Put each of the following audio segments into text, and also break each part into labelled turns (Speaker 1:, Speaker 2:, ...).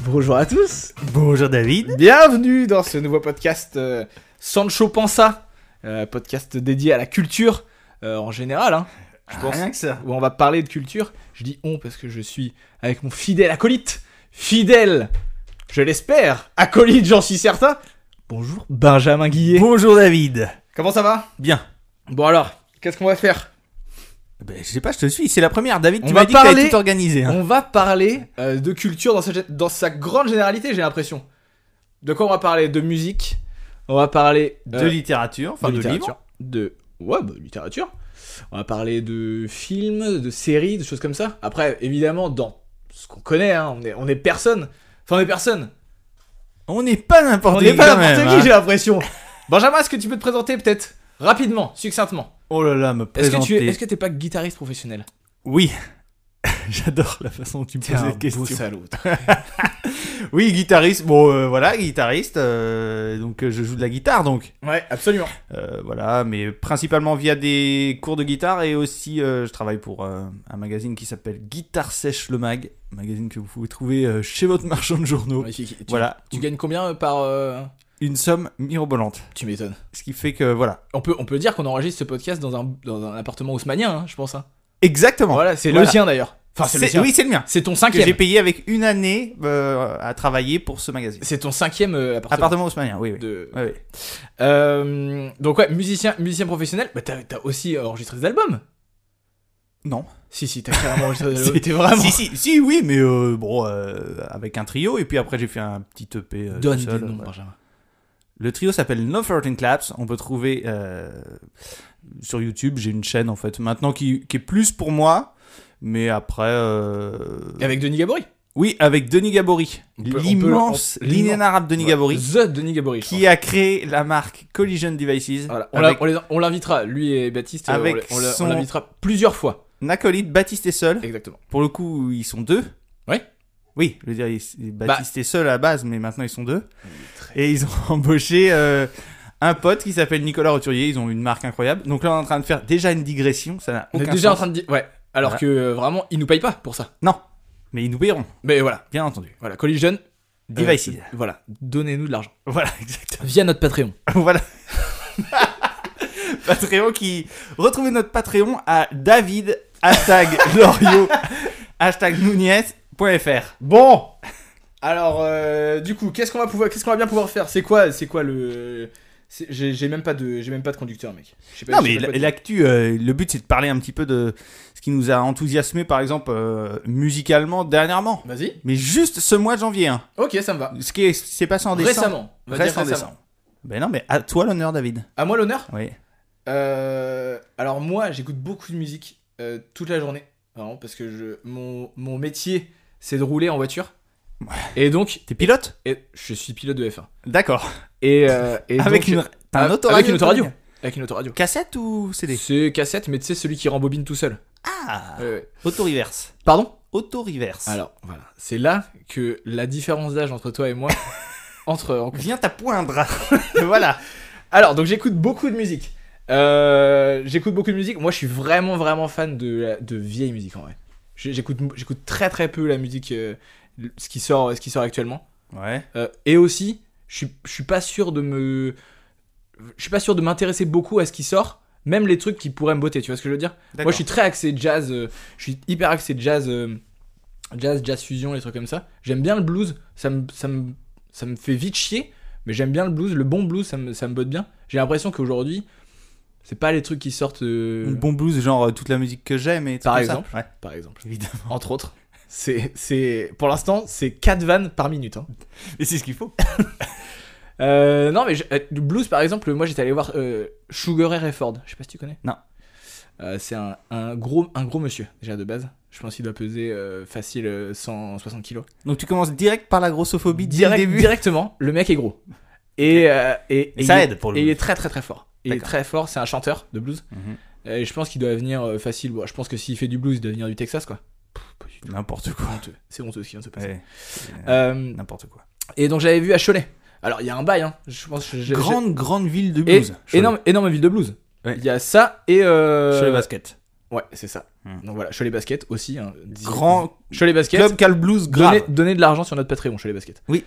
Speaker 1: Bonjour à tous.
Speaker 2: Bonjour David.
Speaker 1: Bienvenue dans ce nouveau podcast euh, Sancho Pensa, euh, podcast dédié à la culture euh, en général, hein, je pense,
Speaker 2: Rien que ça.
Speaker 1: où on va parler de culture. Je dis on parce que je suis avec mon fidèle acolyte, fidèle, je l'espère, acolyte, j'en suis certain. Bonjour Benjamin Guillet.
Speaker 2: Bonjour David.
Speaker 1: Comment ça va
Speaker 2: Bien.
Speaker 1: Bon alors, qu'est-ce qu'on va faire
Speaker 2: Ben, je sais pas, je te suis. C'est la première. David,
Speaker 1: On
Speaker 2: tu
Speaker 1: va
Speaker 2: m'as dit que t'avais
Speaker 1: parler-
Speaker 2: tout organisé. hein.
Speaker 1: On va parler euh, de culture dans sa, dans sa grande généralité, j'ai l'impression. De quoi on va parler De musique, on va parler
Speaker 2: De
Speaker 1: euh,
Speaker 2: littérature, enfin de,
Speaker 1: littérature.
Speaker 2: livres.
Speaker 1: De ouais, bah, littérature. On va parler de films, de séries, de choses comme ça. Après, évidemment, dans ce qu'on connaît, hein, on est on est personne. Enfin, on est personne.
Speaker 2: On n'est pas
Speaker 1: On
Speaker 2: n'importe qui.
Speaker 1: n'est pas
Speaker 2: quand
Speaker 1: n'importe qui,
Speaker 2: même,
Speaker 1: j'ai
Speaker 2: hein.
Speaker 1: l'impression. Benjamin, est-ce que tu peux te présenter peut-être rapidement, succinctement
Speaker 2: Oh là là, me
Speaker 1: Est-ce que
Speaker 2: présenter.
Speaker 1: tu es, est-ce que t'es pas guitariste professionnel
Speaker 2: Oui. J'adore la façon dont tu me
Speaker 1: T'es
Speaker 2: poses
Speaker 1: un
Speaker 2: cette question.
Speaker 1: beau salaud. toi.
Speaker 2: Oui, guitariste. Bon, euh, voilà, guitariste. euh, donc, euh, je joue de la guitare, donc.
Speaker 1: Ouais, absolument.
Speaker 2: Euh, voilà, mais principalement via des cours de guitare et aussi euh, je travaille pour euh, un magazine qui s'appelle Guitare Sèche le Mag, magazine que vous pouvez trouver euh, chez votre marchand de journaux.
Speaker 1: Ouais, tu- tu-
Speaker 2: Oh, Voilà,
Speaker 1: Tu gagnes combien euh, par euh,
Speaker 2: une somme mirobolante.
Speaker 1: Tu m'étonnes.
Speaker 2: Ce qui fait que voilà,
Speaker 1: On peut, on peut dire qu'on enregistre ce podcast dans un, dans un appartement haussmanien, hein, je pense. hein.
Speaker 2: exactement.
Speaker 1: Voilà, c'est le
Speaker 2: Voilà.
Speaker 1: sien d'ailleurs. Enfin, c'est le sien.
Speaker 2: oui, c'est le mien.
Speaker 1: C'est ton
Speaker 2: Que j'ai
Speaker 1: cinquième.
Speaker 2: payé avec une année euh, à travailler pour ce magazine.
Speaker 1: C'est ton cinquième euh, appartement.
Speaker 2: Appartement haussmanien, oui, oui.
Speaker 1: de-
Speaker 2: Ouais, ouais.
Speaker 1: Euh, donc ouais, musicien, musicien professionnel. Bah t'as t'as aussi enregistré des albums.
Speaker 2: Non.
Speaker 1: Si si, t'as carrément enregistré des albums.
Speaker 2: Si.
Speaker 1: T'es vraiment.
Speaker 2: Si, si, si, oui, mais euh, bon, euh, avec un trio, et puis après j'ai fait un petit EP. euh,
Speaker 1: Donne
Speaker 2: tout
Speaker 1: des
Speaker 2: seul,
Speaker 1: noms,
Speaker 2: ouais.
Speaker 1: Benjamin.
Speaker 2: Le trio s'appelle No 13 Claps. On peut trouver euh, sur YouTube. J'ai une chaîne en fait maintenant qui, qui est plus pour moi. Mais après. euh,
Speaker 1: Et Avec Denis Gabory.
Speaker 2: Oui, avec Denis Gabory.
Speaker 1: On peut- on peut-
Speaker 2: L'immense,
Speaker 1: on-
Speaker 2: l'inénarrable Denis Gabory.
Speaker 1: The Denis Gabory. je
Speaker 2: Qui a créé la marque Collision Devices.
Speaker 1: pense. Voilà, on l'a-
Speaker 2: avec
Speaker 1: on les- on l'invitera, lui et Baptiste, euh,
Speaker 2: Avec
Speaker 1: on l'a- on l'a- on
Speaker 2: son-
Speaker 1: l'invitera plusieurs fois.
Speaker 2: un acolyte, Baptiste est seul.
Speaker 1: Exactement.
Speaker 2: Pour le coup, ils sont deux.
Speaker 1: Ouais. Bah.
Speaker 2: Oui, je veux dire, ils- Baptiste est seul à la base, mais maintenant ils sont deux.
Speaker 1: très-
Speaker 2: Et ils ont embauché euh, un pote qui s'appelle Nicolas Roturier. Ils ont une marque incroyable. Donc là, on est en train de faire déjà une digression. Ça n'a
Speaker 1: On est
Speaker 2: aucun
Speaker 1: déjà en
Speaker 2: sens.
Speaker 1: train de dire. Ouais. Alors
Speaker 2: Voilà.
Speaker 1: que euh, vraiment, ils nous payent pas pour ça.
Speaker 2: Non, mais ils nous paieront,
Speaker 1: Mais voilà,
Speaker 2: bien entendu.
Speaker 1: voilà, Collision.
Speaker 2: Devices.
Speaker 1: euh, voilà, donnez-nous de l'argent
Speaker 2: Voilà, exactement.
Speaker 1: via notre Patreon.
Speaker 2: voilà. Patreon qui. Retrouvez notre Patreon à David, hashtag Loriot, hashtag Nunez.fr.
Speaker 1: Bon Alors, euh, du coup, qu'est-ce qu'on va pouvoir, qu'est-ce qu'on va bien pouvoir faire C'est quoi, c'est quoi le c'est- J'ai j'ai même pas de, j'ai même pas de conducteur, mec. Je sais pas-
Speaker 2: Non,
Speaker 1: je sais
Speaker 2: mais
Speaker 1: pas quoi
Speaker 2: l-
Speaker 1: dire.
Speaker 2: l'actu, euh, le but c'est de parler un petit peu de ce qui nous a enthousiasmé, par exemple, euh, musicalement dernièrement.
Speaker 1: Vas-y.
Speaker 2: Mais juste ce mois de janvier, hein.
Speaker 1: Ok, ça me va.
Speaker 2: ce qui est- s'est passé en décembre.
Speaker 1: Récemment. On va
Speaker 2: Reste
Speaker 1: dire
Speaker 2: en
Speaker 1: récemment.
Speaker 2: décembre. Ben non, mais à toi l'honneur, David.
Speaker 1: À moi l'honneur.
Speaker 2: Oui.
Speaker 1: Euh, alors moi, j'écoute beaucoup de musique euh, toute la journée, vraiment, parce que je, mon, mon métier, c'est de rouler en voiture. Et donc,
Speaker 2: T'es pilote
Speaker 1: et, je suis pilote de F1.
Speaker 2: D'accord.
Speaker 1: Et, euh, et
Speaker 2: Avec
Speaker 1: donc- euh,
Speaker 2: une. T'as un
Speaker 1: avec
Speaker 2: autoradio
Speaker 1: une autoradio.
Speaker 2: toi,
Speaker 1: avec une autoradio.
Speaker 2: Cassette ou CD
Speaker 1: C'est cassette, mais tu sais celui qui rembobine tout seul.
Speaker 2: Ah
Speaker 1: Ouais, ouais.
Speaker 2: Auto-reverse.
Speaker 1: Pardon
Speaker 2: Auto-reverse.
Speaker 1: Alors voilà, c'est là que la différence d'âge entre toi et moi entre en-
Speaker 2: Viens ta poindre. voilà.
Speaker 1: Alors donc j'écoute beaucoup de musique. Euh, j'écoute beaucoup de musique. Moi je suis vraiment vraiment fan de, la- de vieille musique en vrai. Je- J'écoute j'écoute très très peu la musique euh, ce qui sort ce qui sort actuellement.
Speaker 2: Ouais.
Speaker 1: Euh, et aussi je suis je suis pas sûr de me je suis pas sûr de m'intéresser beaucoup à ce qui sort. Même les trucs qui pourraient me botter, tu vois ce que je veux dire Moi, je suis très axé jazz. euh, je suis hyper axé jazz, euh, jazz, jazz fusion, les trucs comme ça. J'aime bien le blues. Ça me, ça me, ça me fait vite chier, mais j'aime bien le blues. Le bon blues, ça me, ça me botte bien. J'ai l'impression qu'aujourd'hui, c'est pas les trucs qui sortent, euh,
Speaker 2: Bon blues, genre euh, toute la musique que j'aime et tout
Speaker 1: Par
Speaker 2: comme
Speaker 1: exemple.
Speaker 2: ça. Ouais.
Speaker 1: par exemple.
Speaker 2: Évidemment.
Speaker 1: Entre autres. C'est, c'est, pour l'instant, c'est 4 vannes par minute. hein.
Speaker 2: Et c'est ce qu'il faut.
Speaker 1: Euh, non, mais je- euh, le blues, par exemple, moi j'étais allé voir euh, Sugar Ray Rayford. Je sais pas si tu connais.
Speaker 2: Non.
Speaker 1: Euh, c'est un, un gros, un gros monsieur, déjà de base. Je pense qu'il doit peser euh, facile euh, 160 kilos.
Speaker 2: Donc tu commences direct par la grossophobie dès
Speaker 1: Direct-
Speaker 2: le début.
Speaker 1: Directement, le mec est gros. Et, euh, et,
Speaker 2: Et ça
Speaker 1: il est-
Speaker 2: aide pour le
Speaker 1: Et il
Speaker 2: blues.
Speaker 1: est très très très fort. Il est
Speaker 2: D'accord.
Speaker 1: très fort, c'est un chanteur de blues.
Speaker 2: Mhm.
Speaker 1: Et je pense qu'il doit venir euh, facile. Bon, je pense que s'il fait du blues, il doit venir du Texas, quoi.
Speaker 2: N'importe quoi.
Speaker 1: C'est honteux. C'est honteux ce qui vient de se passer.
Speaker 2: Ouais.
Speaker 1: Euh,
Speaker 2: N'importe quoi.
Speaker 1: et donc j'avais vu à Cholet. Alors il y a un bail, hein. Je pense que j'ai-
Speaker 2: Grande, grande ville de
Speaker 1: j'ai- et-
Speaker 2: blues.
Speaker 1: énorme, énorme ville de blues.
Speaker 2: Ouais.
Speaker 1: Il y a ça et. euh,
Speaker 2: Chez les baskets.
Speaker 1: Ouais, c'est ça.
Speaker 2: Hmm.
Speaker 1: Donc voilà, Cholet Basket aussi. hein, dis-
Speaker 2: Grand
Speaker 1: Cholet Basket.
Speaker 2: club Cal Blues grave.
Speaker 1: Donnez, donnez de l'argent sur notre Patreon chez les baskets.
Speaker 2: Oui.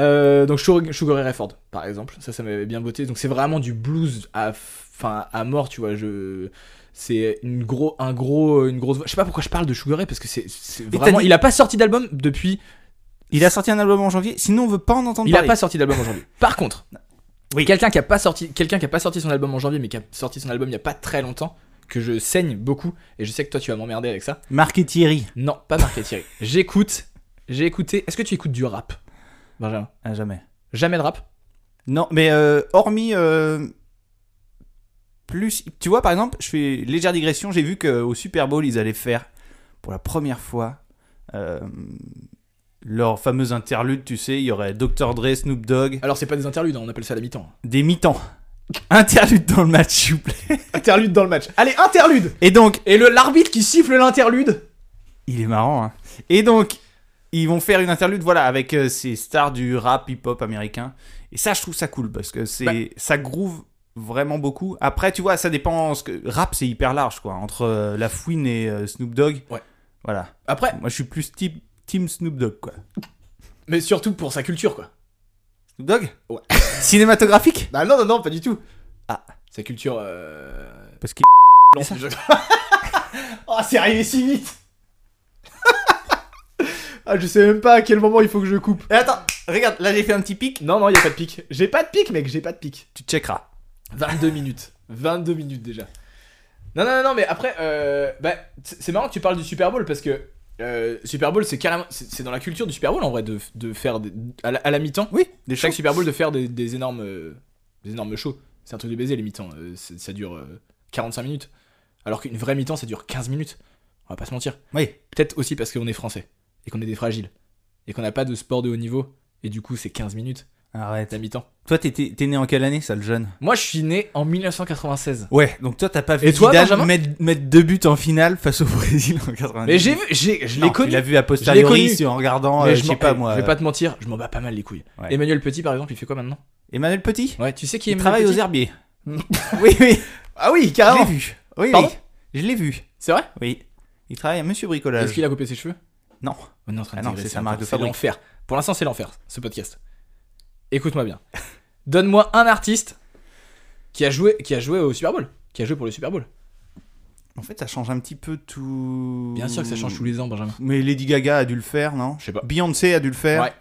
Speaker 1: Euh, donc Sugar Sugar Ray Rayford, par exemple, ça, ça m'avait bien botté. Donc c'est vraiment du blues à, enfin à mort, tu vois. Je, c'est une gros, un gros, une grosse. voix. Je sais pas pourquoi je parle de Sugar Ray parce que c'est, c'est
Speaker 2: t'as
Speaker 1: vraiment.
Speaker 2: dit-
Speaker 1: Il a pas sorti d'album depuis.
Speaker 2: Il a sorti un album en janvier, sinon on veut pas en entendre
Speaker 1: Il a
Speaker 2: parler.
Speaker 1: pas sorti d'album en janvier. Par contre,
Speaker 2: Oui.
Speaker 1: quelqu'un qui a pas sorti, quelqu'un qui a pas sorti son album en janvier, mais qui a sorti son album il y a pas très longtemps, que je saigne beaucoup, et je sais que toi tu vas m'emmerder avec ça.
Speaker 2: Marc et Thierry.
Speaker 1: Non, pas Marc et Thierry. J'écoute, j'ai écouté. Est-ce que tu écoutes du rap, Benjamin
Speaker 2: Ah, jamais.
Speaker 1: Jamais de rap.
Speaker 2: Non, mais euh, hormis. euh, plus. Tu vois, par exemple, je fais légère digression. J'ai vu qu'au Super Bowl, ils allaient faire pour la première fois euh, leur fameuse interlude. Tu sais, il y aurait Dr. Dre, Snoop Dogg,
Speaker 1: Alors c'est pas des interludes, hein, on appelle ça la mi-temps.
Speaker 2: des mi-temps. Interlude dans le match, s'il vous plaît.
Speaker 1: interlude dans le match. Allez, interlude
Speaker 2: Et donc,
Speaker 1: Et le l'arbitre qui siffle l'interlude
Speaker 2: il est marrant. hein. Et donc, ils vont faire une interlude, voilà, avec euh, ces stars du rap hip-hop américain. Et ça, je trouve ça cool parce que c'est
Speaker 1: Bah.
Speaker 2: ça groove vraiment beaucoup. Après, tu vois, ça dépend. ce que- Rap, c'est hyper large, quoi. Entre euh, La Fouine et euh, Snoop Dogg.
Speaker 1: Ouais.
Speaker 2: Voilà.
Speaker 1: Après,
Speaker 2: Moi, je suis plus type Team Snoop Dogg, quoi.
Speaker 1: mais surtout pour sa culture quoi.
Speaker 2: Snoop Dogg
Speaker 1: Ouais.
Speaker 2: Cinématographique
Speaker 1: Bah non, non, non, pas du tout.
Speaker 2: Ah.
Speaker 1: Sa culture. Euh...
Speaker 2: Parce qu'il.
Speaker 1: blanche, je- oh, c'est arrivé si vite Ah, je sais même pas à quel moment il faut que je coupe.
Speaker 2: Eh, attends, regarde, là, j'ai fait un petit pic.
Speaker 1: Non, non, y a pas de pic. J'ai pas de pic, mec, j'ai pas de pic.
Speaker 2: Tu checkeras.
Speaker 1: 22 minutes. 22 minutes déjà. Non, non, non, non, mais après, euh, bah, c'est c'est marrant que tu parles du Super Bowl parce que euh, Super Bowl, c'est carrément. C'est c'est dans la culture du Super Bowl en vrai de, de faire. des- à la, à la mi-temps,
Speaker 2: Oui, des
Speaker 1: chaque
Speaker 2: choses.
Speaker 1: Super Bowl, de faire des, des énormes, euh, des énormes shows. C'est un truc de baiser les mi-temps. euh, c'est- ça dure euh, 45 minutes. Alors qu'une vraie mi-temps, ça dure 15 minutes. On va pas se mentir.
Speaker 2: Oui.
Speaker 1: Peut-être aussi parce qu'on est français et qu'on est des fragiles et qu'on n'a pas de sport de haut niveau. Et du coup, c'est 15 minutes
Speaker 2: Arrête.
Speaker 1: la mi-temps.
Speaker 2: Toi, t'es- t'es t'es né en quelle année, ça, le jeune
Speaker 1: Moi, je suis né en 1996.
Speaker 2: Ouais, donc toi t'as pas vu
Speaker 1: Et toi,
Speaker 2: Zidane
Speaker 1: Benjamin
Speaker 2: mettre, mettre deux buts en finale face au Brésil en 90.
Speaker 1: Mais j'ai vu, j'ai, je l'ai
Speaker 2: Non,
Speaker 1: connu.
Speaker 2: Tu l'as vu à posteriori
Speaker 1: connu.
Speaker 2: si- en regardant,
Speaker 1: mais
Speaker 2: euh,
Speaker 1: je
Speaker 2: je sais
Speaker 1: m'en-
Speaker 2: pas
Speaker 1: eh,
Speaker 2: moi.
Speaker 1: Je vais pas te mentir, je m'en bats pas mal les couilles.
Speaker 2: Ouais.
Speaker 1: Emmanuel Petit, par exemple, il fait quoi maintenant
Speaker 2: Emmanuel Petit
Speaker 1: Ouais, tu sais qui
Speaker 2: Il
Speaker 1: est
Speaker 2: travaille aux
Speaker 1: Emmanuel
Speaker 2: Herbiers. oui, oui,
Speaker 1: Petit Ah oui,
Speaker 2: je l'ai
Speaker 1: carrément.
Speaker 2: vu. Oui,
Speaker 1: Pardon
Speaker 2: oui. Je l'ai vu.
Speaker 1: C'est vrai
Speaker 2: Oui. Il travaille à Monsieur
Speaker 1: Est-ce
Speaker 2: Bricolage.
Speaker 1: qu'il a coupé ses cheveux
Speaker 2: Non.
Speaker 1: On est en train
Speaker 2: Ah
Speaker 1: de
Speaker 2: non,
Speaker 1: digresser
Speaker 2: c'est sa
Speaker 1: encore.
Speaker 2: marque de
Speaker 1: C'est
Speaker 2: fabrique.
Speaker 1: l'enfer. Pour l'instant, c'est l'enfer, ce podcast. Écoute-moi bien. Donne-moi un artiste qui a joué, qui a joué au Super Bowl, qui a joué pour le Super Bowl.
Speaker 2: En fait, ça change un petit peu tout.
Speaker 1: Bien sûr que ça
Speaker 2: Mmh.
Speaker 1: change tous les ans, Benjamin.
Speaker 2: Mais Lady Gaga a dû le faire, non
Speaker 1: Je sais pas.
Speaker 2: Beyoncé a dû le faire.
Speaker 1: Ouais.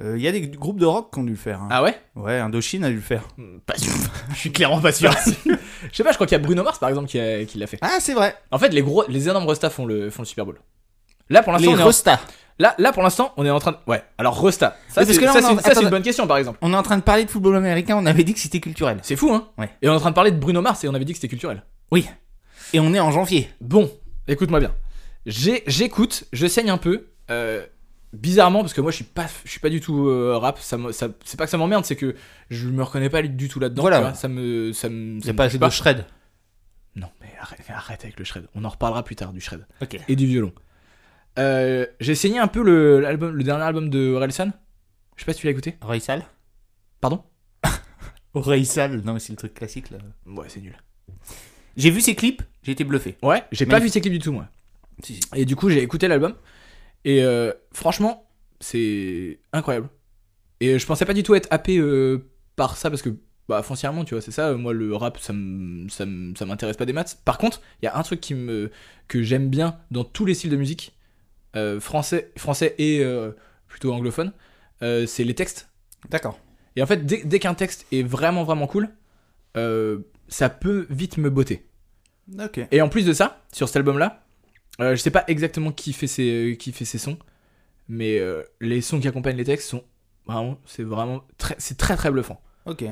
Speaker 2: Euh, Il y a des groupes de rock qui ont dû le faire. hein.
Speaker 1: Ah ouais
Speaker 2: Ouais, Indochine a dû le faire.
Speaker 1: Mmh, Pas sûr. Je suis clairement pas sûr. Je sais pas, je crois qu'il y a Bruno Mars par exemple qui, a- qui l'a fait.
Speaker 2: Ah, c'est vrai.
Speaker 1: En fait, les gros, les énormes restas font le, font le Super Bowl. Là pour l'instant,
Speaker 2: Les
Speaker 1: on est en-
Speaker 2: Rostas.
Speaker 1: Là, là pour l'instant, on est en train de. Ouais, alors Rosta. Ça,
Speaker 2: Mais parce
Speaker 1: c'est
Speaker 2: que là,
Speaker 1: ça,
Speaker 2: on est
Speaker 1: c'est
Speaker 2: en-
Speaker 1: une, ça, c'est
Speaker 2: attends.
Speaker 1: une bonne question par exemple.
Speaker 2: On est en train de parler de football américain, on avait dit que c'était culturel.
Speaker 1: C'est fou, hein
Speaker 2: Ouais.
Speaker 1: Et on est en train de parler de Bruno Mars et on avait dit que c'était culturel.
Speaker 2: Oui. Et on est en janvier.
Speaker 1: Bon, écoute-moi bien. J'ai- J'écoute, je saigne un peu. euh, bizarrement, parce que moi, je suis pas, je suis pas du tout euh, rap. Ça, me- ça- c'est pas que ça m'emmerde, c'est que je me reconnais pas du tout là-dedans.
Speaker 2: Voilà.
Speaker 1: tu vois, ça me, ça me.
Speaker 2: Il
Speaker 1: ça
Speaker 2: n'y a
Speaker 1: me
Speaker 2: pas
Speaker 1: touche
Speaker 2: assez de shred.
Speaker 1: Non, mais arrête, mais arrête avec le shred. On en reparlera plus tard du shred
Speaker 2: Ok.
Speaker 1: et du violon. Euh, J'ai saigné un peu le, l'album- le dernier album de Orelsan. Je sais pas si tu l'as écouté.
Speaker 2: Oreille sale
Speaker 1: Pardon
Speaker 2: Oreille sale, non mais c'est le truc classique là.
Speaker 1: Ouais, c'est nul.
Speaker 2: J'ai vu ses clips, j'ai été bluffé.
Speaker 1: Ouais, j'ai pas vu ces clips du tout, moi.
Speaker 2: Si, si.
Speaker 1: Et du coup, j'ai écouté l'album. Et euh, franchement, c'est incroyable. Et euh, je pensais pas du tout être happé euh, par ça parce que, bah, foncièrement, tu vois, c'est ça. euh, Moi, le rap, ça me- ça me- ça m'intéresse pas des maths. Par contre, il y a un truc qui me, que j'aime bien dans tous les styles de musique, euh, français, français et euh, plutôt anglophone, euh, c'est les textes.
Speaker 2: D'accord.
Speaker 1: Et en fait, dès, dès qu'un texte est vraiment, vraiment cool, euh, ça peut vite me botter.
Speaker 2: Ok.
Speaker 1: Et en plus de ça, sur cet album-là, euh, je sais pas exactement qui fait ses, qui fait ses sons, mais euh, les sons qui accompagnent les textes sont vraiment, c'est vraiment très, c'est très très bluffant.
Speaker 2: Ok.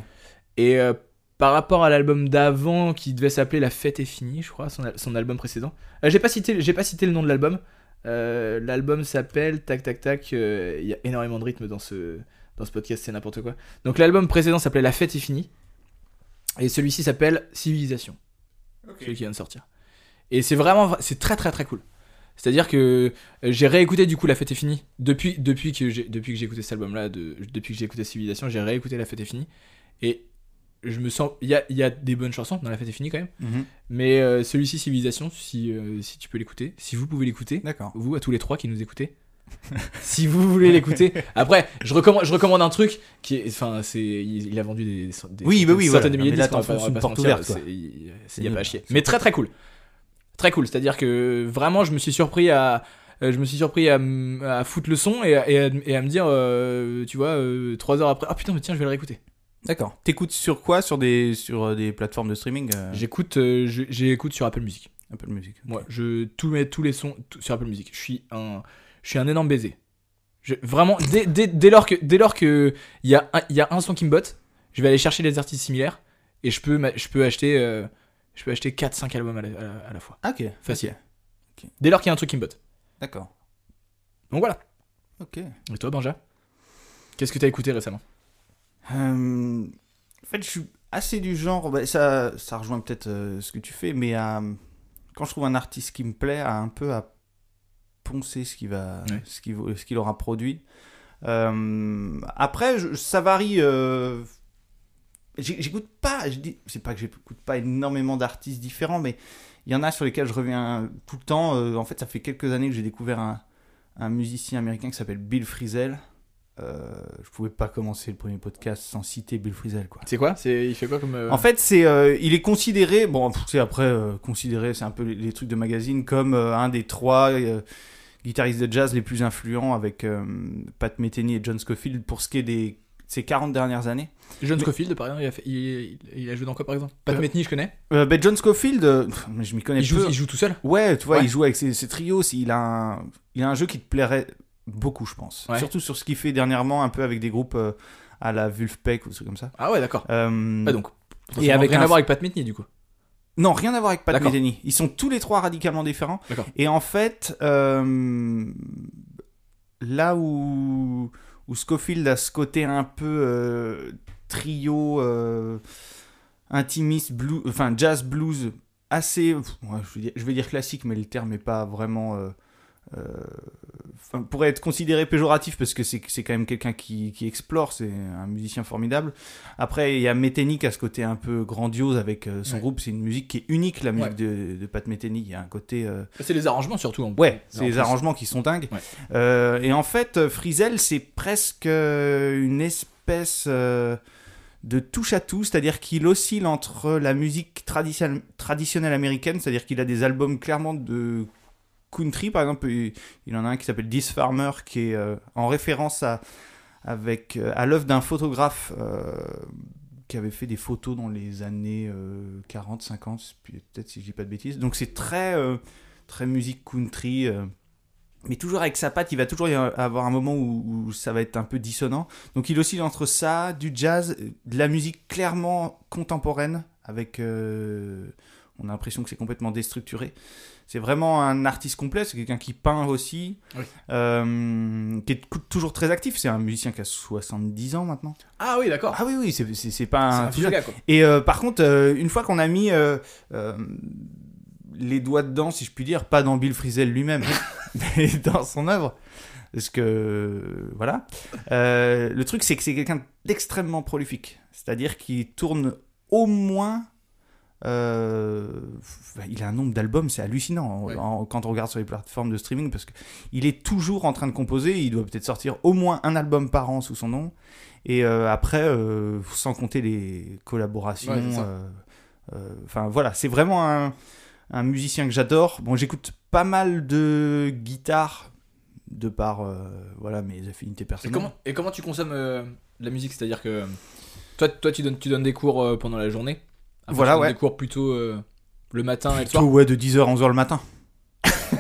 Speaker 1: Et euh, par rapport à l'album d'avant qui devait s'appeler La fête est finie, je crois, son, al- son album précédent. Euh, j'ai pas cité, j'ai pas cité le nom de l'album. Euh, l'album s'appelle Tac Tac Tac. euh, Il y a énormément de rythme dans ce dans ce podcast, c'est n'importe quoi. Donc l'album précédent s'appelait La fête est finie, et celui-ci s'appelle Civilisation celui qui vient de sortir. Et c'est vraiment, c'est très très très cool. C'est-à-dire que euh, j'ai réécouté du coup La Fête est finie depuis depuis que j'ai depuis que j'ai écouté cet album-là, de, depuis que j'ai écouté Civilisation, j'ai réécouté La Fête est finie et je me sens. Il y a, il y a des bonnes chansons dans La fête est finie quand même.
Speaker 2: Mhm.
Speaker 1: Mais euh, celui-ci, Civilisation, si, euh, si tu peux l'écouter, si vous pouvez l'écouter,
Speaker 2: D'accord.
Speaker 1: vous à tous les trois qui nous écoutez, si vous voulez l'écouter. Après, je recommande, je recommande un truc qui est. Enfin, c'est, il, il a vendu des, des- des
Speaker 2: Oui, bah oui, voilà.
Speaker 1: centaines de
Speaker 2: Non,
Speaker 1: milliers
Speaker 2: mais
Speaker 1: de
Speaker 2: là,
Speaker 1: disques, on va
Speaker 2: t'enfonces
Speaker 1: pas- on va
Speaker 2: une
Speaker 1: pas se
Speaker 2: porte
Speaker 1: mentir,
Speaker 2: ouverte, quoi.
Speaker 1: c'est- il-
Speaker 2: C'est
Speaker 1: Il y a
Speaker 2: nul.
Speaker 1: pas à chier. Mais très très cool. Très cool, c'est-à-dire que vraiment, je me suis surpris à. euh, Je me suis surpris à, m- à foutre le son et à, et à- et à me dire, euh, tu vois, euh, trois heures après, ah putain, mais tiens, je vais le réécouter.
Speaker 2: D'accord. T'écoutes sur quoi Sur des sur euh, des plateformes de streaming euh,
Speaker 1: J'écoute, euh, je- j'écoute sur Apple Music.
Speaker 2: Apple Music.
Speaker 1: Moi, je tous mes tous les sons tout- sur Apple Music. Je suis un je suis un énorme baiser. Je- vraiment dès, dès- dès lors que dès lors que il y a un, il y a un son qui me botte, je vais aller chercher des artistes similaires et je peux m'a- je peux acheter euh, je peux acheter 4 5 albums à la, à la- à la fois.
Speaker 2: Ah, ok.
Speaker 1: Facile.
Speaker 2: Ok.
Speaker 1: Dès lors qu'il y a un truc qui me botte.
Speaker 2: D'accord.
Speaker 1: Donc voilà.
Speaker 2: Ok.
Speaker 1: Et toi Benja Qu'est-ce que t'as écouté récemment
Speaker 2: Euh, en fait, je suis assez du genre, bah, ça, ça rejoint peut-être euh, ce que tu fais, mais à, quand je trouve un artiste qui me plaît, à un peu à poncer ce qu'il va,
Speaker 1: Ouais.
Speaker 2: ce qu'il vaut- ce qu'il aura produit. Euh, après, je- ça varie. euh, j'ai- j'écoute pas, je dis, c'est pas que j'écoute pas énormément d'artistes différents, mais il y en a sur lesquels je reviens tout le temps. Euh, en fait, ça fait quelques années que j'ai découvert un, un musicien américain qui s'appelle Bill Frisell. Euh, je pouvais pas commencer le premier podcast sans citer Bill Frisell, quoi.
Speaker 1: C'est quoi C'est il fait quoi comme
Speaker 2: En fait, c'est, euh, il est considéré, bon, pff, c'est après euh, considéré, c'est un peu les, les trucs de magazine, comme euh, un des trois euh, guitaristes de jazz les plus influents avec euh, Pat Metheny et John Scofield pour ce qui est des ces 40 dernières années.
Speaker 1: John
Speaker 2: mais-
Speaker 1: Scofield par exemple, il a, fait- il, il- il a joué dans quoi par exemple Pat
Speaker 2: Euh,
Speaker 1: Metheny, je connais.
Speaker 2: Euh, ben, John Scofield, euh, pff, mais je m'y connais
Speaker 1: Il joue,
Speaker 2: peu.
Speaker 1: il joue tout seul
Speaker 2: Ouais, tu vois,
Speaker 1: Ouais.
Speaker 2: il joue avec ses, ses trios. Il a, un, il a un jeu qui te plairait beaucoup, je pense.
Speaker 1: Ouais.
Speaker 2: Surtout sur ce qu'il fait dernièrement, un peu avec des groupes euh, à la Vulfpeck ou des trucs comme ça.
Speaker 1: Ah ouais, d'accord.
Speaker 2: Euh,
Speaker 1: Ah donc.
Speaker 2: Et
Speaker 1: Et avec
Speaker 2: avec
Speaker 1: rien
Speaker 2: un-
Speaker 1: à voir avec Pat Metheny du coup.
Speaker 2: Non, rien à voir avec Pat
Speaker 1: D'accord.
Speaker 2: Metheny. Ils sont tous les trois radicalement différents.
Speaker 1: D'accord.
Speaker 2: Et en fait, euh, là où, où Scofield a ce côté un peu euh, trio euh, intimiste, blue, enfin jazz blues, assez, pff, ouais, je, veux dire, je vais dire classique, mais le terme n'est pas vraiment. euh, euh, enfin, pourrait être considéré péjoratif parce que c'est c'est quand même quelqu'un qui, qui explore, c'est un musicien formidable. Après, il y a Metheny qui a ce côté un peu grandiose avec euh, son
Speaker 1: Ouais.
Speaker 2: groupe, c'est une musique qui est unique, la musique de, de Pat Metheny. Il y a un côté. euh,
Speaker 1: C'est les arrangements surtout. en-
Speaker 2: Ouais,
Speaker 1: en
Speaker 2: c'est les
Speaker 1: plus.
Speaker 2: arrangements qui sont dingues.
Speaker 1: Ouais.
Speaker 2: Euh, et en fait, euh, Frizzell, c'est presque euh, une espèce euh, de touche à tout, c'est-à-dire qu'il oscille entre la musique traditionnelle, traditionnelle américaine, c'est-à-dire qu'il a des albums clairement de country, par exemple, il, il en a un qui s'appelle This Farmer, qui est euh, en référence à, avec, euh, à l'œuvre d'un photographe. euh, qui avait fait des photos dans les années euh, 40, 50, puis peut-être si je dis pas de bêtises. Donc c'est très euh, très musique country. euh, mais toujours avec sa patte, il va toujours y a- avoir un moment où, où ça va être un peu dissonant. Donc il oscille entre ça, du jazz, euh, de la musique clairement contemporaine, avec... euh, on a l'impression que c'est complètement déstructuré. C'est vraiment un artiste complet, c'est quelqu'un qui peint aussi,
Speaker 1: Oui.
Speaker 2: euh, qui est cou- toujours très actif. C'est un musicien qui a 70 ans maintenant.
Speaker 1: Ah oui, d'accord.
Speaker 2: Ah oui, oui, c'est- c'est c'est pas
Speaker 1: C'est
Speaker 2: un...
Speaker 1: un vieux gars, quoi.
Speaker 2: Et euh, par contre, euh, une fois qu'on a mis euh, euh, les doigts dedans, si je puis dire, pas dans Bill Frisell lui-même, mais dans son œuvre, parce que voilà, Euh, le truc c'est que c'est quelqu'un d'extrêmement prolifique, c'est-à-dire qu'il tourne au moins. euh, enfin, il a un nombre d'albums, c'est hallucinant
Speaker 1: Ouais.
Speaker 2: en- quand on regarde sur les plateformes de streaming parce qu'il est toujours en train de composer. Il doit peut-être sortir au moins un album par an sous son nom. Et euh, après, euh, sans compter les collaborations.
Speaker 1: Ouais, c'est ça.
Speaker 2: euh, euh, Enfin voilà, c'est vraiment un, un musicien que j'adore. Bon, j'écoute pas mal de guitare de par euh, voilà mes affinités
Speaker 1: Et
Speaker 2: personnelles.
Speaker 1: comment, et comment tu consommes euh, de la musique C'est-à-dire que euh, toi, toi tu, donnes, tu donnes des cours euh, pendant la journée. Après,
Speaker 2: Voilà,
Speaker 1: tu donnes
Speaker 2: ouais.
Speaker 1: Des cours plutôt euh, le matin et le
Speaker 2: Plutôt,
Speaker 1: soir.
Speaker 2: ouais, de 10h à 11h le matin.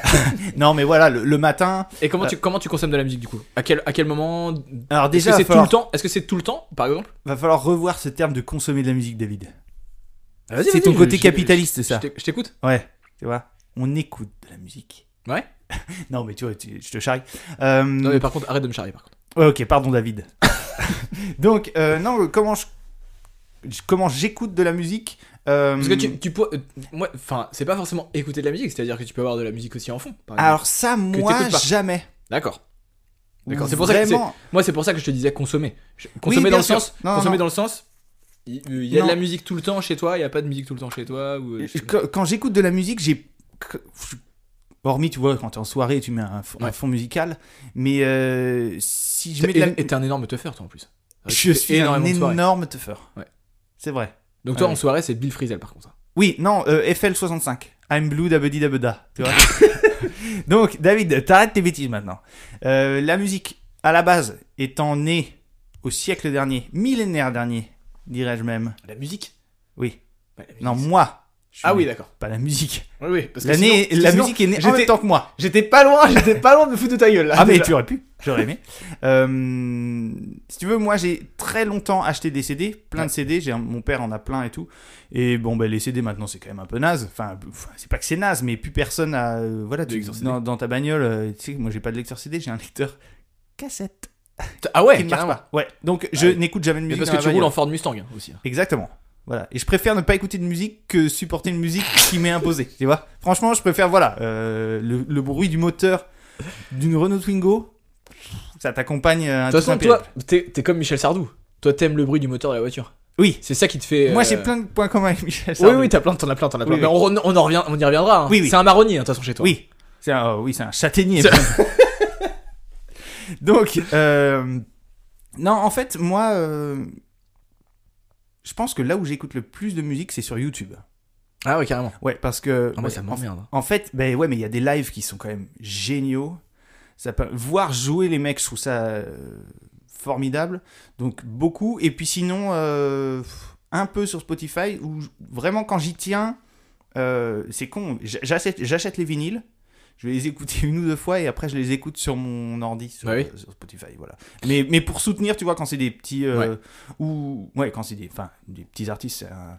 Speaker 2: non, mais voilà, le, le matin.
Speaker 1: Et comment tu, comment tu consommes de la musique du coup À quel, à quel moment
Speaker 2: Alors
Speaker 1: Est-ce
Speaker 2: Euh. déjà,
Speaker 1: que
Speaker 2: va
Speaker 1: c'est
Speaker 2: falloir,
Speaker 1: tout le temps Est-ce que c'est tout le temps, par exemple
Speaker 2: va falloir revoir ce terme de consommer de la musique, David.
Speaker 1: Ah, Vas-y,
Speaker 2: C'est
Speaker 1: vas-y,
Speaker 2: ton
Speaker 1: je-
Speaker 2: côté
Speaker 1: je-
Speaker 2: capitaliste, c'est
Speaker 1: je-
Speaker 2: ça.
Speaker 1: je t'é- Je t'écoute.
Speaker 2: Ouais, tu vois, on écoute de la musique.
Speaker 1: Ouais.
Speaker 2: non, mais tu vois, tu- je te charrie. Euh,
Speaker 1: Non, mais par contre, arrête de me charrier, par contre.
Speaker 2: Ouais, ok, pardon David. Donc, euh, non, comment je... Comment j'écoute de la musique euh,
Speaker 1: Parce que tu, tu peux. euh, moi, enfin, c'est pas forcément écouter de la musique, c'est-à-dire que tu peux avoir de la musique aussi en fond, par exemple.
Speaker 2: Alors ça, moi,
Speaker 1: t'écoutes pas.
Speaker 2: jamais.
Speaker 1: D'accord. D'accord, c'est pour ça que
Speaker 2: Vraiment.
Speaker 1: Moi, c'est pour ça que je te disais consommer. Je- Consommer
Speaker 2: bien
Speaker 1: dans le
Speaker 2: sûr.
Speaker 1: sens.
Speaker 2: Ah, Non, non,
Speaker 1: consommer
Speaker 2: non.
Speaker 1: dans le sens. Il il y a
Speaker 2: Non.
Speaker 1: de la musique tout le temps chez toi, il y a pas de musique tout le temps chez toi ou euh, je sais pas.
Speaker 2: Quand, quand j'écoute de la musique, j'ai. Hormis, tu vois, quand t'es en soirée, tu mets un, fond- un
Speaker 1: Ouais.
Speaker 2: fond musical. Mais euh, si je
Speaker 1: T'es-
Speaker 2: mets de la.
Speaker 1: Et t'es un énorme teufeur toi en plus. Tu
Speaker 2: Je
Speaker 1: fais
Speaker 2: suis un
Speaker 1: énormément de soirées.
Speaker 2: énorme teufeur.
Speaker 1: Ouais.
Speaker 2: C'est vrai.
Speaker 1: Donc toi
Speaker 2: Ouais.
Speaker 1: en soirée c'est Bill Frisell par contre.
Speaker 2: Oui, non, euh, FL65. I'm blue dabedi dabeda. Tu vois Donc, David, t'arrêtes tes bêtises maintenant. Euh, la musique, à la base, étant née au siècle dernier, millénaire dernier, dirais-je même.
Speaker 1: La musique
Speaker 2: Oui.
Speaker 1: Bah, la musique,
Speaker 2: Non,
Speaker 1: c'est-
Speaker 2: moi. je suis
Speaker 1: Ah oui
Speaker 2: né.
Speaker 1: d'accord.
Speaker 2: Pas la musique.
Speaker 1: Oui oui parce que
Speaker 2: L'année,
Speaker 1: sinon-
Speaker 2: la
Speaker 1: sinon,
Speaker 2: musique est née en
Speaker 1: j'étais-
Speaker 2: même temps que moi.
Speaker 1: J'étais pas loin, j'étais pas loin de me foutre de ta gueule là.
Speaker 2: Ah mais
Speaker 1: déjà.
Speaker 2: tu aurais pu, j'aurais aimé. Euh, si tu veux, moi j'ai très longtemps acheté des CD, plein de CD, j'ai un- mon père en a plein et tout. Et bon ben les CD maintenant c'est quand même un peu naze. Enfin pff, c'est pas que c'est naze, mais plus personne a euh, voilà
Speaker 1: De
Speaker 2: tu,
Speaker 1: lecteur CD.
Speaker 2: dans, dans ta bagnole. euh, tu sais, moi j'ai pas de lecteur CD, j'ai un lecteur cassette.
Speaker 1: Ah
Speaker 2: qui
Speaker 1: ouais
Speaker 2: ne marche
Speaker 1: carrément.
Speaker 2: pas. Ouais. Donc je
Speaker 1: oui.
Speaker 2: n'écoute jamais de
Speaker 1: Mais
Speaker 2: musique.
Speaker 1: parce
Speaker 2: dans
Speaker 1: que
Speaker 2: la
Speaker 1: tu roules
Speaker 2: bagnole.
Speaker 1: en Ford Mustang hein, aussi. hein.
Speaker 2: Exactement. Voilà. Et je préfère ne pas écouter de musique que supporter une musique qui m'est imposée. Tu vois Franchement, je préfère, voilà, euh, le, le bruit du moteur d'une Renault Twingo, ça t'accompagne euh, un
Speaker 1: De toute
Speaker 2: tout un
Speaker 1: façon toi
Speaker 2: périple.
Speaker 1: t'es t'es comme Michel Sardou. Toi t'aimes le bruit du moteur de la voiture.
Speaker 2: Oui.
Speaker 1: C'est ça qui te fait.
Speaker 2: Moi,
Speaker 1: euh,
Speaker 2: j'ai plein de points communs avec Michel
Speaker 1: Oui,
Speaker 2: Sardou.
Speaker 1: oui, t'as plein, t'en as plein, t'en as plein.
Speaker 2: Oui,
Speaker 1: Mais
Speaker 2: oui.
Speaker 1: on, re- on, en revient, on y reviendra. hein.
Speaker 2: Oui, oui.
Speaker 1: C'est un marronnier, hein, de toute façon, chez toi.
Speaker 2: Oui. C'est un, oh, oui, c'est un châtaignier.
Speaker 1: C'est-
Speaker 2: Donc, euh, non, en fait, moi, euh, je pense que là où j'écoute le plus de musique, c'est sur YouTube.
Speaker 1: Ah ouais, carrément.
Speaker 2: Ouais, parce que.
Speaker 1: Ah, moi,
Speaker 2: ouais,
Speaker 1: ça
Speaker 2: en
Speaker 1: m'emmerde. hein.
Speaker 2: En fait, ben ouais, mais il y a des lives qui sont quand même géniaux. Ça peut... Voir jouer les mecs, je trouve ça euh, formidable. Donc beaucoup. Et puis sinon, euh, un peu sur Spotify, où j- vraiment quand j'y tiens, euh, c'est con. J- J'achète j'achète les vinyles. Je vais les écouter une ou deux fois et après je les écoute sur mon ordi, sur,
Speaker 1: Bah oui.
Speaker 2: euh, sur Spotify, voilà. Mais, mais pour soutenir, tu vois, quand c'est des petits euh,
Speaker 1: Ouais.
Speaker 2: ou ouais, quand c'est des, enfin, des petits artistes, c'est un-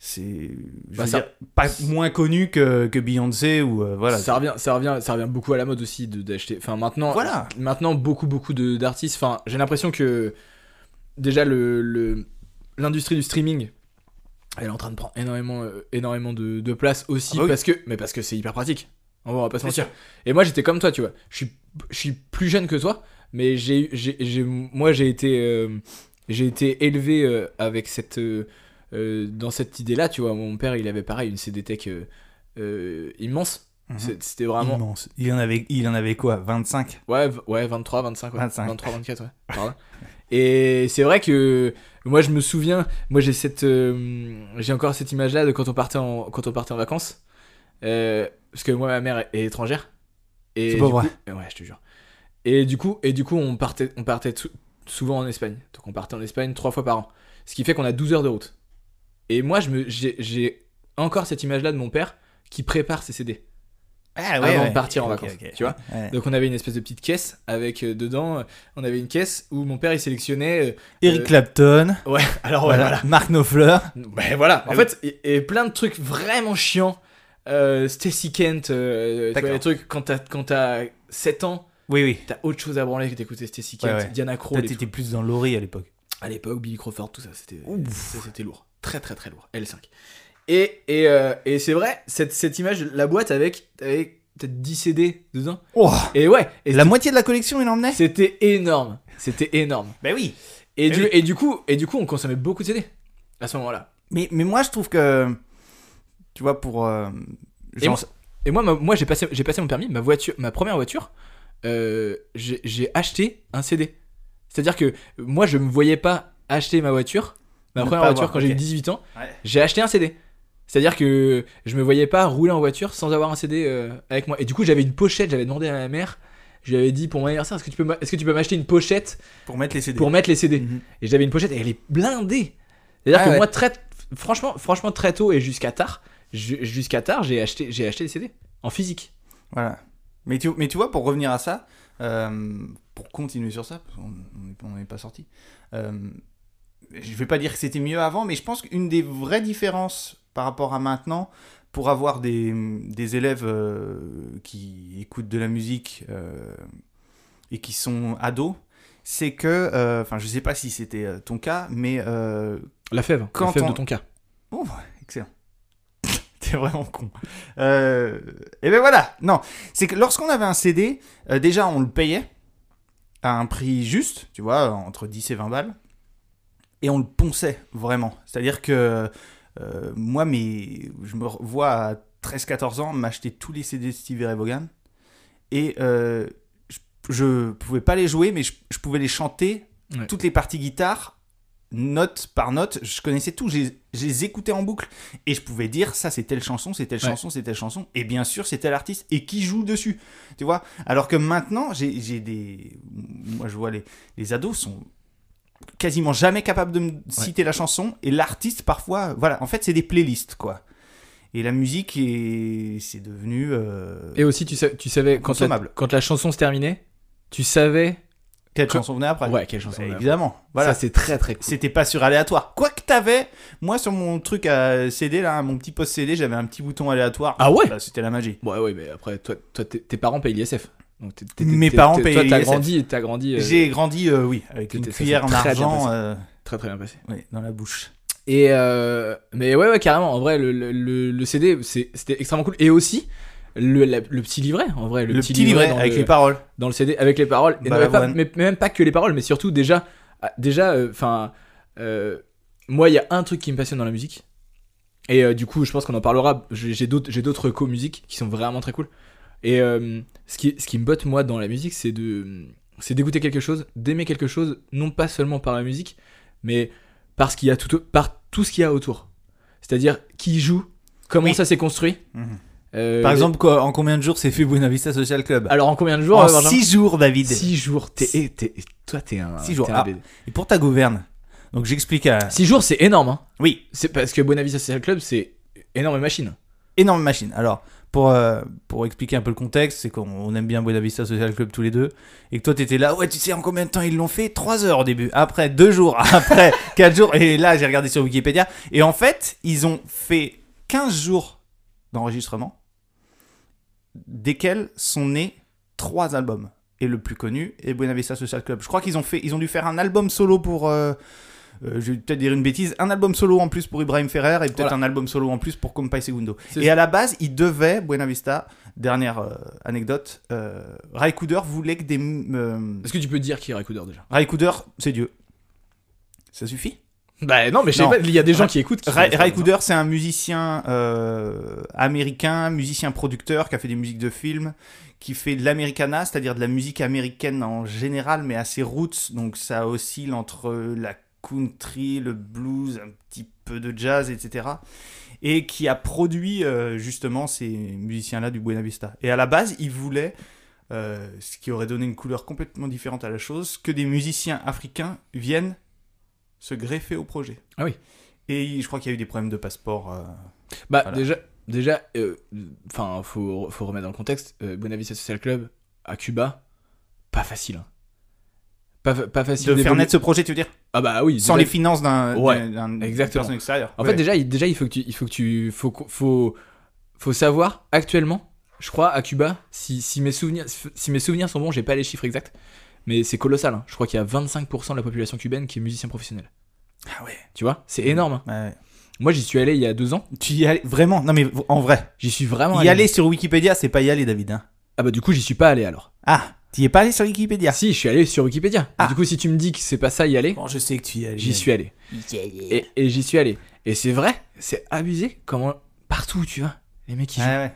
Speaker 2: c'est je
Speaker 1: Bah,
Speaker 2: veux
Speaker 1: ça-
Speaker 2: dire, pas moins connu que, que Beyoncé ou euh, voilà.
Speaker 1: Ça, revient, ça, revient, ça revient beaucoup à la mode aussi de- d'acheter. Enfin, maintenant,
Speaker 2: Voilà.
Speaker 1: maintenant beaucoup, beaucoup de- d'artistes. Enfin, j'ai l'impression que déjà le- le- l'industrie du streaming. Elle est en train de prendre énormément, euh, énormément de, de place aussi
Speaker 2: Ah bah oui.
Speaker 1: parce que, mais parce que c'est hyper pratique. On va pas se
Speaker 2: C'est
Speaker 1: mentir. Et moi j'étais comme toi, tu vois. Je suis, je suis plus jeune que toi, mais j'ai, eu- j'ai, j'ai- moi j'ai été, euh, j'ai été élevé euh, avec cette, euh, euh, dans cette idée-là, tu vois. Mon père, il avait pareil une CD Tech euh, euh, immense.
Speaker 2: Mhm.
Speaker 1: C'est- C'était vraiment,
Speaker 2: Immense. Il en avait il en avait quoi 25.
Speaker 1: ouais, v- ouais, 23, 25, ouais.
Speaker 2: 25.
Speaker 1: 23, 24, ouais. Pardon. Et c'est vrai que moi je me souviens, moi j'ai cette, euh, j'ai encore cette image-là de quand on partait en, quand on partait en vacances, Euh, parce que moi ma mère est étrangère. Et
Speaker 2: C'est pas
Speaker 1: du
Speaker 2: vrai.
Speaker 1: euh, Ouais, je te jure. Et du coup, et du coup on partait, on partait sou- souvent en Espagne. Donc on partait en Espagne trois fois par an. Ce qui fait qu'on a 12 heures de route. Et moi, je me- j'ai j'ai encore cette image-là de mon père qui prépare ses CD
Speaker 2: Ah
Speaker 1: avant de partir en
Speaker 2: Ok,
Speaker 1: vacances.
Speaker 2: ok.
Speaker 1: Tu vois
Speaker 2: Ouais.
Speaker 1: Donc on avait une espèce de petite caisse avec euh, dedans, euh, on avait une caisse où mon père il sélectionnait.
Speaker 2: Eric
Speaker 1: Euh,
Speaker 2: Clapton,
Speaker 1: euh, ouais, alors ouais,
Speaker 2: voilà,
Speaker 1: voilà.
Speaker 2: Mark Knopfler.
Speaker 1: Ben voilà, en
Speaker 2: Ah
Speaker 1: fait, et, et plein de trucs vraiment chiants. Euh, Stacy Kent, euh, tu vois,
Speaker 2: D'accord.
Speaker 1: les trucs quand t'as quand t'as 7 ans.
Speaker 2: Oui oui.
Speaker 1: T'as autre chose à branler que d'écouter Stacy
Speaker 2: Ouais,
Speaker 1: Kent,
Speaker 2: ouais.
Speaker 1: Diana Krall.
Speaker 2: Toi,
Speaker 1: et
Speaker 2: T'étais plus dans Laurie à l'époque.
Speaker 1: tout. À l'époque, Billy Crawford, tout ça, c'était
Speaker 2: Ouf.
Speaker 1: ça, c'était lourd. Très, très, très lourd. L5. Et, et, euh, et c'est vrai, cette, cette image, la boîte avec, avec peut-être 10 CD dedans.
Speaker 2: Oh,
Speaker 1: Et ouais, et
Speaker 2: la moitié de la collection il emmenait.
Speaker 1: c'était énorme. C'était énorme.
Speaker 2: Ben oui.
Speaker 1: Et,
Speaker 2: Eh
Speaker 1: du,
Speaker 2: oui.
Speaker 1: et, du coup, et du coup, on consommait beaucoup de CD à ce moment-là.
Speaker 2: Mais, mais moi, je trouve que. Tu vois, pour. euh,
Speaker 1: Et
Speaker 2: genre-
Speaker 1: moi- Et moi, ma- moi j'ai passé, j'ai passé mon permis, ma, voiture, ma première voiture, euh, j'ai j'ai acheté un CD. C'est-à-dire que moi, je me voyais pas acheter ma voiture, ma
Speaker 2: Ne
Speaker 1: première
Speaker 2: pas
Speaker 1: voiture
Speaker 2: avoir,
Speaker 1: quand j'ai
Speaker 2: ok.
Speaker 1: eu 18 ans,
Speaker 2: Ouais.
Speaker 1: j'ai acheté un CD. C'est-à-dire que je me voyais pas rouler en voiture sans avoir un CD euh, avec moi. Et du coup, j'avais une pochette, j'avais demandé à ma mère, je lui avais dit pour mon anniversaire, est-ce que tu peux m'a- est-ce que tu peux m'acheter une pochette
Speaker 2: pour mettre les CD.
Speaker 1: pour mettre les CD.
Speaker 2: Mhm.
Speaker 1: Et j'avais une pochette et elle est blindée. C'est-à-dire
Speaker 2: Ah
Speaker 1: que
Speaker 2: ouais.
Speaker 1: moi, très, franchement, franchement, très tôt et jusqu'à tard, ju- jusqu'à tard, j'ai acheté, j'ai acheté des CD en physique.
Speaker 2: Voilà. Mais tu, mais tu vois, pour revenir à ça, euh, pour continuer sur ça, parce qu'on on est- on n'est pas sorti, euh, je vais pas dire que c'était mieux avant, mais je pense qu'une des vraies différences par rapport à maintenant, pour avoir des, des élèves euh, qui écoutent de la musique euh, et qui sont ados, c'est que, euh, enfin, je sais pas si c'était euh, ton cas, mais euh,
Speaker 1: La fève,
Speaker 2: Quand
Speaker 1: la fève
Speaker 2: on-
Speaker 1: de ton cas.
Speaker 2: Bon, bah, excellent. T'es vraiment con. Euh, et ben voilà, non. C'est que lorsqu'on avait un CD, euh, déjà on le payait à un prix juste, tu vois, entre 10 et 20 balles. et on le ponçait vraiment. C'est-à-dire que euh, moi, mais je me vois à 13-14 ans m'acheter tous les CD de Stevie Ray Vaughan et euh, je, je pouvais pas les jouer, mais je, je pouvais les chanter
Speaker 1: Ouais.
Speaker 2: toutes les parties guitare, note par note. Je connaissais tout, j'ai- je les écoutais en boucle et je pouvais dire ça c'est telle chanson, c'est telle
Speaker 1: Ouais.
Speaker 2: chanson, c'est telle chanson, et bien sûr c'est tel artiste et qui joue dessus, tu vois. Alors que maintenant j'ai j'ai des, moi je vois les les ados sont quasiment jamais capables de me citer la chanson et l'artiste parfois, voilà. En fait c'est des playlists quoi. Et la musique est, c'est devenu. euh,
Speaker 1: Et aussi, tu, sais- tu savais, quand la,
Speaker 2: Consommable.
Speaker 1: quand la chanson se terminait, tu savais.
Speaker 2: Quelle
Speaker 1: que-
Speaker 2: chanson venait après
Speaker 1: Ouais, quelle
Speaker 2: Bah,
Speaker 1: chanson. Voilà.
Speaker 2: Évidemment. Voilà.
Speaker 1: Ça, c'est très très cool.
Speaker 2: C'était pas sur aléatoire. Quoi que t'avais, moi sur mon truc à CD là, mon petit post CD, j'avais un petit bouton aléatoire.
Speaker 1: Ah ouais
Speaker 2: Bah, C'était la magie.
Speaker 1: Ouais, ouais, mais après, toi, toi, t'es- tes parents payent l'ISF. Donc, t'es- t'es-
Speaker 2: Mes
Speaker 1: t'es-
Speaker 2: parents
Speaker 1: t'es-
Speaker 2: payent
Speaker 1: Toi, t'as
Speaker 2: l'ISF.
Speaker 1: grandi, t'as grandi euh,
Speaker 2: J'ai grandi, euh, oui, avec une
Speaker 1: C'était- ça s'est
Speaker 2: cuillère en
Speaker 1: très bien
Speaker 2: argent
Speaker 1: passé.
Speaker 2: euh,
Speaker 1: très très bien passé.
Speaker 2: ouais, dans la bouche.
Speaker 1: Et euh, mais ouais, ouais, carrément. En vrai, le, le- le- le CD, c'est- c'était extrêmement cool. Et aussi le, la- le petit livret, en vrai,
Speaker 2: Le, petit, livret
Speaker 1: dans
Speaker 2: avec
Speaker 1: le, Euh,
Speaker 2: les paroles.
Speaker 1: dans le CD, avec les paroles. Et
Speaker 2: Bah,
Speaker 1: non, mais, pas-
Speaker 2: One.
Speaker 1: mais- mais même pas que les paroles, mais surtout déjà, ah, déjà, enfin, euh, moi, il y a un truc qui me passionne dans la musique. Et euh, du coup, je pense qu'on en parlera. J'ai j'ai d'autres, j'ai d'autres co-musiques qui sont vraiment très cool. Et euh, ce qui, ce qui me botte moi dans la musique, c'est de, c'est d'écouter quelque chose, d'aimer quelque chose, non pas seulement par la musique, mais par ce qu'il y a tout, au- par tout ce qu'il y a autour. C'est-à-dire qui joue, comment
Speaker 2: Oui.
Speaker 1: ça s'est construit.
Speaker 2: Mhm.
Speaker 1: euh,
Speaker 2: Par
Speaker 1: les-
Speaker 2: exemple, quoi, en combien de jours c'est fait Buena Vista Social Club
Speaker 1: alors en combien de jours euh,
Speaker 2: En
Speaker 1: Benjamin
Speaker 2: 6 jours, David.
Speaker 1: 6 jours, t'es, et t'es- et toi t'es un.
Speaker 2: Six jours,
Speaker 1: t'es un
Speaker 2: ah.
Speaker 1: bébé.
Speaker 2: Et pour ta gouverne. Donc j'explique à.
Speaker 1: 6 jours, c'est énorme. Hein.
Speaker 2: Oui,
Speaker 1: C'est parce que Buena Vista Social Club, c'est énorme machine.
Speaker 2: énorme machine. Alors, pour, euh, pour expliquer un peu le contexte, c'est qu'on on aime bien Buena Vista Social Club tous les deux. Et que toi, t'étais là, ouais, tu sais en combien de temps ils l'ont fait 3 heures au début. Après, 2 jours. Après, 4 jours. Et là, j'ai regardé sur Wikipédia. Et en fait, ils ont fait 15 jours d'enregistrement, desquels sont nés 3 albums. Et le plus connu est Buena Vista Social Club. Je crois qu'ils ont, fait- ils ont dû faire un album solo pour. euh, euh, je vais peut-être dire une bêtise, un album solo en plus pour Ibrahim Ferrer et peut-être
Speaker 1: Voilà.
Speaker 2: un album solo en plus pour Compay Segundo.
Speaker 1: C'est-
Speaker 2: Et à la base, ils devaient, Buena Vista, dernière euh, anecdote, euh, Raikouder voulait que des. m- euh,
Speaker 1: Est-ce que tu peux dire qui est Raikouder déjà
Speaker 2: Raikouder, c'est Dieu. Ça suffit
Speaker 1: Bah non, mais je sais
Speaker 2: Non.
Speaker 1: pas, il y a des gens
Speaker 2: Ra-
Speaker 1: qui écoutent. qui
Speaker 2: Ra-
Speaker 1: sont- hein.
Speaker 2: Raikouder, c'est un musicien euh, américain, musicien producteur qui a fait des musiques de films, qui fait de l'americana, c'est-à-dire de la musique américaine en général, mais assez roots. Donc ça oscille entre la country, le blues, un petit peu de jazz, etc. Et qui a produit euh, justement ces musiciens-là du Buena Vista. Et à la base, il voulait, euh, ce qui aurait donné une couleur complètement différente à la chose, que des musiciens africains viennent se greffer au projet.
Speaker 1: Ah oui.
Speaker 2: Et je crois qu'il y a eu des problèmes de passeport. euh,
Speaker 1: Bah
Speaker 2: Voilà.
Speaker 1: déjà, déjà, euh, enfin, faut, faut remettre dans le contexte. euh, Buena Vista Social Club à Cuba, pas facile. hein. Pas, fa- pas facile
Speaker 2: de faire
Speaker 1: d'évoluer.
Speaker 2: naître ce projet, tu veux dire
Speaker 1: Ah bah oui.
Speaker 2: Sans
Speaker 1: déjà-
Speaker 2: les finances d'un
Speaker 1: Ouais,
Speaker 2: d'un- d'un- d'une
Speaker 1: exactement.
Speaker 2: personne extérieure.
Speaker 1: En
Speaker 2: Ouais.
Speaker 1: fait, déjà, il, déjà, il faut que tu, il faut que tu, faut, qu'on- faut, faut savoir actuellement. Je crois à Cuba, si, si mes souvenirs, si mes souvenirs sont bons, j'ai pas les chiffres exacts, mais c'est colossal. hein. Je crois qu'il y a 25% de la population cubaine qui est musicien professionnel.
Speaker 2: Ah ouais.
Speaker 1: Tu vois, c'est énorme. hein.
Speaker 2: Ouais.
Speaker 1: Moi, j'y suis allé il y a deux ans.
Speaker 2: Tu y allais vraiment Non mais v- en vrai.
Speaker 1: J'y suis vraiment
Speaker 2: y
Speaker 1: allé.
Speaker 2: aller sur Wikipédia, c'est pas y aller, David. hein.
Speaker 1: Ah bah du coup, j'y suis pas allé alors. Ah
Speaker 2: Ah, tu y es pas allé sur Wikipédia
Speaker 1: Si, je suis allé sur Wikipédia. Mais
Speaker 2: Ah.
Speaker 1: Du coup, si tu me dis que c'est pas ça y aller,
Speaker 2: Bon, je sais que tu y allais.
Speaker 1: j'y suis allé. Et, et j'y suis allé. Et c'est vrai, c'est abusé comment partout où tu vas, les mecs qui jouent.
Speaker 2: Ah ouais.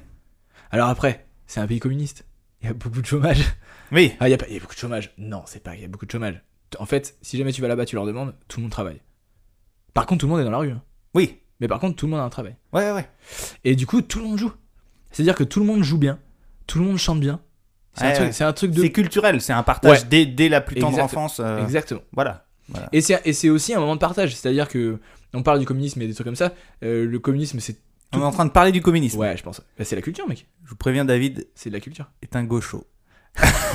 Speaker 1: Alors après, c'est un pays communiste. Il y a beaucoup de chômage.
Speaker 2: Oui.
Speaker 1: Ah, il y, a pas- il y a beaucoup de chômage. Non, c'est pas, il y a beaucoup de chômage. T- En fait, si jamais tu vas là-bas, tu leur demandes, tout le monde travaille. Par contre, tout le monde est dans la rue. hein.
Speaker 2: Oui.
Speaker 1: Mais par contre, tout le monde a un travail.
Speaker 2: Ouais, ouais, ouais.
Speaker 1: Et du coup, tout le monde joue. C'est-à-dire que tout le monde joue bien, tout le monde chante bien. C'est un,
Speaker 2: Ouais,
Speaker 1: truc-
Speaker 2: ouais.
Speaker 1: c'est un truc de.
Speaker 2: C'est culturel, c'est un partage
Speaker 1: Ouais.
Speaker 2: dès, dès la plus tendre
Speaker 1: Exact.
Speaker 2: enfance. euh,
Speaker 1: Exactement.
Speaker 2: Voilà.
Speaker 1: Et c'est, et c'est aussi un moment de partage. C'est-à-dire que on parle du communisme et des trucs comme ça. Euh, le communisme, c'est.
Speaker 2: On est en train de parler du communisme.
Speaker 1: Ouais, je pense. Bah, c'est la culture, mec.
Speaker 2: Je vous préviens, David
Speaker 1: C'est de la culture.
Speaker 2: est un gaucho.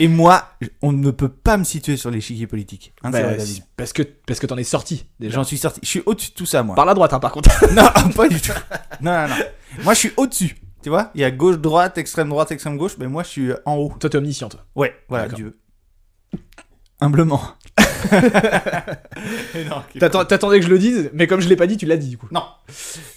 Speaker 2: Et moi, on ne peut pas me situer sur l'échiquier politique. Hein, c'est
Speaker 1: Bah,
Speaker 2: vrai, David.
Speaker 1: si- parce, que, parce que t'en es sorti déjà.
Speaker 2: J'en suis sorti. Je suis au-dessus de tout ça, moi.
Speaker 1: Par la droite, hein, par contre.
Speaker 2: Non, pas du tout. Non, non, non. Moi, je suis au-dessus. Tu vois, il y a gauche, droite, extrême droite, extrême gauche, mais moi, je suis en haut.
Speaker 1: toi, t'es omniscient, toi.
Speaker 2: Ouais, voilà,
Speaker 1: D'accord.
Speaker 2: Dieu. Humblement. Mais non, ok.
Speaker 1: T'attends- T'attendais que je le dise, mais comme je l'ai pas dit, tu l'as dit du coup.
Speaker 2: Non.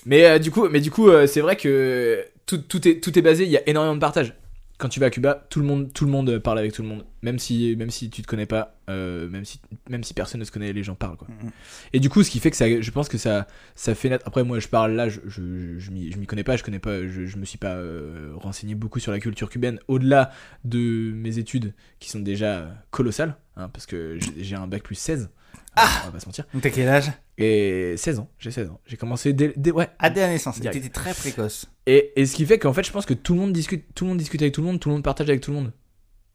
Speaker 1: Mais euh, du coup, mais du coup, euh, c'est vrai que tout, tout est tout est basé. Il y a énormément de partage. quand tu vas à Cuba, tout le monde, tout le monde parle avec tout le monde, même si, même si tu te connais pas, euh, même si, même si personne ne se connaît, les gens parlent quoi.
Speaker 2: Mhm.
Speaker 1: Et du coup, ce qui fait que ça, je pense que ça, ça fait naître. Après, moi, je parle là, je, je, je m'y je m'y connais pas, je connais pas, je, je me suis pas euh, renseigné beaucoup sur la culture cubaine au-delà de mes études qui sont déjà colossales, hein, parce que j'ai- j'ai un bac plus 16.
Speaker 2: Ah
Speaker 1: on va pas se mentir.
Speaker 2: Donc, T'as quel âge
Speaker 1: Et 16 ans, j'ai 16 ans. J'ai commencé dès, dès- ouais,
Speaker 2: À la naissance.
Speaker 1: Direct.
Speaker 2: T'étais très précoce.
Speaker 1: et, et ce qui fait qu'en fait, je pense que tout le monde discute, tout le monde discute avec tout le monde, tout le monde partage avec tout le monde.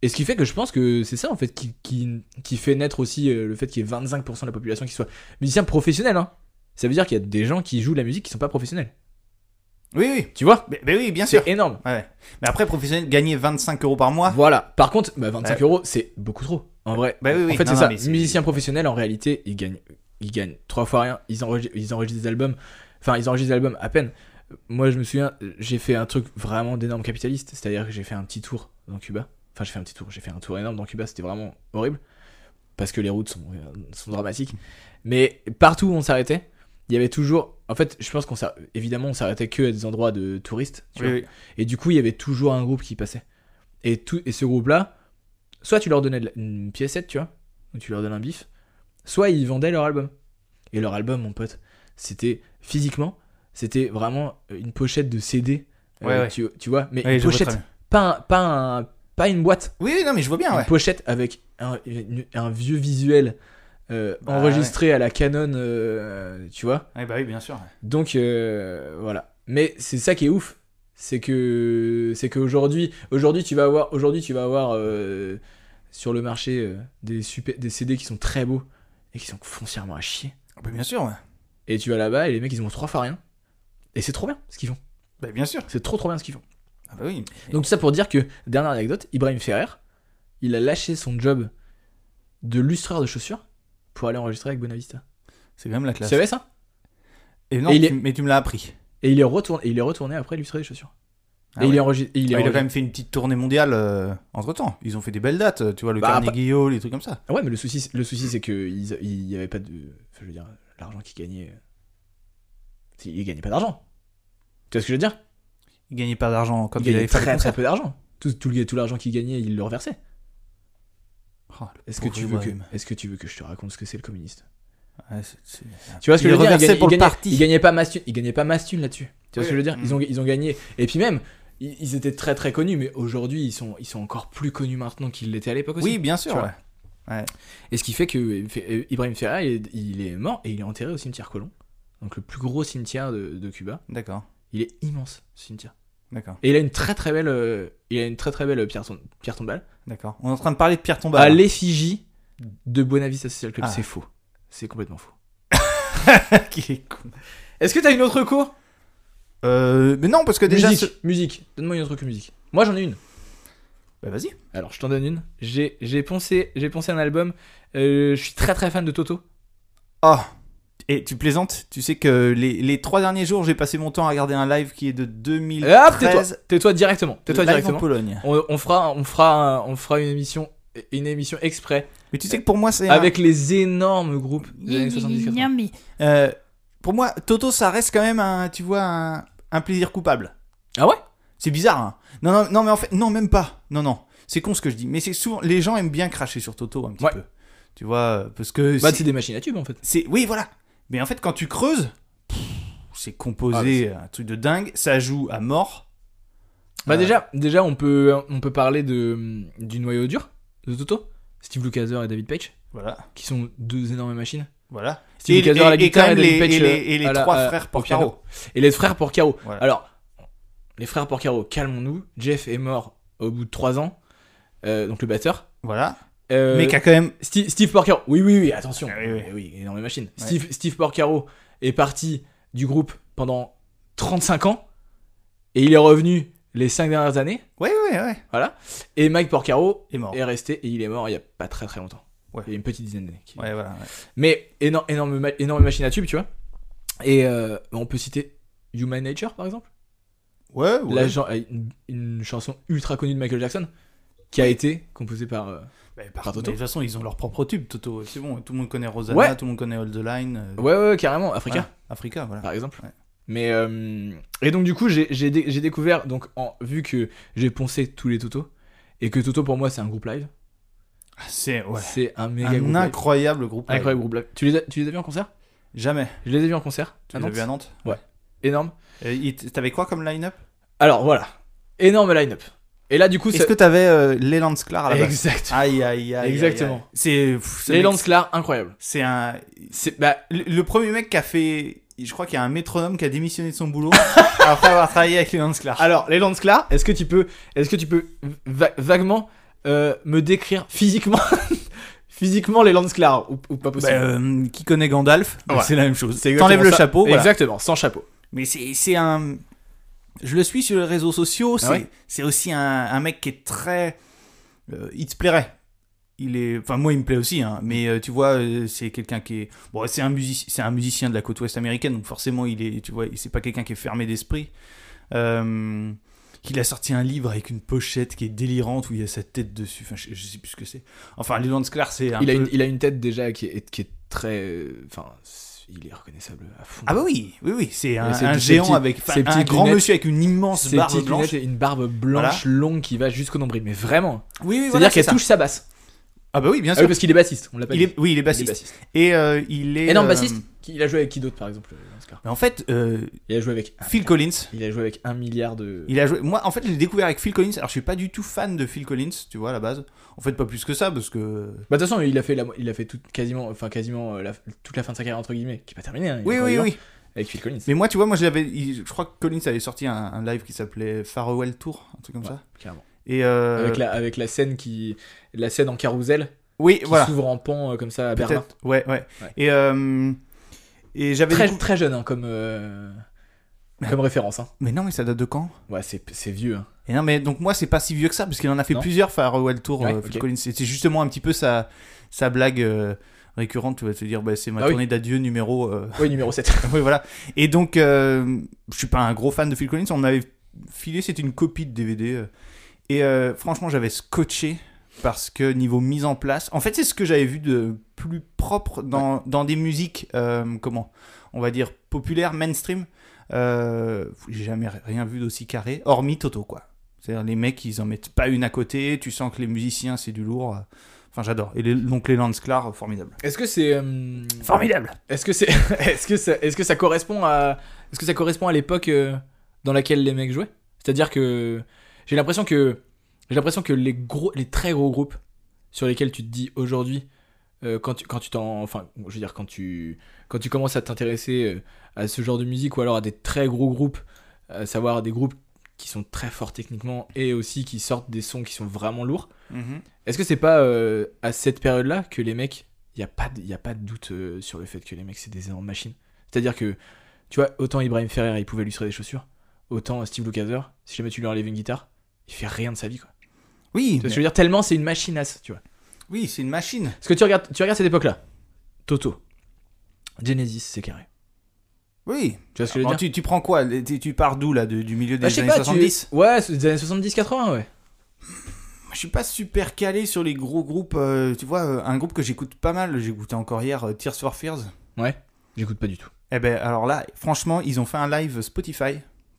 Speaker 1: Et ce qui fait que je pense que c'est ça en fait qui, qui, qui fait naître aussi euh, le fait qu'il y ait 25% de la population qui soit musicien professionnel. Hein. Ça veut dire qu'il y a des gens qui jouent de la musique qui sont pas professionnels.
Speaker 2: Oui, oui.
Speaker 1: Tu vois
Speaker 2: Mais, mais oui, bien sûr.
Speaker 1: C'est énorme.
Speaker 2: Ouais, ouais. Mais après, professionnel, gagner 25 euros par mois.
Speaker 1: Voilà. Par contre, bah, 25
Speaker 2: Ouais.
Speaker 1: euros, c'est beaucoup trop. En vrai.
Speaker 2: Bah oui, oui.
Speaker 1: En fait,
Speaker 2: Non,
Speaker 1: c'est
Speaker 2: non,
Speaker 1: ça.
Speaker 2: mais c'est-
Speaker 1: Musicien professionnel, en réalité, ils gagnent, ils gagnent trois fois rien. Ils enregistrent, ils enregistrent des albums. Enfin, ils enregistrent des albums à peine. Moi, je me souviens, j'ai fait un truc vraiment d'énorme capitaliste. C'est-à-dire que j'ai fait un petit tour dans Cuba. Enfin, j'ai fait un petit tour. J'ai fait un tour énorme dans Cuba. C'était vraiment horrible. Parce que les routes sont, euh, sont dramatiques. Mais partout où on s'arrêtait, il y avait toujours. En fait, je pense qu'on s'arr- évidemment on s'arrêtait que à des endroits de touristes. tu
Speaker 2: Oui,
Speaker 1: vois.
Speaker 2: oui.
Speaker 1: Et du coup, il y avait toujours un groupe qui passait. Et, tout, et ce groupe-là, soit tu leur donnais de la- une piécette, tu vois, ou tu leur donnes un bif, soit ils vendaient leur album. Et leur album, mon pote, c'était physiquement, c'était vraiment une pochette de CD. euh,
Speaker 2: Ouais, ouais.
Speaker 1: Tu, tu vois, mais
Speaker 2: Oui,
Speaker 1: une
Speaker 2: je vois très
Speaker 1: pochette,
Speaker 2: bien.
Speaker 1: pas, un- pas, un- pas une boîte,
Speaker 2: Oui, oui, non, mais je vois bien, ouais.
Speaker 1: une pochette avec un, une- un vieux visuel euh,
Speaker 2: Bah,
Speaker 1: enregistré à la Canon, euh, tu vois.
Speaker 2: Ouais, bah oui, bien sûr.
Speaker 1: Donc euh, voilà. Mais c'est ça qui est ouf, c'est que c'est qu'aujourd'hui, aujourd'hui tu vas avoir, aujourd'hui tu vas avoir euh, sur le marché euh, des super, des CD qui sont très beaux et qui sont foncièrement à chier.
Speaker 2: Ah Bah bien sûr, ouais.
Speaker 1: Et tu vas là-bas et les mecs ils ont trois fois rien. Et c'est trop bien ce qu'ils font.
Speaker 2: Bah bien sûr.
Speaker 1: C'est trop trop bien ce qu'ils font.
Speaker 2: Ah bah oui.
Speaker 1: Donc tout ça pour dire que dernière anecdote, Ibrahim Ferrer, il a lâché son job de lustreur de chaussures pour aller enregistrer avec Bonavista.
Speaker 2: C'est quand même la
Speaker 1: Tu
Speaker 2: classe.
Speaker 1: savais ça
Speaker 2: Et non,
Speaker 1: Et il
Speaker 2: tu-
Speaker 1: est-
Speaker 2: mais tu me l'as appris.
Speaker 1: Et il est retourné, et il est retourné après lustrer des chaussures.
Speaker 2: Ah
Speaker 1: et il
Speaker 2: ouais. Ah,
Speaker 1: est enregistré. et Ah,
Speaker 2: Il,
Speaker 1: Il est
Speaker 2: a quand
Speaker 1: enregistré-
Speaker 2: même fait une petite tournée mondiale euh, entre temps. Ils ont fait des belles dates, euh, tu vois, le
Speaker 1: Bah,
Speaker 2: Carnegie Hall, les trucs comme ça.
Speaker 1: Ah Ouais, mais le souci, le souci c'est que ils- il n'y avait pas de. enfin, je veux dire, l'argent qu'ils gagnaient. euh, c'est- Ils gagnaient pas d'argent. Tu vois ce que je veux dire
Speaker 2: Ils gagnaient pas d'argent quand
Speaker 1: Ils
Speaker 2: ils
Speaker 1: gagnaient
Speaker 2: allaient faire
Speaker 1: très
Speaker 2: des
Speaker 1: très
Speaker 2: concerts.
Speaker 1: peu d'argent. Tout, tout, le- tout l'argent qu'ils gagnaient, ils le reversaient.
Speaker 2: Oh, le
Speaker 1: Est-ce que,
Speaker 2: pauvre
Speaker 1: tu veux que,
Speaker 2: Ibrahim.
Speaker 1: est-ce que tu veux que je te raconte ce que c'est le communiste
Speaker 2: Ouais, c'est- c'est-
Speaker 1: Tu vois ce que
Speaker 2: Il
Speaker 1: je veux dire
Speaker 2: reversait
Speaker 1: gagnaient-
Speaker 2: pour le
Speaker 1: gagnaient-
Speaker 2: parti.
Speaker 1: Ils gagnaient pas masse thune- ils gagnaient pas masse thune là-dessus. Tu vois
Speaker 2: Oui.
Speaker 1: ce que je veux dire ils, ont,
Speaker 2: Mm.
Speaker 1: ils ont gagné. Et puis même, ils, ils étaient très très connus, mais aujourd'hui, ils sont, ils sont encore plus connus maintenant qu'ils l'étaient à l'époque aussi.
Speaker 2: Oui, bien sûr,
Speaker 1: Tu vois.
Speaker 2: ouais.
Speaker 1: Et ce qui fait que euh, Fe- euh, Ibrahim Ferrer, il est, il est mort et il est enterré au cimetière Colomb, donc le plus gros cimetière de, de Cuba.
Speaker 2: D'accord,
Speaker 1: Il est immense, ce cimetière.
Speaker 2: d'accord,
Speaker 1: Et il a une très très belle, euh, il a une très très belle pierre, tom- pierre tombale.
Speaker 2: d'accord. On est en train de parler de Pierre
Speaker 1: à
Speaker 2: Tombal.
Speaker 1: l'effigie de Bonavista Social Club,
Speaker 2: Ah.
Speaker 1: c'est faux. C'est complètement faux.
Speaker 2: qui est con.
Speaker 1: Est-ce que t'as une autre cour
Speaker 2: Euh, mais non, parce que déjà.
Speaker 1: Musique,
Speaker 2: ce-
Speaker 1: musique. Donne-moi une autre cour musique. Moi j'en ai une.
Speaker 2: Bah vas-y.
Speaker 1: Alors je t'en donne une. J'ai j'ai pensé, j'ai pensé à un album. Euh, je suis très très fan de Toto.
Speaker 2: Oh Et tu plaisantes Tu sais que les, les trois derniers jours, j'ai passé mon temps à regarder un live qui est de
Speaker 1: Et Hop, tais-toi,
Speaker 2: 2013.
Speaker 1: tais-toi directement, tais-toi
Speaker 2: live en
Speaker 1: Euh, directement.
Speaker 2: Pologne.
Speaker 1: On, on fera, on fera, un- on fera une émission, une émission exprès
Speaker 2: Mais tu sais que pour moi, c'est. un-
Speaker 1: avec les énormes groupes des années 70-80.
Speaker 2: Euh, pour moi, Toto, ça reste quand même un, tu vois, un, un plaisir coupable.
Speaker 1: Ah ouais
Speaker 2: C'est bizarre. Hein non, non, non, mais en fait, non, même pas. Non, non. C'est con ce que je dis. Mais c'est souvent, les gens aiment bien cracher sur Toto un petit
Speaker 1: Ouais.
Speaker 2: peu. Tu vois, euh, parce que
Speaker 1: Bah,
Speaker 2: c'est-
Speaker 1: c'est des machines à tubes en fait.
Speaker 2: c'est, oui, voilà. Mais en fait, quand tu creuses, pff, c'est
Speaker 1: Ah, mais
Speaker 2: composé, euh, un truc de dingue. Ça joue à mort.
Speaker 1: Bah
Speaker 2: Euh,
Speaker 1: déjà, déjà on peut, on peut parler de du noyau dur de Toto, Steve Lukather et David Page,
Speaker 2: Voilà,
Speaker 1: qui sont deux énormes machines.
Speaker 2: voilà.
Speaker 1: Steve Lukather à la guitare et
Speaker 2: les,
Speaker 1: David Page
Speaker 2: et les- et les
Speaker 1: euh, à la-
Speaker 2: trois
Speaker 1: à-
Speaker 2: frères
Speaker 1: au piano.
Speaker 2: Porcaro.
Speaker 1: Et les frères Porcaro.
Speaker 2: Voilà.
Speaker 1: Alors, les frères Porcaro, calmons-nous. Jeff est mort au bout de trois ans, euh, donc le batteur.
Speaker 2: Voilà.
Speaker 1: Euh,
Speaker 2: Mais qui a quand même.
Speaker 1: Steve, Steve Porcaro. Oui, oui, oui, attention.
Speaker 2: Ah oui, oui.
Speaker 1: énorme machine.
Speaker 2: Ouais.
Speaker 1: Steve, Steve Porcaro est parti du groupe pendant 35 ans et il est revenu les 5 dernières années.
Speaker 2: Ouais, ouais, ouais.
Speaker 1: Voilà. Et Mike Porcaro
Speaker 2: Il est mort.
Speaker 1: est resté et il est mort il y a pas très très longtemps.
Speaker 2: Ouais.
Speaker 1: Il y a une petite dizaine d'années. qu'il est
Speaker 2: Ouais, voilà. ouais.
Speaker 1: mais énorme, énorme, ma- énorme machine à tube, tu vois. Et euh, on peut citer Human Nature, par exemple.
Speaker 2: Ouais, ouais.
Speaker 1: La gen- euh, une, une chanson ultra connue de Michael Jackson, qui a été composée par... euh,
Speaker 2: Bah, par-
Speaker 1: Par Toto.
Speaker 2: mais De toute façon, ils ont leur propre tube, Toto. C'est bon, tout le monde connaît Rosanna,
Speaker 1: Ouais.
Speaker 2: tout le monde connaît All the Line. euh,
Speaker 1: Ouais, ouais, ouais, carrément, Africa, Ah.
Speaker 2: voilà. Africa, voilà.
Speaker 1: par exemple.
Speaker 2: Ouais.
Speaker 1: Mais euh, et donc du coup j'ai j'ai dé- j'ai découvert donc en, vu que j'ai poncé tous les Toto et que Toto pour moi c'est un groupe live,
Speaker 2: Ah, C'est ouais.
Speaker 1: c'est un méga groupe
Speaker 2: un
Speaker 1: live.
Speaker 2: incroyable groupe.
Speaker 1: Un incroyable groupe live. Tu les as, tu les as vus en concert
Speaker 2: Jamais.
Speaker 1: Je les ai vus en concert.
Speaker 2: Tu
Speaker 1: à
Speaker 2: l'as
Speaker 1: Nantes.
Speaker 2: vu à Nantes
Speaker 1: Énorme.
Speaker 2: Et il- T'avais quoi comme line-up
Speaker 1: Alors voilà, énorme line-up. Et là du coup
Speaker 2: Est-ce
Speaker 1: c'est
Speaker 2: que t'avais euh, les Landsklar à la base
Speaker 1: exact.
Speaker 2: Aïe, aïe, aïe.
Speaker 1: Exactement.
Speaker 2: aïe, aïe. C'est. pff, ce
Speaker 1: Les
Speaker 2: mec,
Speaker 1: Landsklar incroyable.
Speaker 2: C'est un.
Speaker 1: C'est bah
Speaker 2: Le, le premier mec qui a fait. Je crois qu'il y a un métronome qui a démissionné de son boulot après avoir travaillé avec les Landsklar.
Speaker 1: Alors, les Landsklar, est-ce que tu peux, est-ce que tu peux va- vaguement euh, me décrire physiquement, physiquement les Landsklar ou, ou pas possible
Speaker 2: Bah, euh, qui connaît Gandalf Bah,
Speaker 1: Ouais.
Speaker 2: C'est la même chose.
Speaker 1: C'est exactement
Speaker 2: T'enlèves le
Speaker 1: ça.
Speaker 2: chapeau. voilà.
Speaker 1: Exactement, sans chapeau.
Speaker 2: Mais c'est c'est un. Je le suis sur les réseaux sociaux. C'est
Speaker 1: Ah ouais
Speaker 2: c'est aussi un, un mec qui est très. euh, il te plairait. Il est. Enfin, moi, il me plaît aussi. hein, mais euh, tu vois, euh, c'est quelqu'un qui est. Bon, c'est un, music... c'est un musicien de la côte ouest américaine, donc forcément, il est. Tu vois, c'est pas quelqu'un qui est fermé d'esprit. Euh, qu'il a sorti un livre avec une pochette qui est délirante où il y a sa tête dessus. Enfin, je, je sais plus ce que c'est. Enfin, Leland Clark, c'est un.
Speaker 1: Il a,
Speaker 2: peu-
Speaker 1: une, il a une tête déjà qui est, qui est très, euh, enfin, c'est- il est reconnaissable à fond.
Speaker 2: Ah bah oui, oui, oui, c'est un,
Speaker 1: Et ses
Speaker 2: un
Speaker 1: petits- ses
Speaker 2: géant
Speaker 1: petits-
Speaker 2: avec. enfin,
Speaker 1: ses
Speaker 2: un
Speaker 1: petites
Speaker 2: grand
Speaker 1: lunettes.
Speaker 2: monsieur avec une immense
Speaker 1: Ses
Speaker 2: barbe
Speaker 1: petites
Speaker 2: blanche.
Speaker 1: lunettes et une barbe blanche longue qui va jusqu'au nombril, mais vraiment.
Speaker 2: Oui, oui,
Speaker 1: C'est-à-dire
Speaker 2: voilà,
Speaker 1: qu'elle
Speaker 2: ça.
Speaker 1: touche sa basse.
Speaker 2: Ah bah oui, bien
Speaker 1: Ah oui,
Speaker 2: sûr.
Speaker 1: parce qu'il est bassiste, on l'a pas
Speaker 2: il
Speaker 1: dit.
Speaker 2: est, oui, il est
Speaker 1: Il est
Speaker 2: bassiste.
Speaker 1: bassiste.
Speaker 2: Et euh, il est.
Speaker 1: Énorme
Speaker 2: euh,
Speaker 1: bassiste. Qui- Il a joué avec qui d'autre, par exemple, les Landsklar
Speaker 2: Mais en fait, euh,
Speaker 1: Il a joué avec.
Speaker 2: Phil Collins.
Speaker 1: Il a joué avec un milliard de.
Speaker 2: Il a joué. Moi, en fait, je l'ai découvert avec Phil Collins. Alors, je suis pas du tout fan de Phil Collins, tu vois, à la base. En fait, pas plus que ça, parce que.
Speaker 1: Bah de toute façon, il a fait, la, il a fait tout, quasiment, enfin quasiment euh, la- toute la fin de sa carrière entre guillemets, qui est pas terminée. hein, il est
Speaker 2: Oui,
Speaker 1: encore
Speaker 2: oui,
Speaker 1: vivant,
Speaker 2: oui.
Speaker 1: Avec Phil Collins.
Speaker 2: Mais moi, tu vois, moi, je l'avais. il- Je crois que Collins avait sorti un, un live qui s'appelait Farewell Tour, un truc comme
Speaker 1: Ouais,
Speaker 2: ça.
Speaker 1: clairement.
Speaker 2: Et euh,
Speaker 1: Avec la, avec la scène qui, la scène en carrousel
Speaker 2: Oui,
Speaker 1: qui
Speaker 2: voilà.
Speaker 1: s'ouvre en pan euh, comme ça à Berlin.
Speaker 2: Peut-être. Ouais, ouais,
Speaker 1: Ouais.
Speaker 2: Et euh, et j'avais.
Speaker 1: Très,
Speaker 2: décou-
Speaker 1: très jeune hein, comme, euh, comme référence. Hein.
Speaker 2: Mais non, mais ça date de quand
Speaker 1: Ouais, c'est c'est vieux. hein.
Speaker 2: Et non, mais donc moi, c'est pas si vieux que ça, parce qu'il en a fait
Speaker 1: Non.
Speaker 2: plusieurs Farewell Tour,
Speaker 1: Ouais,
Speaker 2: euh, Phil
Speaker 1: ok.
Speaker 2: Collins. C'était justement un petit peu sa, sa blague euh, récurrente, tu vas te dire, bah, c'est ma
Speaker 1: Ah oui.
Speaker 2: tournée d'adieu numéro. euh,
Speaker 1: Oui, numéro 7.
Speaker 2: oui, voilà. Et donc, euh, je suis pas un gros fan de Phil Collins, on m'avait filé, c'était une copie de DVD. euh, et euh, franchement, j'avais scotché, parce que niveau mise en place, en fait, c'est ce que j'avais vu de plus propre dans, dans des musiques, euh, comment On va dire populaires, mainstream. Euh, J'ai jamais rien vu d'aussi carré, hormis Toto, quoi. C'est-à-dire les mecs, ils en mettent pas une à côté. Tu sens que les musiciens, c'est du lourd. euh. Enfin, j'adore. Et les- donc les Landsklar, formidable.
Speaker 1: Est-ce que c'est, euh,
Speaker 2: Formidable.
Speaker 1: est-ce que c'est, est-ce que ça, est-ce que ça correspond à, est-ce que ça correspond à l'époque euh, dans laquelle les mecs jouaient C'est-à-dire que j'ai l'impression que j'ai l'impression que les gros, les très gros groupes sur lesquels tu te dis aujourd'hui, euh, quand tu quand tu t'en, enfin, je veux dire quand tu quand tu commences à t'intéresser euh, à ce genre de musique ou alors à des très gros groupes, à savoir des groupes qui sont très forts techniquement et aussi qui sortent des sons qui sont vraiment lourds.
Speaker 2: Mhm.
Speaker 1: Est-ce que c'est pas euh, à cette période-là que les mecs, il n'y a, pas de- y a pas de doute euh, sur le fait que les mecs, c'est des énormes machines C'est-à-dire que, tu vois, autant Ibrahim Ferrer, il pouvait lui tirer des chaussures, autant Steve Lukather, si jamais tu lui enlèves une guitare, il fait rien de sa vie, quoi.
Speaker 2: Oui,
Speaker 1: Tu vois ce que je
Speaker 2: mais-
Speaker 1: veux dire Tellement c'est une machinasse, tu vois.
Speaker 2: oui, c'est une machine.
Speaker 1: Parce que tu regardes, tu regardes cette époque-là. Toto. Genesis, c'est carré.
Speaker 2: Oui.
Speaker 1: Tu vois ce que je veux
Speaker 2: Alors,
Speaker 1: dire
Speaker 2: tu, Bah, tu prends quoi Les- tu, tu pars d'où là de- Du milieu des
Speaker 1: Ah, je sais
Speaker 2: années
Speaker 1: pas, tu-
Speaker 2: 70
Speaker 1: Ouais, c'est des années 70-80, ouais.
Speaker 2: Je suis pas super calé sur les gros groupes. euh, tu vois, euh, un groupe que j'écoute pas mal. J'écoutais encore hier euh, Tears for Fears.
Speaker 1: Ouais, j'écoute pas du tout.
Speaker 2: Eh ben, alors là, franchement, ils ont fait un live Spotify.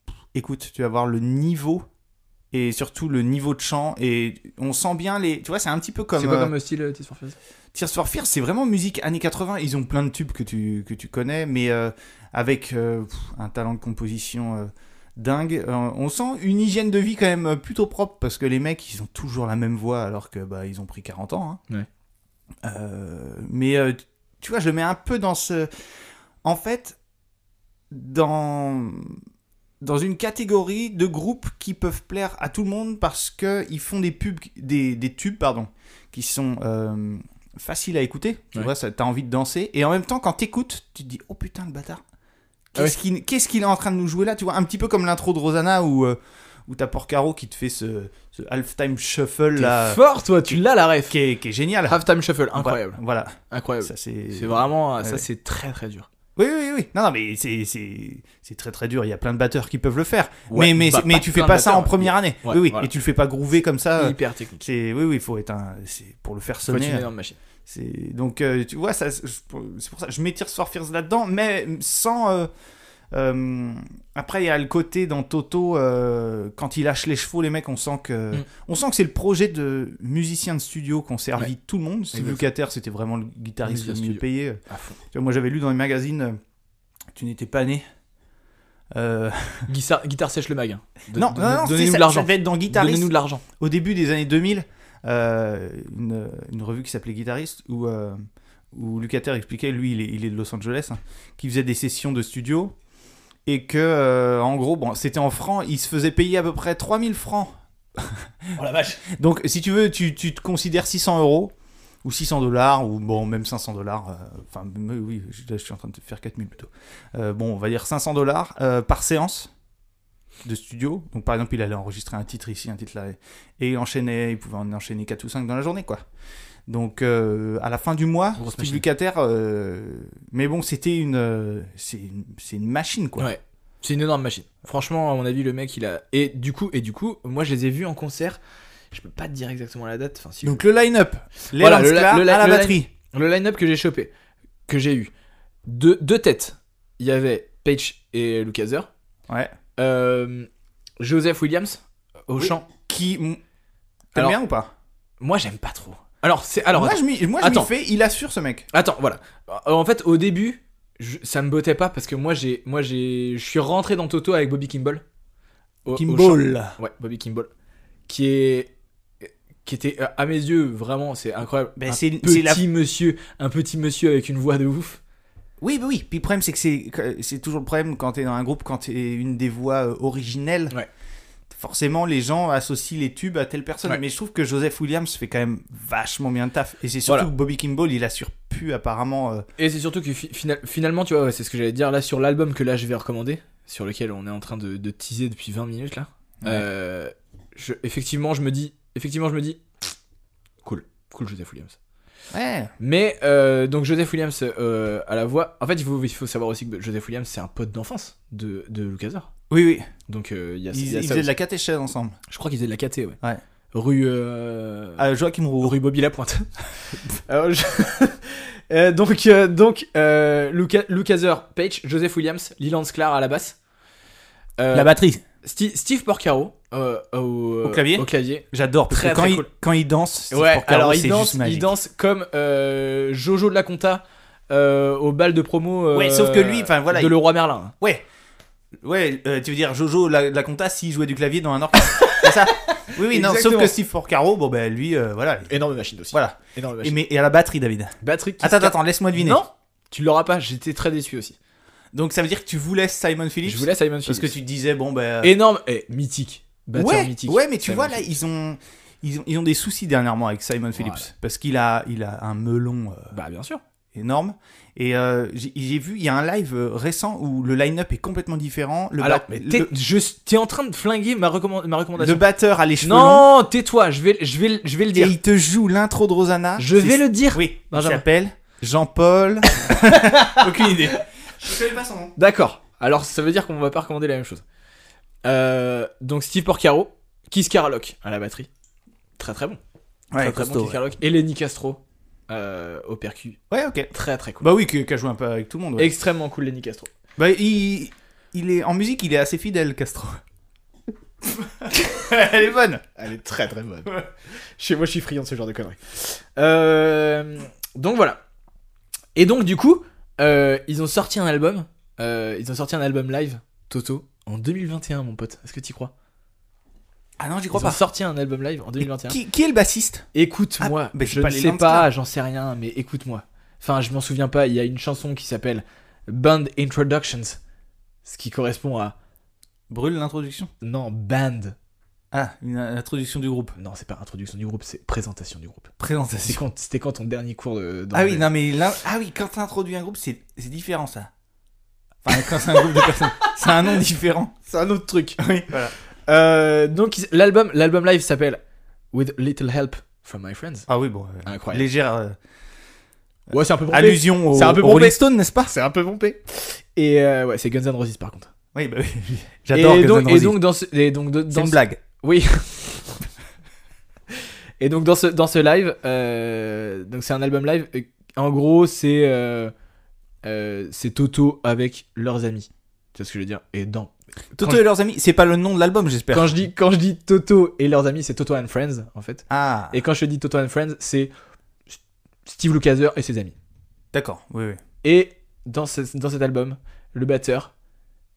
Speaker 2: Pff, Écoute, tu vas voir le niveau et surtout le niveau de chant et on sent bien les. Tu vois, c'est un petit peu comme.
Speaker 1: C'est quoi
Speaker 2: euh,
Speaker 1: comme style euh, Tears for Fears
Speaker 2: Tears for Fears, c'est vraiment musique années 80. Ils ont plein de tubes que tu, que tu connais, mais euh, avec euh, pff, un talent de composition euh, dingue. Euh, on sent une hygiène de vie quand même euh, plutôt propre parce que les mecs, ils ont toujours la même voix alors que bah, ils ont pris 40 ans. hein.
Speaker 1: Ouais.
Speaker 2: Euh, mais euh, tu vois, je le mets un peu dans ce. En fait, dans dans une catégorie de groupes qui peuvent plaire à tout le monde parce que ils font des pubs, des, des tubes pardon, qui sont euh, faciles à écouter. Tu
Speaker 1: Ouais.
Speaker 2: vois, ça, t'as envie de danser et en même temps quand t'écoutes, tu te dis oh putain le bâtard,
Speaker 1: Ah
Speaker 2: qu'est-ce qu'il qu'est-ce qu'il est en train de nous jouer là Tu vois, un petit peu comme l'intro de Rosanna où euh, où t'as Porcaro qui te fait ce, ce halftime shuffle là,
Speaker 1: T'es fort, toi, tu l'as la ref.
Speaker 2: qui est, qui est génial.
Speaker 1: Halftime Shuffle, Ah, incroyable.
Speaker 2: Voilà,
Speaker 1: Incroyable.
Speaker 2: ça c'est.
Speaker 1: C'est vraiment,
Speaker 2: Ouais,
Speaker 1: ça
Speaker 2: ouais.
Speaker 1: c'est très très dur.
Speaker 2: Oui, oui, oui. Non, non, mais c'est- c'est c'est très très dur. Il y a plein de batteurs qui peuvent le faire.
Speaker 1: Ouais,
Speaker 2: mais mais,
Speaker 1: bah,
Speaker 2: mais
Speaker 1: pas
Speaker 2: tu
Speaker 1: plein
Speaker 2: fais
Speaker 1: de
Speaker 2: pas ça
Speaker 1: batteurs,
Speaker 2: en première euh, année.
Speaker 1: Ouais,
Speaker 2: oui, oui.
Speaker 1: voilà.
Speaker 2: Et tu le fais pas groover comme ça.
Speaker 1: Hyper technique.
Speaker 2: C'est oui, oui. Il faut être un. C'est pour le faire
Speaker 1: Faut être une
Speaker 2: sonner.
Speaker 1: énorme machine.
Speaker 2: C'est donc euh, tu vois ça. C'est c'est pour ça. que Je m'étire ce Fears là-dedans, mais sans. euh, Euh, après, il y a le côté dans Toto, euh, quand il lâche les chevaux, les mecs, on sent que,
Speaker 1: Mm.
Speaker 2: on sent que c'est le projet de musicien de studio qu'ont servi
Speaker 1: Ouais.
Speaker 2: tout le monde. Steve
Speaker 1: Exactement.
Speaker 2: Lukather, c'était vraiment le guitariste
Speaker 1: Musicien
Speaker 2: le
Speaker 1: de
Speaker 2: mieux
Speaker 1: studio.
Speaker 2: payé.
Speaker 1: À fond.
Speaker 2: Tu vois, moi, j'avais lu dans les magazines, euh, tu n'étais pas né. Euh,
Speaker 1: Guitar, guitare sèche le mag. hein. De-
Speaker 2: non,
Speaker 1: de-
Speaker 2: non, non, c'est-
Speaker 1: donnez-nous
Speaker 2: ça,
Speaker 1: de
Speaker 2: ça
Speaker 1: l'argent.
Speaker 2: devait être dans Guitariste.
Speaker 1: Donnez-nous de l'argent.
Speaker 2: Au début des années 2000, euh, une, une revue qui s'appelait Guitariste, où, euh, où Lukather expliquait, lui, il est, il est de Los Angeles, hein, qu'il faisait des sessions de studio, et que, euh, en gros, bon, c'était en francs, il se faisait payer à peu près 3000 francs.
Speaker 1: Oh la vache.
Speaker 2: Donc, si tu veux, tu, tu te considères 600 euros, ou 600 dollars, ou bon, même 500 dollars, euh, enfin, mais oui, je, là, je suis en train de faire 4000 plutôt. Euh, bon, on va dire 500 dollars euh, par séance de studio. Donc, par exemple, il allait enregistrer un titre ici, un titre là, et il enchaînait, il pouvait en enchaîner 4 ou 5 dans la journée, quoi. Donc, euh, à la fin du mois,
Speaker 1: Grosse
Speaker 2: Steve
Speaker 1: machine.
Speaker 2: Lukather, euh, mais bon, c'était une, euh, c'est une, c'est une machine, quoi.
Speaker 1: Ouais. C'est une énorme machine. Franchement, à mon avis, le mec, il a. Et du coup, et du coup, moi, je les ai vus en concert. Je peux pas te dire exactement la date. Enfin, si
Speaker 2: Donc, le line-up, les
Speaker 1: Voilà, le
Speaker 2: Lance
Speaker 1: la-
Speaker 2: Clark
Speaker 1: le la-
Speaker 2: à la
Speaker 1: le line-
Speaker 2: batterie.
Speaker 1: Le line-up que j'ai chopé, que j'ai eu, deux, deux têtes. Il y avait Page et Lucaser.
Speaker 2: Ouais.
Speaker 1: Euh, Joseph Williams au
Speaker 2: Oui.
Speaker 1: chant.
Speaker 2: Qui. m- T'aimes
Speaker 1: Alors-
Speaker 2: bien ou pas
Speaker 1: Moi, j'aime pas trop. Alors, c'est. Alors,
Speaker 2: moi,
Speaker 1: attends.
Speaker 2: je m'y- moi, je m'y
Speaker 1: Attends.
Speaker 2: fais, il assure ce mec.
Speaker 1: Attends, voilà. Alors, En fait, au début, je- ça me bottait pas parce que moi, j'ai, moi, j'ai, je suis rentré dans Toto avec Bobby Kimball. Au- au
Speaker 2: Kimball.
Speaker 1: chant. Ouais, Bobby Kimball, qui est, qui était euh, à mes yeux vraiment, c'est incroyable.
Speaker 2: Ben,
Speaker 1: un
Speaker 2: c'est- c'est
Speaker 1: petit
Speaker 2: la-
Speaker 1: monsieur, un petit monsieur avec une voix de ouf.
Speaker 2: Oui, bah oui. Puis le problème, c'est que c'est, que c'est toujours le problème quand t'es dans un groupe, quand t'es une des voix euh, originelles.
Speaker 1: Ouais.
Speaker 2: Forcément, les gens associent les tubes à telle personne.
Speaker 1: Ouais.
Speaker 2: Mais je trouve que Joseph Williams fait quand même vachement bien le taf. Et c'est surtout
Speaker 1: Voilà.
Speaker 2: que Bobby Kimball, il assure plus apparemment. euh,
Speaker 1: Et c'est surtout que fi- final- finalement, tu vois, ouais, c'est ce que j'allais dire là sur l'album que là je vais recommander, sur lequel on est en train de, de teaser depuis 20 minutes là.
Speaker 2: Ouais.
Speaker 1: Euh, je- effectivement, je me dis, effectivement, je me dis, cool, cool Joseph Williams.
Speaker 2: Ouais.
Speaker 1: Mais euh, donc Joseph Williams euh, à la voix. En fait, il faut, il faut savoir aussi que Joseph Williams c'est un pote d'enfance de, de Lucas Arts.
Speaker 2: Oui, oui.
Speaker 1: Donc euh, il y a, il
Speaker 2: Ils,
Speaker 1: y a
Speaker 2: ils
Speaker 1: ça
Speaker 2: faisaient de
Speaker 1: aussi.
Speaker 2: la catéchèse ensemble.
Speaker 1: Je crois qu'ils faisaient de la KT, ouais.
Speaker 2: Ouais.
Speaker 1: Rue. euh,
Speaker 2: Ah, Joachim Roux.
Speaker 1: Rue Bobby Lapointe. Alors, je- Euh, donc, euh, donc euh, Luca- Lucas Arts, Page, Joseph Williams, Leland Sklar à la basse. Euh,
Speaker 2: La batterie.
Speaker 1: Sti- Steve Porcaro euh, au,
Speaker 2: Au clavier
Speaker 1: Au clavier.
Speaker 2: J'adore. parce
Speaker 1: Très,
Speaker 2: que quand,
Speaker 1: très
Speaker 2: il,
Speaker 1: cool.
Speaker 2: quand il danse, Steve
Speaker 1: ouais,
Speaker 2: Porcaro,
Speaker 1: alors il
Speaker 2: c'est
Speaker 1: danse,
Speaker 2: juste magique.
Speaker 1: il danse comme euh, Jojo de la Conta euh, au bal de promo euh,
Speaker 2: Ouais, sauf que lui, enfin, voilà,
Speaker 1: de
Speaker 2: il-
Speaker 1: le roi Merlin.
Speaker 2: Ouais. Ouais, euh, tu veux dire Jojo la, la compta s'il jouait du clavier dans un orchestre. C'est ça Oui, oui, non, sauf
Speaker 1: Exactement.
Speaker 2: que Steve Porcaro, bon ben lui, euh, voilà.
Speaker 1: Énorme machine aussi.
Speaker 2: Voilà.
Speaker 1: Énorme
Speaker 2: Et,
Speaker 1: machine.
Speaker 2: mais, et à la batterie, David.
Speaker 1: Patrick bah, qui
Speaker 2: Attends,
Speaker 1: se
Speaker 2: attends, laisse-moi deviner.
Speaker 1: Non Tu l'auras pas, j'étais très déçu aussi.
Speaker 2: Donc ça veut dire que tu voulais Simon Phillips
Speaker 1: Je vous laisse Simon
Speaker 2: Parce que
Speaker 1: Phillips.
Speaker 2: tu disais, bon ben.
Speaker 1: Énorme et mythique. Batteur
Speaker 2: ouais,
Speaker 1: mythique.
Speaker 2: ouais, mais tu
Speaker 1: Simon
Speaker 2: vois, là,
Speaker 1: Phillips.
Speaker 2: ils ont, ils ont, ils ont des soucis dernièrement avec Simon Phillips. Parce qu'il a, il a un melon euh,
Speaker 1: Bah bien sûr.
Speaker 2: énorme. Et euh, j'ai j'ai vu, il y a un live euh, récent où le line-up est complètement différent. Le,
Speaker 1: Alors,
Speaker 2: bat-
Speaker 1: mais t'es
Speaker 2: le,
Speaker 1: je- t'es en train de flinguer ma, recommand- ma
Speaker 2: le
Speaker 1: recommandation.
Speaker 2: batteur a les cheveux longs
Speaker 1: non, tais-toi, je vais, je, vais, je vais le
Speaker 2: et
Speaker 1: dire.
Speaker 2: il te joue l'intro de Rosanna.
Speaker 1: Je
Speaker 2: C'est
Speaker 1: vais le dire.
Speaker 2: Oui,
Speaker 1: Benjamin.
Speaker 2: il s'appelle Jean-Paul. Aucune idée. Je connais pas son nom.
Speaker 1: D'accord. Alors ça veut dire qu'on va pas recommander la même chose. Euh, donc Steve Porcaro, Keith Carlock à la batterie. Très très bon. très
Speaker 2: Ouais,
Speaker 1: très bon Keith
Speaker 2: ouais.
Speaker 1: Carlock. Et Lenny Castro euh, au percu.
Speaker 2: Ouais, ok.
Speaker 1: Très très cool.
Speaker 2: Bah oui, qui qui a joué un peu avec tout le monde. ouais.
Speaker 1: Extrêmement cool Lenny Castro.
Speaker 2: Bah, il, il est en musique, il est assez fidèle, Castro. Elle est bonne.
Speaker 1: Elle est très très bonne. Chez moi, je suis friand de ce genre de conneries. Euh, donc voilà. Et donc du coup, euh, ils ont sorti un album. euh, ils ont sorti un album live, Toto, en 2021, mon pote. Est-ce que t'y crois
Speaker 2: Ah non, j'y
Speaker 1: Ils ont sorti un album live en 2021.
Speaker 2: Qui, qui est le bassiste
Speaker 1: Écoute-moi,
Speaker 2: Ah, mais c'est
Speaker 1: je
Speaker 2: pas
Speaker 1: ne
Speaker 2: les
Speaker 1: sais
Speaker 2: Lance
Speaker 1: pas,
Speaker 2: Clark.
Speaker 1: j'en sais rien, mais écoute-moi. Enfin, je m'en souviens pas, il y a une chanson qui s'appelle Band Introductions, ce qui correspond à...
Speaker 2: Brûle l'introduction.
Speaker 1: Non, Band.
Speaker 2: Ah, une introduction du groupe.
Speaker 1: Non, c'est pas introduction du groupe, c'est présentation du groupe. C'est
Speaker 2: Présentation.
Speaker 1: quand- C'était quand, ton dernier cours de...
Speaker 2: Ah
Speaker 1: d'anglais
Speaker 2: oui, non mais là, ah oui, quand t'introduis un groupe, c'est c'est différent ça. Enfin, quand c'est un groupe de personnes, c'est un nom différent.
Speaker 1: C'est un autre truc.
Speaker 2: Oui, voilà.
Speaker 1: Euh, donc, ils- l'album l'album live s'appelle With Little Help from My Friends.
Speaker 2: Ah oui, bon. euh,
Speaker 1: Incroyable.
Speaker 2: légère euh,
Speaker 1: Ouais, c'est un peu pompé.
Speaker 2: allusion au,
Speaker 1: C'est un peu
Speaker 2: au
Speaker 1: pompé.
Speaker 2: Rolling Stone, n'est-ce pas
Speaker 1: C'est un peu pompé. Et euh, ouais, c'est Guns N' Roses par contre.
Speaker 2: Oui, bah oui. J'adore
Speaker 1: et,
Speaker 2: Guns
Speaker 1: donc,
Speaker 2: N'
Speaker 1: et
Speaker 2: Roses.
Speaker 1: donc, dans ce- et donc, de-
Speaker 2: C'est
Speaker 1: dans
Speaker 2: une
Speaker 1: ce-
Speaker 2: blague.
Speaker 1: Oui. Et donc dans ce, dans ce live, euh, donc c'est un album live. euh, En gros, c'est euh, euh, c'est Toto avec leurs amis. Tu vois ce que je veux dire Et dans.
Speaker 2: Toto
Speaker 1: Quand-
Speaker 2: et leurs amis, c'est pas le nom de l'album, j'espère.
Speaker 1: Quand je dis, quand je dis Toto et leurs amis, c'est Toto and Friends, en fait.
Speaker 2: Ah,
Speaker 1: Et quand je te dis Toto and Friends, c'est Steve Lukather et ses amis.
Speaker 2: d'accord, oui, oui.
Speaker 1: Et dans, ce- dans cet album, le batteur,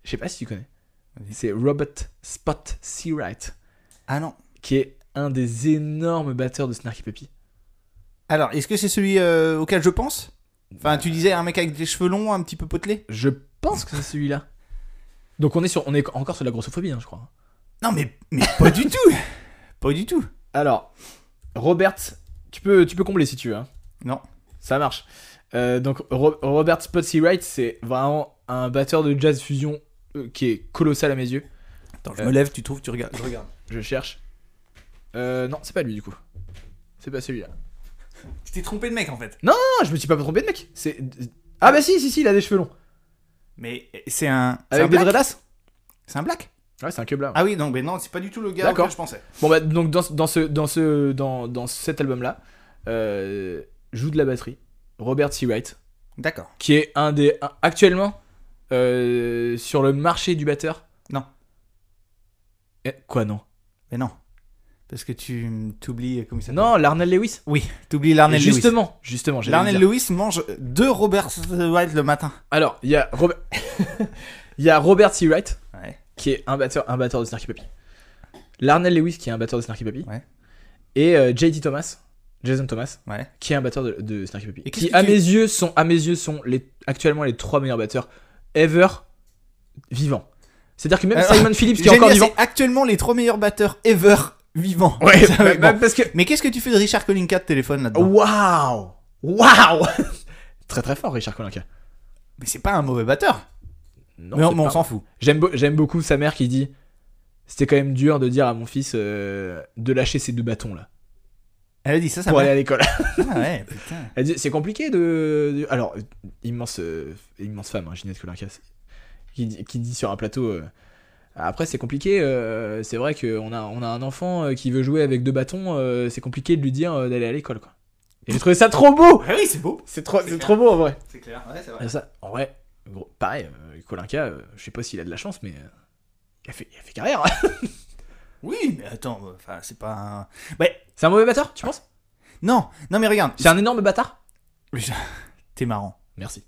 Speaker 1: je sais pas si tu connais,
Speaker 2: Vas-y.
Speaker 1: c'est Robert Spot Seawright,
Speaker 2: Ah non.
Speaker 1: qui est un des énormes batteurs de Snarky Puppy.
Speaker 2: Alors, est-ce que c'est celui euh, auquel je pense Enfin, tu disais un mec avec des cheveux longs, un petit peu potelé
Speaker 1: Je pense que c'est celui-là. Donc on est, sur, on est encore sur de la grossophobie, hein, je crois.
Speaker 2: Non, mais, mais pas du tout Pas du tout
Speaker 1: Alors, Robert, tu peux, tu peux combler si tu veux. hein.
Speaker 2: Non.
Speaker 1: Ça marche. Euh, donc, Ro- Robert Spotsy Wright, c'est vraiment un batteur de jazz fusion euh, qui est colossal à mes yeux.
Speaker 2: Attends,
Speaker 1: Euh.
Speaker 2: lève, tu trouves, tu regardes.
Speaker 1: Je cherche. Euh, non, c'est pas lui du coup. C'est pas celui-là.
Speaker 2: Tu t'es trompé de mec en fait.
Speaker 1: Ah, je me suis pas trompé de mec. C'est. Ah bah si, si, si, il a des cheveux longs.
Speaker 2: Mais eh, c'est un. C'est un,
Speaker 1: Avec des
Speaker 2: black
Speaker 1: dreadlocks
Speaker 2: C'est un black
Speaker 1: Ouais, c'est un queue blanc.
Speaker 2: Ah oui, non, mais non, c'est pas du tout le gars
Speaker 1: D'accord.
Speaker 2: auquel je pensais.
Speaker 1: Bon bah donc dans, ce- dans ce dans ce dans, dans cet album là, joue de la batterie. Robert C. Wright,
Speaker 2: D'accord.
Speaker 1: qui est un des un- actuellement euh, sur le marché du batteur.
Speaker 2: Non.
Speaker 1: Eh, quoi non
Speaker 2: Mais non. Parce que tu t'oublies, euh, comment il s'appelle
Speaker 1: Non, l'Arnell Lewis.
Speaker 2: T'oublies Larnell Lewis.
Speaker 1: justement, justement. j'allais
Speaker 2: Larnell
Speaker 1: le dire.
Speaker 2: Lewis mange deux Robert White le matin.
Speaker 1: Alors il y a Robert, il y a Robert C. Wright.
Speaker 2: Ouais.
Speaker 1: qui est un batteur, un batteur de Snarky Puppy. Larnell Lewis, qui est un batteur de Snarky Puppy.
Speaker 2: Ouais.
Speaker 1: Et euh, JT Thomas, Jason Thomas,
Speaker 2: Ouais.
Speaker 1: qui est un batteur de, de Snarky Puppy.
Speaker 2: Et qu'est-ce
Speaker 1: qui,
Speaker 2: que
Speaker 1: à
Speaker 2: tu-
Speaker 1: mes yeux, sont, à mes yeux, sont les, actuellement les trois meilleurs batteurs ever vivants. C'est-à-dire que même
Speaker 2: Alors,
Speaker 1: Simon Phillips, qui est
Speaker 2: J'aime
Speaker 1: encore
Speaker 2: bien,
Speaker 1: vivant.
Speaker 2: c'est actuellement les trois meilleurs batteurs ever vivants.
Speaker 1: Ouais,
Speaker 2: Ça
Speaker 1: bah-
Speaker 2: va être
Speaker 1: bah, Oh.
Speaker 2: bon.
Speaker 1: parce que.
Speaker 2: Mais qu'est-ce que tu fais de Richard Colinka de téléphone là-dedans
Speaker 1: Waouh! Waouh! Très très fort, Richard Kolinka.
Speaker 2: Mais c'est pas un mauvais batteur.
Speaker 1: Non,
Speaker 2: mais
Speaker 1: c'est
Speaker 2: on, mais on
Speaker 1: pas-
Speaker 2: s'en fout.
Speaker 1: J'aime beau- j'aime beaucoup sa mère qui dit C'était quand même dur de dire à mon fils euh, de lâcher ces deux bâtons là
Speaker 2: Ah Elle a dit ça, ça
Speaker 1: pour
Speaker 2: m'a-
Speaker 1: aller à l'école.
Speaker 2: Ah ouais, putain.
Speaker 1: Elle dit, C'est compliqué de. de- Alors, euh, immense, euh, immense femme, hein, Ginette Colinkas, qui, dit- qui dit sur un plateau. euh, après, c'est compliqué. euh, c'est vrai qu'on a, on a un enfant euh, qui veut jouer avec deux bâtons. euh, c'est compliqué de lui dire euh, d'aller à l'école, quoi. Et j'ai trouvé ça trop beau
Speaker 2: Ah oui, c'est beau.
Speaker 1: C'est trop,
Speaker 2: C'est
Speaker 1: c'est
Speaker 2: clair.
Speaker 1: trop beau en vrai.
Speaker 2: C'est clair. Ouais, c'est
Speaker 1: Et Ça, en vrai, gros, pareil, euh, Kolinka, euh, je sais pas s'il a de la chance, mais. euh, il, a fait, il a fait carrière. hein.
Speaker 2: Oui, mais attends, enfin, c'est pas un...
Speaker 1: c'est un mauvais batteur, tu penses
Speaker 2: Non, non, mais regarde.
Speaker 1: C'est un énorme bâtard
Speaker 2: T'es marrant.
Speaker 1: Merci.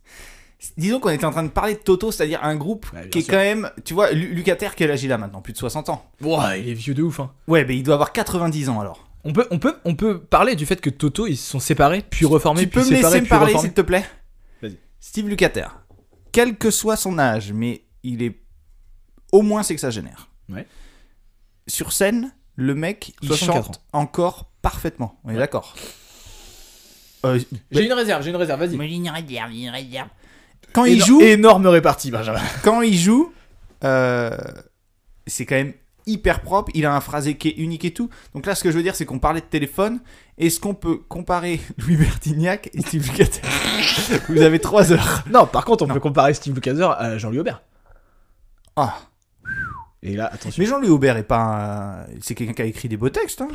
Speaker 2: Disons qu'on était en train de parler de Toto, c'est-à-dire un groupe
Speaker 1: Ouais, bien
Speaker 2: qui est
Speaker 1: sûr.
Speaker 2: quand même... Tu vois, Lu- Lucater, quel âge il a maintenant Plus de 60 ans.
Speaker 1: Ouah, il est vieux de ouf, hein.
Speaker 2: Ouais, mais il doit avoir 90 ans alors.
Speaker 1: On peut, on, peut, on peut parler du fait que Toto, ils se sont séparés, puis reformés,
Speaker 2: tu peux
Speaker 1: puis
Speaker 2: me
Speaker 1: séparés,
Speaker 2: laisser me
Speaker 1: puis
Speaker 2: parler,
Speaker 1: reformés.
Speaker 2: s'il te plaît
Speaker 1: Vas-y.
Speaker 2: Steve Lukather, quel que soit son âge, mais il est au moins sexagénaire.
Speaker 1: Ouais.
Speaker 2: Sur scène, le mec, il
Speaker 1: 64
Speaker 2: chante encore parfaitement. On est d'accord Euh,
Speaker 1: J'ai une réserve, j'ai une réserve, vas-y.
Speaker 2: mais il y aurait de l'herbe, il y aurait de l'herbe. Quand il
Speaker 1: Éno-
Speaker 2: joue,
Speaker 1: Énorme répartie, Benjamin.
Speaker 2: quand il joue, euh, c'est quand même hyper propre. Il a un phrasé qui est unique et tout. Donc là, ce que je veux dire, c'est qu'on parlait de téléphone. Est-ce qu'on peut comparer Louis Bertignac et Steve Lukather Vous avez 3 heures.
Speaker 1: Non, par contre, on
Speaker 2: Non.
Speaker 1: peut comparer Steve Lukather à Jean-Louis Aubert.
Speaker 2: Ah.
Speaker 1: Et là, attention.
Speaker 2: Mais Jean-Louis Aubert est pas un... C'est quelqu'un qui a écrit des beaux textes, hein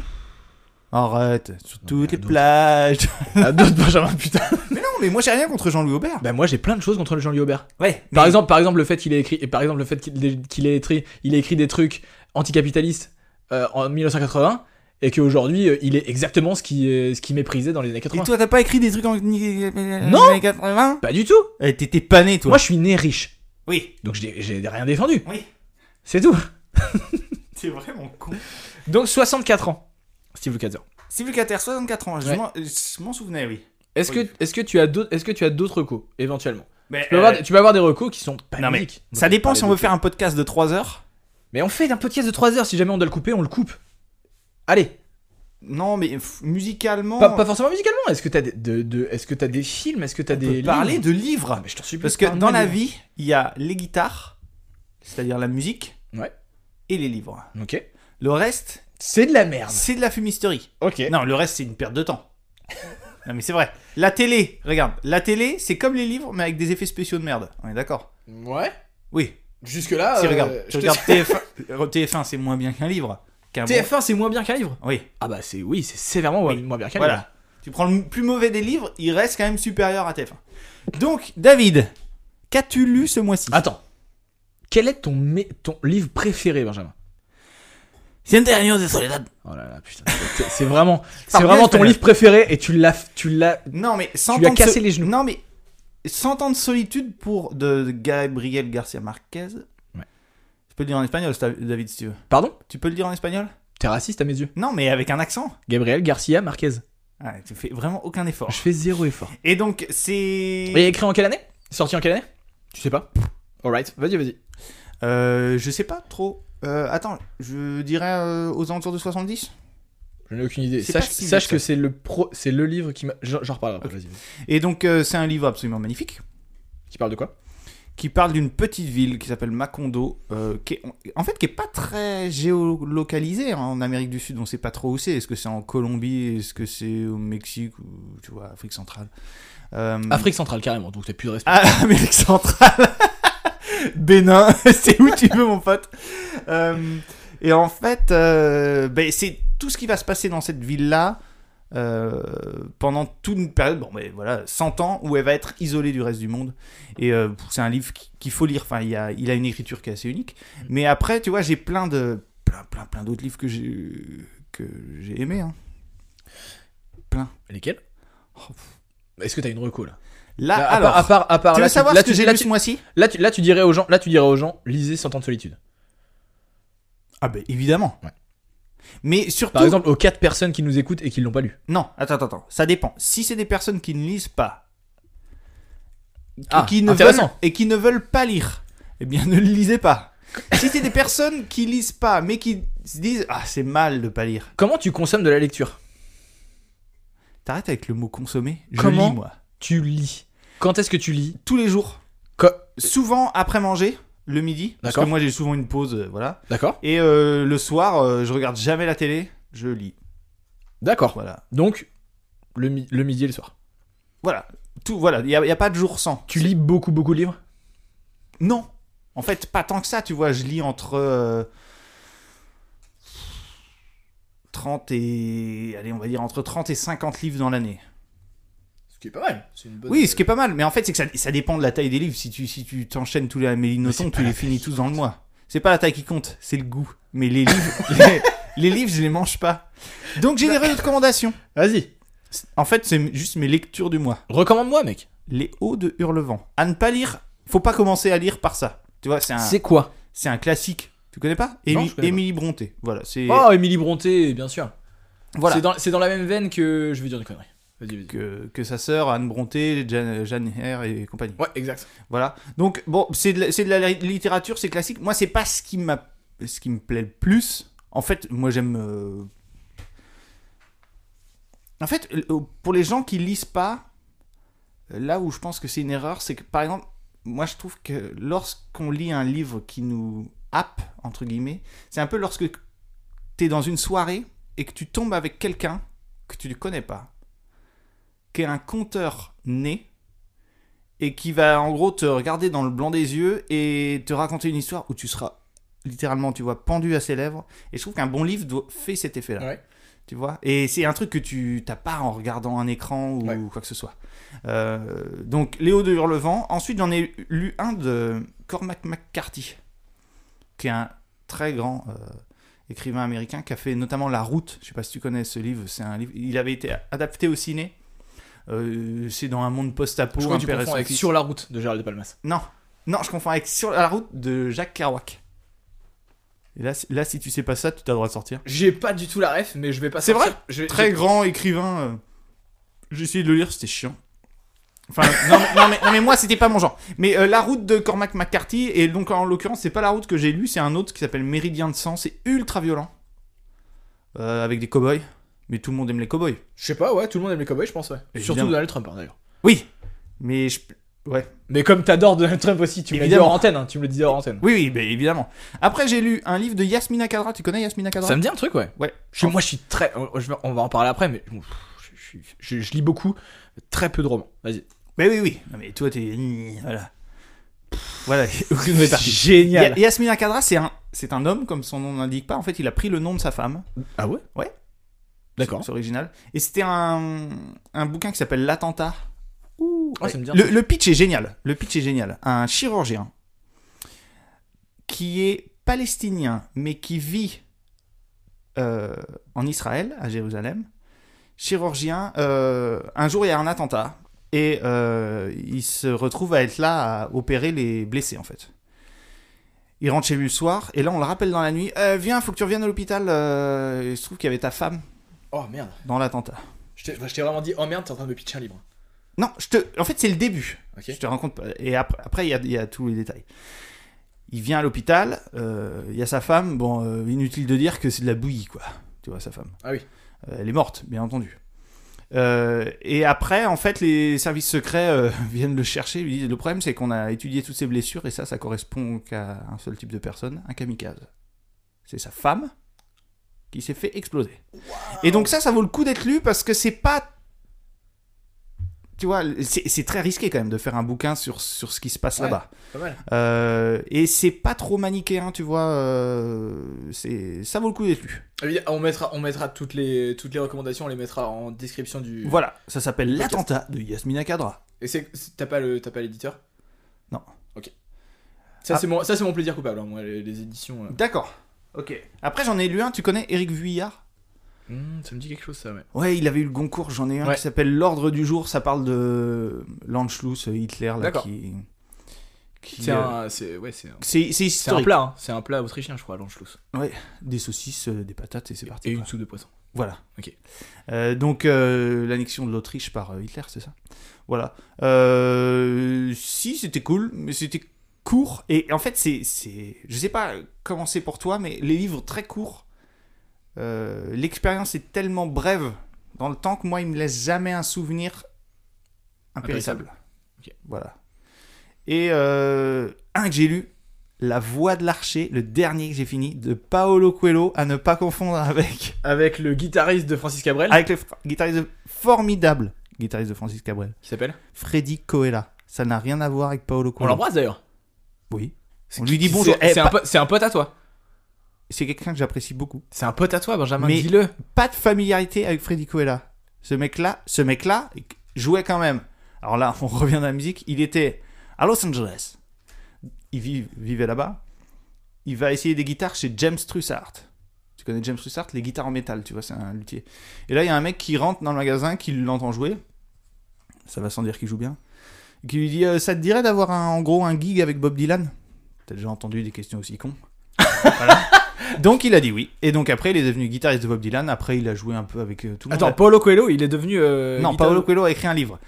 Speaker 2: Arrête, sur
Speaker 1: mais
Speaker 2: toutes les
Speaker 1: d'autres.
Speaker 2: plages.
Speaker 1: À d'autres, Benjamin, putain.
Speaker 2: Mais non, mais moi j'ai rien contre Jean-Louis Aubert.
Speaker 1: Bah, moi, j'ai plein de choses contre Jean-Louis Aubert.
Speaker 2: Ouais.
Speaker 1: Par, exemple, par exemple, le fait qu'il ait écrit, et par exemple, le fait qu'il ait- qu'il ait écrit, il ait écrit des trucs anticapitalistes euh, en 1980, et qu'aujourd'hui, euh, il est exactement ce qui, euh, ce qui méprisait dans les années
Speaker 2: Et
Speaker 1: 80.
Speaker 2: toi, t'as pas écrit des trucs en.
Speaker 1: Non.
Speaker 2: Non 80
Speaker 1: Pas du tout.
Speaker 2: Eh, T'étais pané, toi.
Speaker 1: Moi, je suis né riche.
Speaker 2: Oui.
Speaker 1: Donc, j'ai j'ai rien défendu.
Speaker 2: Oui.
Speaker 1: C'est tout.
Speaker 2: T'es vraiment con.
Speaker 1: Donc, 64 ans, Steve Lukather.
Speaker 2: Steve Lukather, 64 ans. Je
Speaker 1: Ouais.
Speaker 2: m'en- Je m'en souvenais, oui.
Speaker 1: Est-ce que,
Speaker 2: Oui.
Speaker 1: est-ce que tu as d'autres, est-ce que tu as d'autres recos éventuellement
Speaker 2: Mais,
Speaker 1: tu peux,
Speaker 2: euh,
Speaker 1: avoir, tu peux avoir des recos qui sont pas
Speaker 2: non, mais
Speaker 1: musique.
Speaker 2: ça dépend si on
Speaker 1: Bah,
Speaker 2: veut
Speaker 1: parler
Speaker 2: faire un podcast de 3 heures.
Speaker 1: de- Mais on fait un podcast de 3 heures. Si jamais on doit le couper, on le coupe. Allez,
Speaker 2: Non, mais f- musicalement.
Speaker 1: pas, pas forcément musicalement. Est-ce que t'as des, de, de- est-ce que t'as des films Est-ce que t'as
Speaker 2: on
Speaker 1: des
Speaker 2: peut
Speaker 1: livres
Speaker 2: parler de livres.
Speaker 1: Ah, mais je t'en supplie,
Speaker 2: Parce que
Speaker 1: parle-moi
Speaker 2: dans la
Speaker 1: des-
Speaker 2: vie, il y a les guitares, c'est-à-dire la musique,
Speaker 1: Ouais.
Speaker 2: et les livres.
Speaker 1: Ok.
Speaker 2: Le reste,
Speaker 1: C'est de la merde.
Speaker 2: c'est de la fumisterie.
Speaker 1: Ok.
Speaker 2: Non, le reste, c'est une perte de temps. non, mais c'est vrai. La télé, regarde, la télé, c'est comme les livres, mais avec des effets spéciaux de merde. On est d'accord
Speaker 1: Ouais. euh,
Speaker 2: Oui.
Speaker 1: Jusque là.
Speaker 2: si, regarde, tu regardes TF1, euh, TF1 c'est moins bien qu'un livre. Qu'un bon-
Speaker 1: TF1, c'est moins bien qu'un livre.
Speaker 2: Oui,
Speaker 1: Ah bah c'est oui, c'est sévèrement moins- moins bien qu'un
Speaker 2: voilà.
Speaker 1: livre.
Speaker 2: Tu prends le plus mauvais des livres, il reste quand même
Speaker 1: Ah,
Speaker 2: supérieur à TF1. Donc, David, qu'as-tu lu ce mois-ci
Speaker 1: Attends. Quel est ton, mé- ton livre préféré, Benjamin
Speaker 2: Cien años de soledad.
Speaker 1: Oh là là, putain, c'est- c'est vraiment, c'est
Speaker 2: Pardon,
Speaker 1: vraiment
Speaker 2: je peux
Speaker 1: ton
Speaker 2: le-
Speaker 1: livre préféré et tu l'as, tu l'as.
Speaker 2: Non, mais 100
Speaker 1: Tu lui as
Speaker 2: ans de so-
Speaker 1: cassé les genoux.
Speaker 2: Non, mais 100 ans de solitude pour de de Gabriel Garcia Marquez.
Speaker 1: Ouais.
Speaker 2: Tu peux le dire en espagnol, Sta- David, si tu veux.
Speaker 1: Pardon
Speaker 2: Tu peux le dire en espagnol
Speaker 1: T'es raciste à mes yeux.
Speaker 2: Non, mais avec un accent.
Speaker 1: Gabriel Garcia Marquez.
Speaker 2: Ah, tu fais vraiment aucun effort.
Speaker 1: Je fais zéro effort.
Speaker 2: Et donc, c'est.
Speaker 1: Et écrit en quelle année Sorti en quelle année Tu sais pas. Alright, vas-y, vas-y.
Speaker 2: Euh, je sais pas trop. Euh, attends, je dirais euh, aux alentours de 70
Speaker 1: Je n'ai aucune idée.
Speaker 2: C'est
Speaker 1: Sache,
Speaker 2: pas si
Speaker 1: sache
Speaker 2: vite,
Speaker 1: que c'est le pro, c'est le livre qui m'a. J'en j'en reparlerai après, vas-y, vas-y.
Speaker 2: Et donc, euh, c'est un livre absolument magnifique
Speaker 1: Qui parle de quoi
Speaker 2: qui parle d'une petite ville qui s'appelle Macondo, euh, qui est, en fait qui est pas très géolocalisée hein, en Amérique du Sud. On sait pas trop où c'est. Est-ce que c'est en Colombie Est-ce que c'est au Mexique ou tu vois Afrique centrale Euh,
Speaker 1: Afrique centrale carrément, donc t'as plus de respect.
Speaker 2: Ah, Amérique centrale Bénin, c'est où tu veux, mon pote Euh, Et en fait, euh, ben, c'est tout ce qui va se passer dans cette ville-là euh, pendant toute une période, bon, ben, voilà, 100 ans, où elle va être isolée du reste du monde. Et euh, c'est un livre qui- qu'il faut lire, enfin, il, y a, il a une écriture qui est assez unique. Mais après, tu vois, j'ai plein de plein, plein, plein d'autres livres que j'ai que j'ai aimé. hein.
Speaker 1: Lesquels
Speaker 2: Oh, pff.
Speaker 1: Est-ce que t'as une reco là
Speaker 2: Là,
Speaker 1: Là, à,
Speaker 2: Bah, alors,
Speaker 1: part, à part, à part- Bah,
Speaker 2: tu
Speaker 1: là,
Speaker 2: veux
Speaker 1: tu-
Speaker 2: savoir
Speaker 1: là,
Speaker 2: ce que
Speaker 1: tu-
Speaker 2: j'ai
Speaker 1: là,
Speaker 2: lu
Speaker 1: tu-
Speaker 2: ce mois-ci
Speaker 1: là, tu- là, tu dirais aux gens, là, tu dirais aux gens, lisez Cent ans de solitude.
Speaker 2: Ah ben évidemment.
Speaker 1: Ouais.
Speaker 2: Mais surtout,
Speaker 1: Par exemple, aux quatre personnes qui nous écoutent et qui l'ont pas lu.
Speaker 2: non, attends, attends, attends, ça dépend. Si c'est des personnes qui ne lisent pas, et
Speaker 1: Ah,
Speaker 2: qui ne
Speaker 1: intéressant.
Speaker 2: veulent, et qui ne veulent pas lire, eh bien ne le lisez pas. si c'est des personnes qui lisent pas, mais qui se disent ah c'est mal de pas lire,
Speaker 1: Comment tu consommes de la lecture
Speaker 2: t'arrêtes avec le mot consommer. Je
Speaker 1: Comment
Speaker 2: lis moi
Speaker 1: Tu lis. Quand est-ce que tu lis
Speaker 2: tous les jours,
Speaker 1: Co-
Speaker 2: souvent après manger le midi, parce que
Speaker 1: D'accord.
Speaker 2: moi j'ai souvent une pause, euh, voilà.
Speaker 1: D'accord
Speaker 2: Et euh, le soir, euh, je regarde jamais la télé, je lis,
Speaker 1: D'accord.
Speaker 2: voilà,
Speaker 1: Donc, le, mi- le midi et le soir.
Speaker 2: voilà, tout, voilà. Il y, a- il y a pas de jour sans.
Speaker 1: Tu lis beaucoup, beaucoup de livres
Speaker 2: Non. En fait, pas tant que ça, tu vois. Je lis entre euh, 30 et. Allez, on va dire entre 30 et 50 livres dans l'année.
Speaker 1: Ce qui est pas mal. C'est une bonne...
Speaker 2: Oui, ce qui est pas mal, mais en fait, c'est que ça, ça dépend de la taille des livres. Si tu si tu t'enchaînes tous les Amélie
Speaker 1: c'est
Speaker 2: Nothomb,
Speaker 1: pas
Speaker 2: tu
Speaker 1: la
Speaker 2: les finis tous dans le mois. C'est pas la taille qui compte, c'est le goût. Mais les livres, les, les livres, je les mange pas. Donc j'ai des
Speaker 1: Bah.
Speaker 2: recommandations.
Speaker 1: Vas-y.
Speaker 2: En fait, c'est juste mes lectures du mois.
Speaker 1: Recommande-moi, mec.
Speaker 2: Les hauts de Hurlevent. À ne pas lire. Faut pas commencer à lire par ça. Tu vois, c'est un.
Speaker 1: C'est quoi
Speaker 2: C'est un classique. Tu connais pas
Speaker 1: Non,
Speaker 2: Émi-
Speaker 1: je connais pas.
Speaker 2: Émilie Bronté. Voilà, c'est
Speaker 1: Oh, Émilie Bronté, bien sûr.
Speaker 2: voilà
Speaker 1: C'est dans, c'est dans la même veine que. Je vais dire des conneries. Vas-y, vas-y.
Speaker 2: que, euh, que sa sœur Anne Bronté, Jeanne, Jeanne Eyre et compagnie.
Speaker 1: Ouais, exact.
Speaker 2: Voilà. Donc bon, c'est de, la- c'est de la littérature, c'est classique. Moi, c'est pas ce qui m'a ce qui me plaît le plus. En fait, moi j'aime euh, En fait, euh, pour les gens qui lisent pas, là où je pense que c'est une erreur, c'est que par exemple, moi je trouve que lorsqu'on lit un livre qui nous happe, entre guillemets, c'est un peu lorsque t'es dans une soirée et que tu tombes avec quelqu'un que tu ne connais pas, qui est un conteur né et qui va en gros te regarder dans le blanc des yeux et te raconter une histoire où tu seras littéralement, tu vois, pendu à ses lèvres. Et je trouve qu'un bon livre doit, fait cet effet-là.
Speaker 1: Ouais.
Speaker 2: Tu vois Et c'est un truc que tu t'as pas en regardant un écran ou
Speaker 1: Ouais.
Speaker 2: quoi que ce soit. Euh, donc, Léo de Hurlevent. Ensuite, j'en ai lu un de Cormac McCarthy, qui est un très grand euh, écrivain américain qui a fait notamment La Route. Je sais pas si tu connais ce livre. C'est un livre. Il avait été adapté au ciné. Euh, c'est dans un monde post-apo.
Speaker 1: Je crois
Speaker 2: un
Speaker 1: que tu
Speaker 2: père et
Speaker 1: confonds
Speaker 2: son
Speaker 1: avec
Speaker 2: fils.
Speaker 1: Sur la route de Gérald de Palmas.
Speaker 2: Non, non, je confonds avec Sur la Route de Jacques Kerouac. Et là, si- là, si tu sais pas ça, tu as le droit de sortir.
Speaker 1: J'ai pas du tout la ref, mais je vais pas
Speaker 2: C'est
Speaker 1: sortir.
Speaker 2: vrai
Speaker 1: Je-
Speaker 2: très
Speaker 1: je-
Speaker 2: grand écrivain. euh, J'ai essayé de le lire, c'était chiant. Enfin, non, mais- non, mais, non, mais moi, c'était pas mon genre. Mais euh, la route de Cormac McCarthy, et donc en l'occurrence, c'est pas la route que j'ai lue, c'est un autre qui s'appelle Méridien de sang, c'est ultra violent. Euh, avec des cow-boys. Mais tout le monde aime les cow-boys.
Speaker 1: Je sais pas, ouais, tout le monde aime les cowboys, je pense, ouais.
Speaker 2: Évidemment.
Speaker 1: Surtout Donald Trump, hein, d'ailleurs.
Speaker 2: Oui Mais je. Ouais.
Speaker 1: Mais comme t'adores Donald Trump aussi, tu me l'as dit
Speaker 2: Évidemment.
Speaker 1: hors antenne, hein, tu me le disais hors antenne.
Speaker 2: Oui, oui, mais évidemment. Après, j'ai lu un livre de Yasmina Kadra. Tu connais Yasmina Kadra
Speaker 1: Ça me dit un truc, ouais.
Speaker 2: Ouais.
Speaker 1: Je suis- moi, je suis très. je vais- on va en parler après, mais bon, pff, je, je- je- je lis beaucoup, très peu de romans. Vas-y.
Speaker 2: Mais oui, oui. Non, mais toi, t'es. Voilà. Voilà, aucune nouvelle partie.
Speaker 1: Génial.
Speaker 2: Ya- Yasmina Kadra, c'est un, c'est un homme, comme son nom n'indique pas. En fait, il a pris le nom de sa femme.
Speaker 1: Ah ouais
Speaker 2: Ouais.
Speaker 1: D'accord.
Speaker 2: C'est original. Et c'était un, un bouquin qui s'appelle L'attentat.
Speaker 1: Ah, ça me dit un
Speaker 2: Le, le pitch est génial. Le pitch est génial. Un chirurgien qui est palestinien, mais qui vit euh, en Israël, à Jérusalem, chirurgien, euh, un jour il y a un attentat et euh, il se retrouve à être là à opérer les blessés en fait. Il rentre chez lui le soir et là on le rappelle dans la nuit Euh, Viens, faut que tu reviennes à l'hôpital. euh, il se trouve qu'il y avait ta femme
Speaker 1: Oh merde.
Speaker 2: dans l'attentat.
Speaker 1: Je t'ai je t'ai vraiment dit, oh merde, t'es en train de pitcher un livre.
Speaker 2: Non, je te... en fait c'est le début.
Speaker 1: Ok.
Speaker 2: Je te raconte pas. Et après, après, il y a- il y, a tous les détails. Il vient à l'hôpital, euh, il y a sa femme. Bon, euh, inutile de dire que c'est de la bouillie, quoi. Tu vois, sa femme.
Speaker 1: Ah oui.
Speaker 2: Euh, elle est morte, bien entendu. Euh, et après, en fait, les services secrets euh, viennent le chercher. Lui disent, le problème, c'est qu'on a étudié toutes ses blessures et ça, ça correspond qu'à un seul type de personne, un kamikaze. C'est sa femme qui s'est fait exploser. Et donc ça, ça vaut le coup d'être lu parce que c'est pas... Tu vois, c'est c'est très risqué quand même de faire un bouquin sur, sur ce qui se passe
Speaker 1: Ouais.
Speaker 2: là-bas.
Speaker 1: Pas mal.
Speaker 2: Euh, et c'est pas trop manichéen, tu vois. euh, c'est ça vaut le coup d'être lu.
Speaker 1: Ah oui, On mettra, on mettra toutes, les, toutes les recommandations, on les mettra en description du.
Speaker 2: Voilà, ça s'appelle L'attentat de Yasmina Kadra.
Speaker 1: Et c'est, c'est- t'as pas le, t'as pas l'éditeur
Speaker 2: Non.
Speaker 1: Ok. Ça
Speaker 2: Ah.
Speaker 1: c'est mon, ça c'est mon plaisir coupable. hein, moi, les, les éditions. euh.
Speaker 2: D'accord. Ok. Après, j'en ai lu un, tu connais Éric Vuillard
Speaker 1: Hmm, ça me dit quelque chose ça, ouais.
Speaker 2: Ouais, il avait eu le Goncourt, j'en ai un
Speaker 1: Ouais.
Speaker 2: qui s'appelle L'Ordre du Jour, ça parle de L'Anschluss, Hitler, là,
Speaker 1: D'accord.
Speaker 2: qui... qui,
Speaker 1: C'est
Speaker 2: euh,
Speaker 1: un, c'est, ouais, c'est, un-
Speaker 2: C'est c'est
Speaker 1: c'est un
Speaker 2: historique.
Speaker 1: plat, hein. c'est un plat autrichien, je crois, l'anschluss.
Speaker 2: Des saucisses, euh, des patates, et c'est parti.
Speaker 1: Et une
Speaker 2: quoi.
Speaker 1: soupe de poisson.
Speaker 2: Voilà.
Speaker 1: Ok.
Speaker 2: Euh, donc, euh, l'annexion de l'Autriche par euh, Hitler, c'est ça Voilà. Euh, si, c'était cool, mais c'était court. Et en fait, c'est. c'est- Je sais pas comment c'est pour toi, mais les livres très courts, euh, l'expérience est tellement brève dans le temps que moi, il me laisse jamais un souvenir impérissable.
Speaker 1: Ok.
Speaker 2: Voilà. Et euh, un que j'ai lu. La voix de l'archer, le dernier que j'ai fini, de Paolo Coelho, à ne pas confondre avec
Speaker 1: Avec le guitariste de Francis Cabrel,
Speaker 2: avec le fr- guitariste de- formidable guitariste de Francis Cabrel,
Speaker 1: qui s'appelle.
Speaker 2: Freddy Coela. Ça n'a rien à voir avec
Speaker 1: On
Speaker 2: Paolo Coelho.
Speaker 1: l'embrasse d'ailleurs.
Speaker 2: Oui.
Speaker 1: C'est-
Speaker 2: On lui dit
Speaker 1: c'est-
Speaker 2: bonjour.
Speaker 1: C'est,
Speaker 2: Eh,
Speaker 1: un
Speaker 2: pas-
Speaker 1: pote- c'est un pote à toi.
Speaker 2: C'est quelqu'un que j'apprécie beaucoup.
Speaker 1: C'est un pote à toi, Benjamin.
Speaker 2: Mais-
Speaker 1: Dis-le.
Speaker 2: Pas de familiarité avec Freddy Coela. Ce mec-là, ce mec-là jouait quand même. Alors là, on revient à la musique. Il était à Los Angeles. Il vit- vivait là-bas. Il va essayer des guitares chez James Trussart. Tu connais James Trussart, les guitares en métal, tu vois, c'est un luthier. Et là, il y a un mec qui rentre dans le magasin, qui l'entend jouer. Ça va sans dire qu'il joue bien. Qui lui dit euh, Ça te dirait d'avoir un- en gros un gig avec Bob Dylan T'as déjà entendu des questions aussi cons Voilà. Donc il a dit oui. Et donc après, il est devenu guitariste de Bob Dylan. Après, il a joué un peu avec euh, tout le
Speaker 1: Attends,
Speaker 2: monde.
Speaker 1: Paolo Coelho, il est devenu. euh,
Speaker 2: non,
Speaker 1: guitar-
Speaker 2: Paolo Coelho a écrit un livre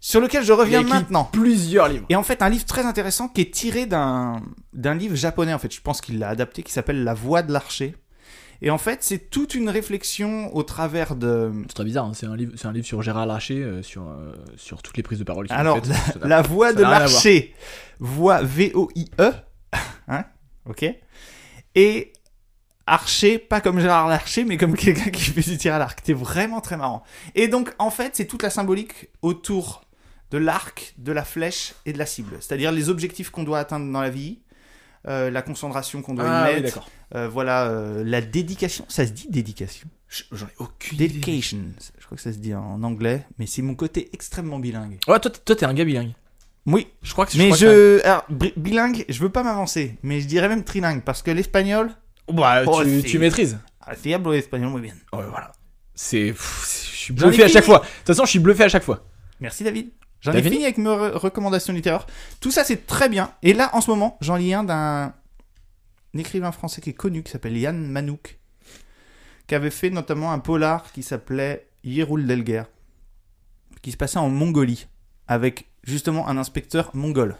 Speaker 2: sur lequel je
Speaker 1: Il a
Speaker 2: reviens
Speaker 1: écrit
Speaker 2: maintenant.
Speaker 1: Plusieurs livres.
Speaker 2: Et en fait, un livre très intéressant qui est tiré d'un d'un livre japonais, en fait, je pense qu'il l'a adapté, qui s'appelle La Voix de l'archer. Et en fait, c'est toute une réflexion au travers de
Speaker 1: C'est très bizarre, hein, c'est un livre, c'est un livre sur Gérard Larcher, euh, sur, euh, sur toutes les prises de parole. qu'il a
Speaker 2: Alors,
Speaker 1: faites. Ça n'a-
Speaker 2: La Voix
Speaker 1: ça
Speaker 2: de
Speaker 1: n'a rien à
Speaker 2: l'archer. Voix V-O-I-E. Hein Ok. Et Archer, pas comme Gérard Larcher, mais comme quelqu'un qui fait du tir à l'arc. C'était vraiment très marrant. Et donc, en fait, c'est toute la symbolique autour de l'arc, de la flèche et de la cible. C'est-à-dire les objectifs qu'on doit atteindre dans la vie, euh, la concentration qu'on doit
Speaker 1: Ah
Speaker 2: y
Speaker 1: oui,
Speaker 2: mettre,
Speaker 1: d'accord.
Speaker 2: euh, voilà, euh, la dédication. Ça se dit dédication
Speaker 1: Je- J'en ai aucune idée.
Speaker 2: Dedication. Je crois que ça se dit en anglais, mais c'est mon côté extrêmement bilingue.
Speaker 1: Ouais, toi, t- toi, t'es un gars bilingue.
Speaker 2: Oui,
Speaker 1: Je crois que
Speaker 2: mais
Speaker 1: crois que
Speaker 2: je. alors, bri- bilingue, je veux pas m'avancer, mais je dirais même trilingue, parce que l'espagnol.
Speaker 1: t'as- Bah,
Speaker 2: Oh,
Speaker 1: tu,
Speaker 2: c'est-
Speaker 1: tu maîtrises.
Speaker 2: Ah, c'est diable l'espagnol, muy bien.
Speaker 1: Ouais, voilà. C'est. pff, c'est- Je suis
Speaker 2: J'en ai
Speaker 1: bluffé à
Speaker 2: fini.
Speaker 1: chaque fois. De toute façon, je suis bluffé à chaque fois.
Speaker 2: Merci David. J'en
Speaker 1: T'as
Speaker 2: ai
Speaker 1: fini
Speaker 2: fini avec mes re- recommandations littéraires. Tout ça, c'est très bien. Et là, en ce moment, j'en lis un d'un un écrivain français qui est connu, qui s'appelle Yann Manouk, qui avait fait notamment un polar qui s'appelait Yeroul Delguer, qui se passait en Mongolie, avec justement un inspecteur mongol.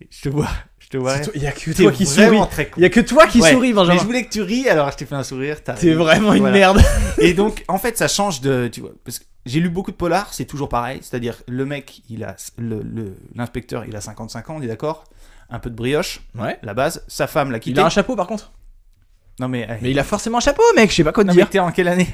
Speaker 2: Et Je te vois, je te vois.
Speaker 1: C'est toi- Il y a que
Speaker 2: T'es
Speaker 1: toi qui souris.
Speaker 2: vraiment très con.
Speaker 1: Il y a que toi qui
Speaker 2: Ouais,
Speaker 1: souris,
Speaker 2: Mais je
Speaker 1: Benjamin.
Speaker 2: voulais que tu ris, alors je t'ai fait un sourire. t'as
Speaker 1: T'es
Speaker 2: ri.
Speaker 1: vraiment une
Speaker 2: Voilà.
Speaker 1: merde.
Speaker 2: Et donc, en fait, ça change de. Tu vois, parce que j'ai lu beaucoup de polars, c'est toujours pareil. C'est-à-dire, le mec, il a le- le- l'inspecteur, il a 55 ans, on est d'accord Un peu de brioche,
Speaker 1: Ouais.
Speaker 2: la base. Sa femme l'a
Speaker 1: Il
Speaker 2: quitté.
Speaker 1: a un chapeau par contre.
Speaker 2: Non, mais. eh,
Speaker 1: Mais il a forcément un chapeau, mec. Je sais pas quoi te
Speaker 2: non, mais
Speaker 1: dire.
Speaker 2: t'es en quelle année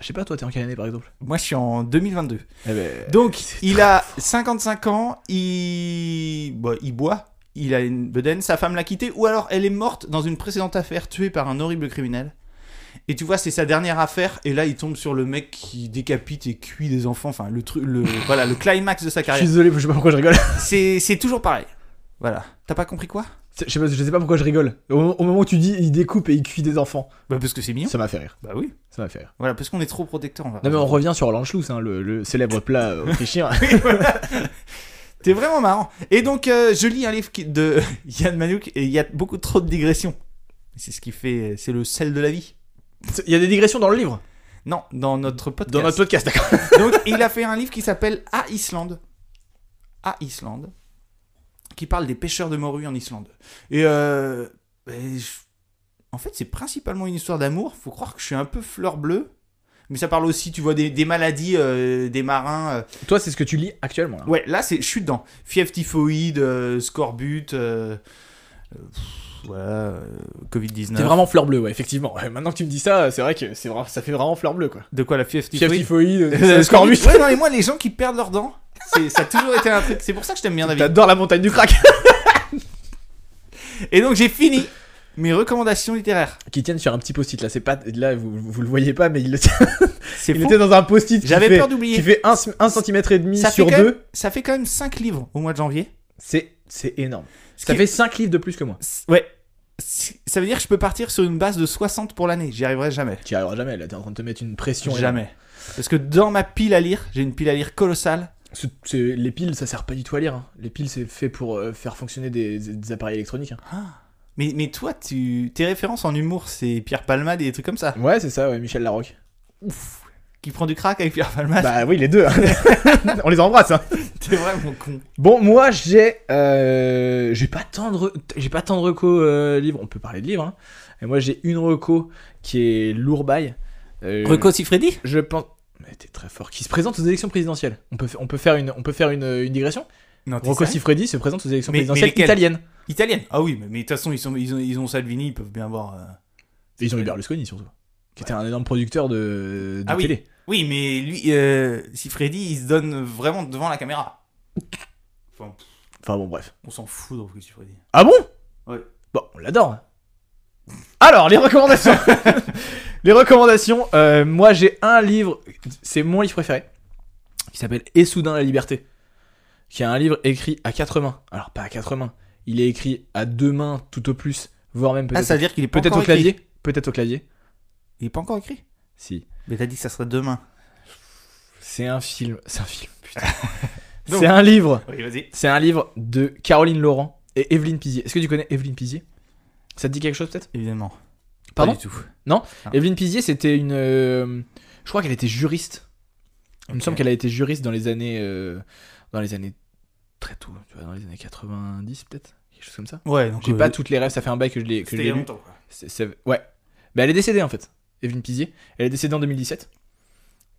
Speaker 1: Je sais pas, toi, t'es en quelle année par exemple
Speaker 2: Moi, je suis en 2022.
Speaker 1: Eh ben,
Speaker 2: Donc, il a 55 ans, il. bon, il boit. Il a une bedaine, sa femme l'a quitté, ou alors elle est morte dans une précédente affaire, tuée par un horrible criminel. Et tu vois, c'est sa dernière affaire, et là il tombe sur le mec qui décapite et cuit des enfants, enfin le truc, le voilà, le climax de
Speaker 1: Je
Speaker 2: sa
Speaker 1: suis
Speaker 2: carrière.
Speaker 1: désolé, je sais pas pourquoi je rigole.
Speaker 2: C'est c'est toujours pareil. Voilà. T'as pas compris quoi
Speaker 1: Je sais, pas, je sais pas pourquoi je rigole. Au, mo- au moment où tu dis il découpe et il cuit des enfants,
Speaker 2: Bah, parce que c'est mignon.
Speaker 1: ça m'a fait rire.
Speaker 2: Bah oui.
Speaker 1: Ça m'a fait rire.
Speaker 2: Voilà, parce qu'on est trop protecteur.
Speaker 1: Non mais on revient sur l'Anschluss, hein, le, le célèbre plat euh, autrichien.
Speaker 2: T'es vraiment marrant. Et donc, euh, je lis un livre qui- de Yann Manouk et il y a beaucoup trop de digressions. C'est ce qui fait. C'est le sel de la vie.
Speaker 1: Il y a des digressions dans le livre,
Speaker 2: Non, dans notre podcast.
Speaker 1: dans notre podcast, d'accord.
Speaker 2: Donc, il a fait un livre qui s'appelle À Islande. À Islande. Qui parle des pêcheurs de morue en Islande. Et, euh, et je- en fait, c'est principalement une histoire d'amour. Faut croire que je suis un peu fleur bleue. Mais ça parle aussi, tu vois, des, des maladies euh, des marins. euh.
Speaker 1: Toi, c'est ce que tu lis actuellement. là.
Speaker 2: Ouais, là, c'est, je suis dedans. Fièvre typhoïde, euh, scorbut, euh, euh, pff, voilà, euh, Covid-19.
Speaker 1: T'es vraiment fleur bleue, ouais, effectivement. Ouais, maintenant que tu me dis ça, c'est vrai que c'est vra- ça fait vraiment fleur bleue, quoi.
Speaker 2: De quoi la fièvre
Speaker 1: Fièvre
Speaker 2: typhoïde
Speaker 1: typhoïde, euh,
Speaker 2: Euh,
Speaker 1: c'est scorbut.
Speaker 2: Ouais, non, mais moi, les gens qui perdent leurs dents, c'est, ça a toujours été un truc. C'est pour ça que je t'aime bien, David.
Speaker 1: T'adores la montagne du crack.
Speaker 2: Et donc, j'ai fini mes recommandations littéraires.
Speaker 1: Qui tiennent sur un petit post-it là, c'est pas là vous, vous le voyez pas mais il le tient.
Speaker 2: C'est
Speaker 1: Il
Speaker 2: faux.
Speaker 1: était dans un post-it. qui
Speaker 2: J'avais
Speaker 1: fait-
Speaker 2: peur
Speaker 1: Qui
Speaker 2: d'oublier.
Speaker 1: fait 1 cm et demi
Speaker 2: Ça fait
Speaker 1: sur
Speaker 2: quand même-
Speaker 1: 2.
Speaker 2: Ça fait quand même 5 livres au mois de janvier.
Speaker 1: C'est c'est énorme.
Speaker 2: Ce
Speaker 1: Ça
Speaker 2: qui-
Speaker 1: fait 5 livres de plus que moi.
Speaker 2: c'est- Ouais. C'est- Ça veut dire que je peux partir sur une base de 60 pour l'année. J'y arriverai jamais.
Speaker 1: Tu y arriveras jamais là, t'es en train de te mettre une pression. énorme.
Speaker 2: Jamais. Parce que dans ma pile à lire, j'ai une pile à lire colossale.
Speaker 1: C'est- c'est- les piles ça sert pas du tout à lire. hein. Les piles c'est fait pour euh, faire fonctionner des, des appareils électroniques. hein.
Speaker 2: Mais, mais toi, tu... tes références en humour, c'est Pierre Palmade et des trucs comme ça.
Speaker 1: Ouais, c'est ça, ouais, Michel Larocque.
Speaker 2: Ouf. Qui prend du crack avec Pierre Palmade.
Speaker 1: bah oui, les deux. hein. On les embrasse. hein.
Speaker 2: T'es vraiment con.
Speaker 1: Bon, moi j'ai euh, j'ai pas tant de re- j'ai pas tant de reco euh, livres. On peut parler de livres. hein. Et moi j'ai une reco qui est Lourbaille. Euh,
Speaker 2: Reco Sifredi
Speaker 1: Je pense. Mais t'es très fort. Qui se présente aux élections présidentielles. On peut, fa- on peut faire une, on peut faire une, une digression.
Speaker 2: Non, t'es
Speaker 1: Rocco
Speaker 2: sérieux
Speaker 1: Siffredi se présente aux élections
Speaker 2: Mais- mais
Speaker 1: présidentielles
Speaker 2: lesquelles
Speaker 1: italiennes.
Speaker 2: Italienne. Ah oui, mais mais de toute façon, ils, sont, ils, ont, ils ont Salvini, ils peuvent bien voir. euh.
Speaker 1: Et ils ont eu Berlusconi surtout, qui était un énorme producteur de, de
Speaker 2: Ah oui.
Speaker 1: télé.
Speaker 2: Oui, mais lui, euh, Sifredi, il se donne vraiment devant la caméra. Enfin, pff,
Speaker 1: Enfin bon, bref.
Speaker 2: on s'en fout de Rocco Siffredi.
Speaker 1: Ah bon
Speaker 2: Ouais.
Speaker 1: Bon, on l'adore. hein. Alors, les recommandations. les recommandations. euh, moi, j'ai un livre, c'est mon livre préféré, qui s'appelle Et soudain la liberté, qui est un livre écrit à quatre mains. Alors, pas à quatre mains. Il est écrit à deux mains tout au plus, voire même
Speaker 2: Ah,
Speaker 1: peut-être
Speaker 2: ça veut dire qu'il est pas
Speaker 1: peut-être
Speaker 2: encore
Speaker 1: au
Speaker 2: écrit.
Speaker 1: clavier. Peut-être au clavier.
Speaker 2: Il est pas encore écrit
Speaker 1: Si.
Speaker 2: Mais t'as dit que ça serait demain.
Speaker 1: C'est un film. C'est un film, putain.
Speaker 2: Donc-
Speaker 1: c'est un livre.
Speaker 2: Oui, vas-y.
Speaker 1: C'est un livre de Caroline Laurent et Evelyne Pizier. Est-ce que tu connais Evelyne Pizier Ça te dit quelque chose peut-être
Speaker 2: Évidemment.
Speaker 1: Pardon
Speaker 2: Pas du tout. Non.
Speaker 1: Evelyne Pizier, c'était une. euh, je crois qu'elle était juriste. Il me
Speaker 2: Ok.
Speaker 1: semble qu'elle a été juriste dans les années. euh, dans les années. Très tôt, tu vois, dans les années 90 peut-être Quelque chose comme ça.
Speaker 2: Ouais, donc.
Speaker 1: J'ai
Speaker 2: euh,
Speaker 1: pas toutes les rêves, ça fait un bail que je l'ai que je
Speaker 2: C'était il y
Speaker 1: l'ai
Speaker 2: a
Speaker 1: lu.
Speaker 2: longtemps, quoi.
Speaker 1: C'est- c'est- Ouais. Mais elle est décédée en fait, Evelyne Pizier. Elle est décédée en 2017.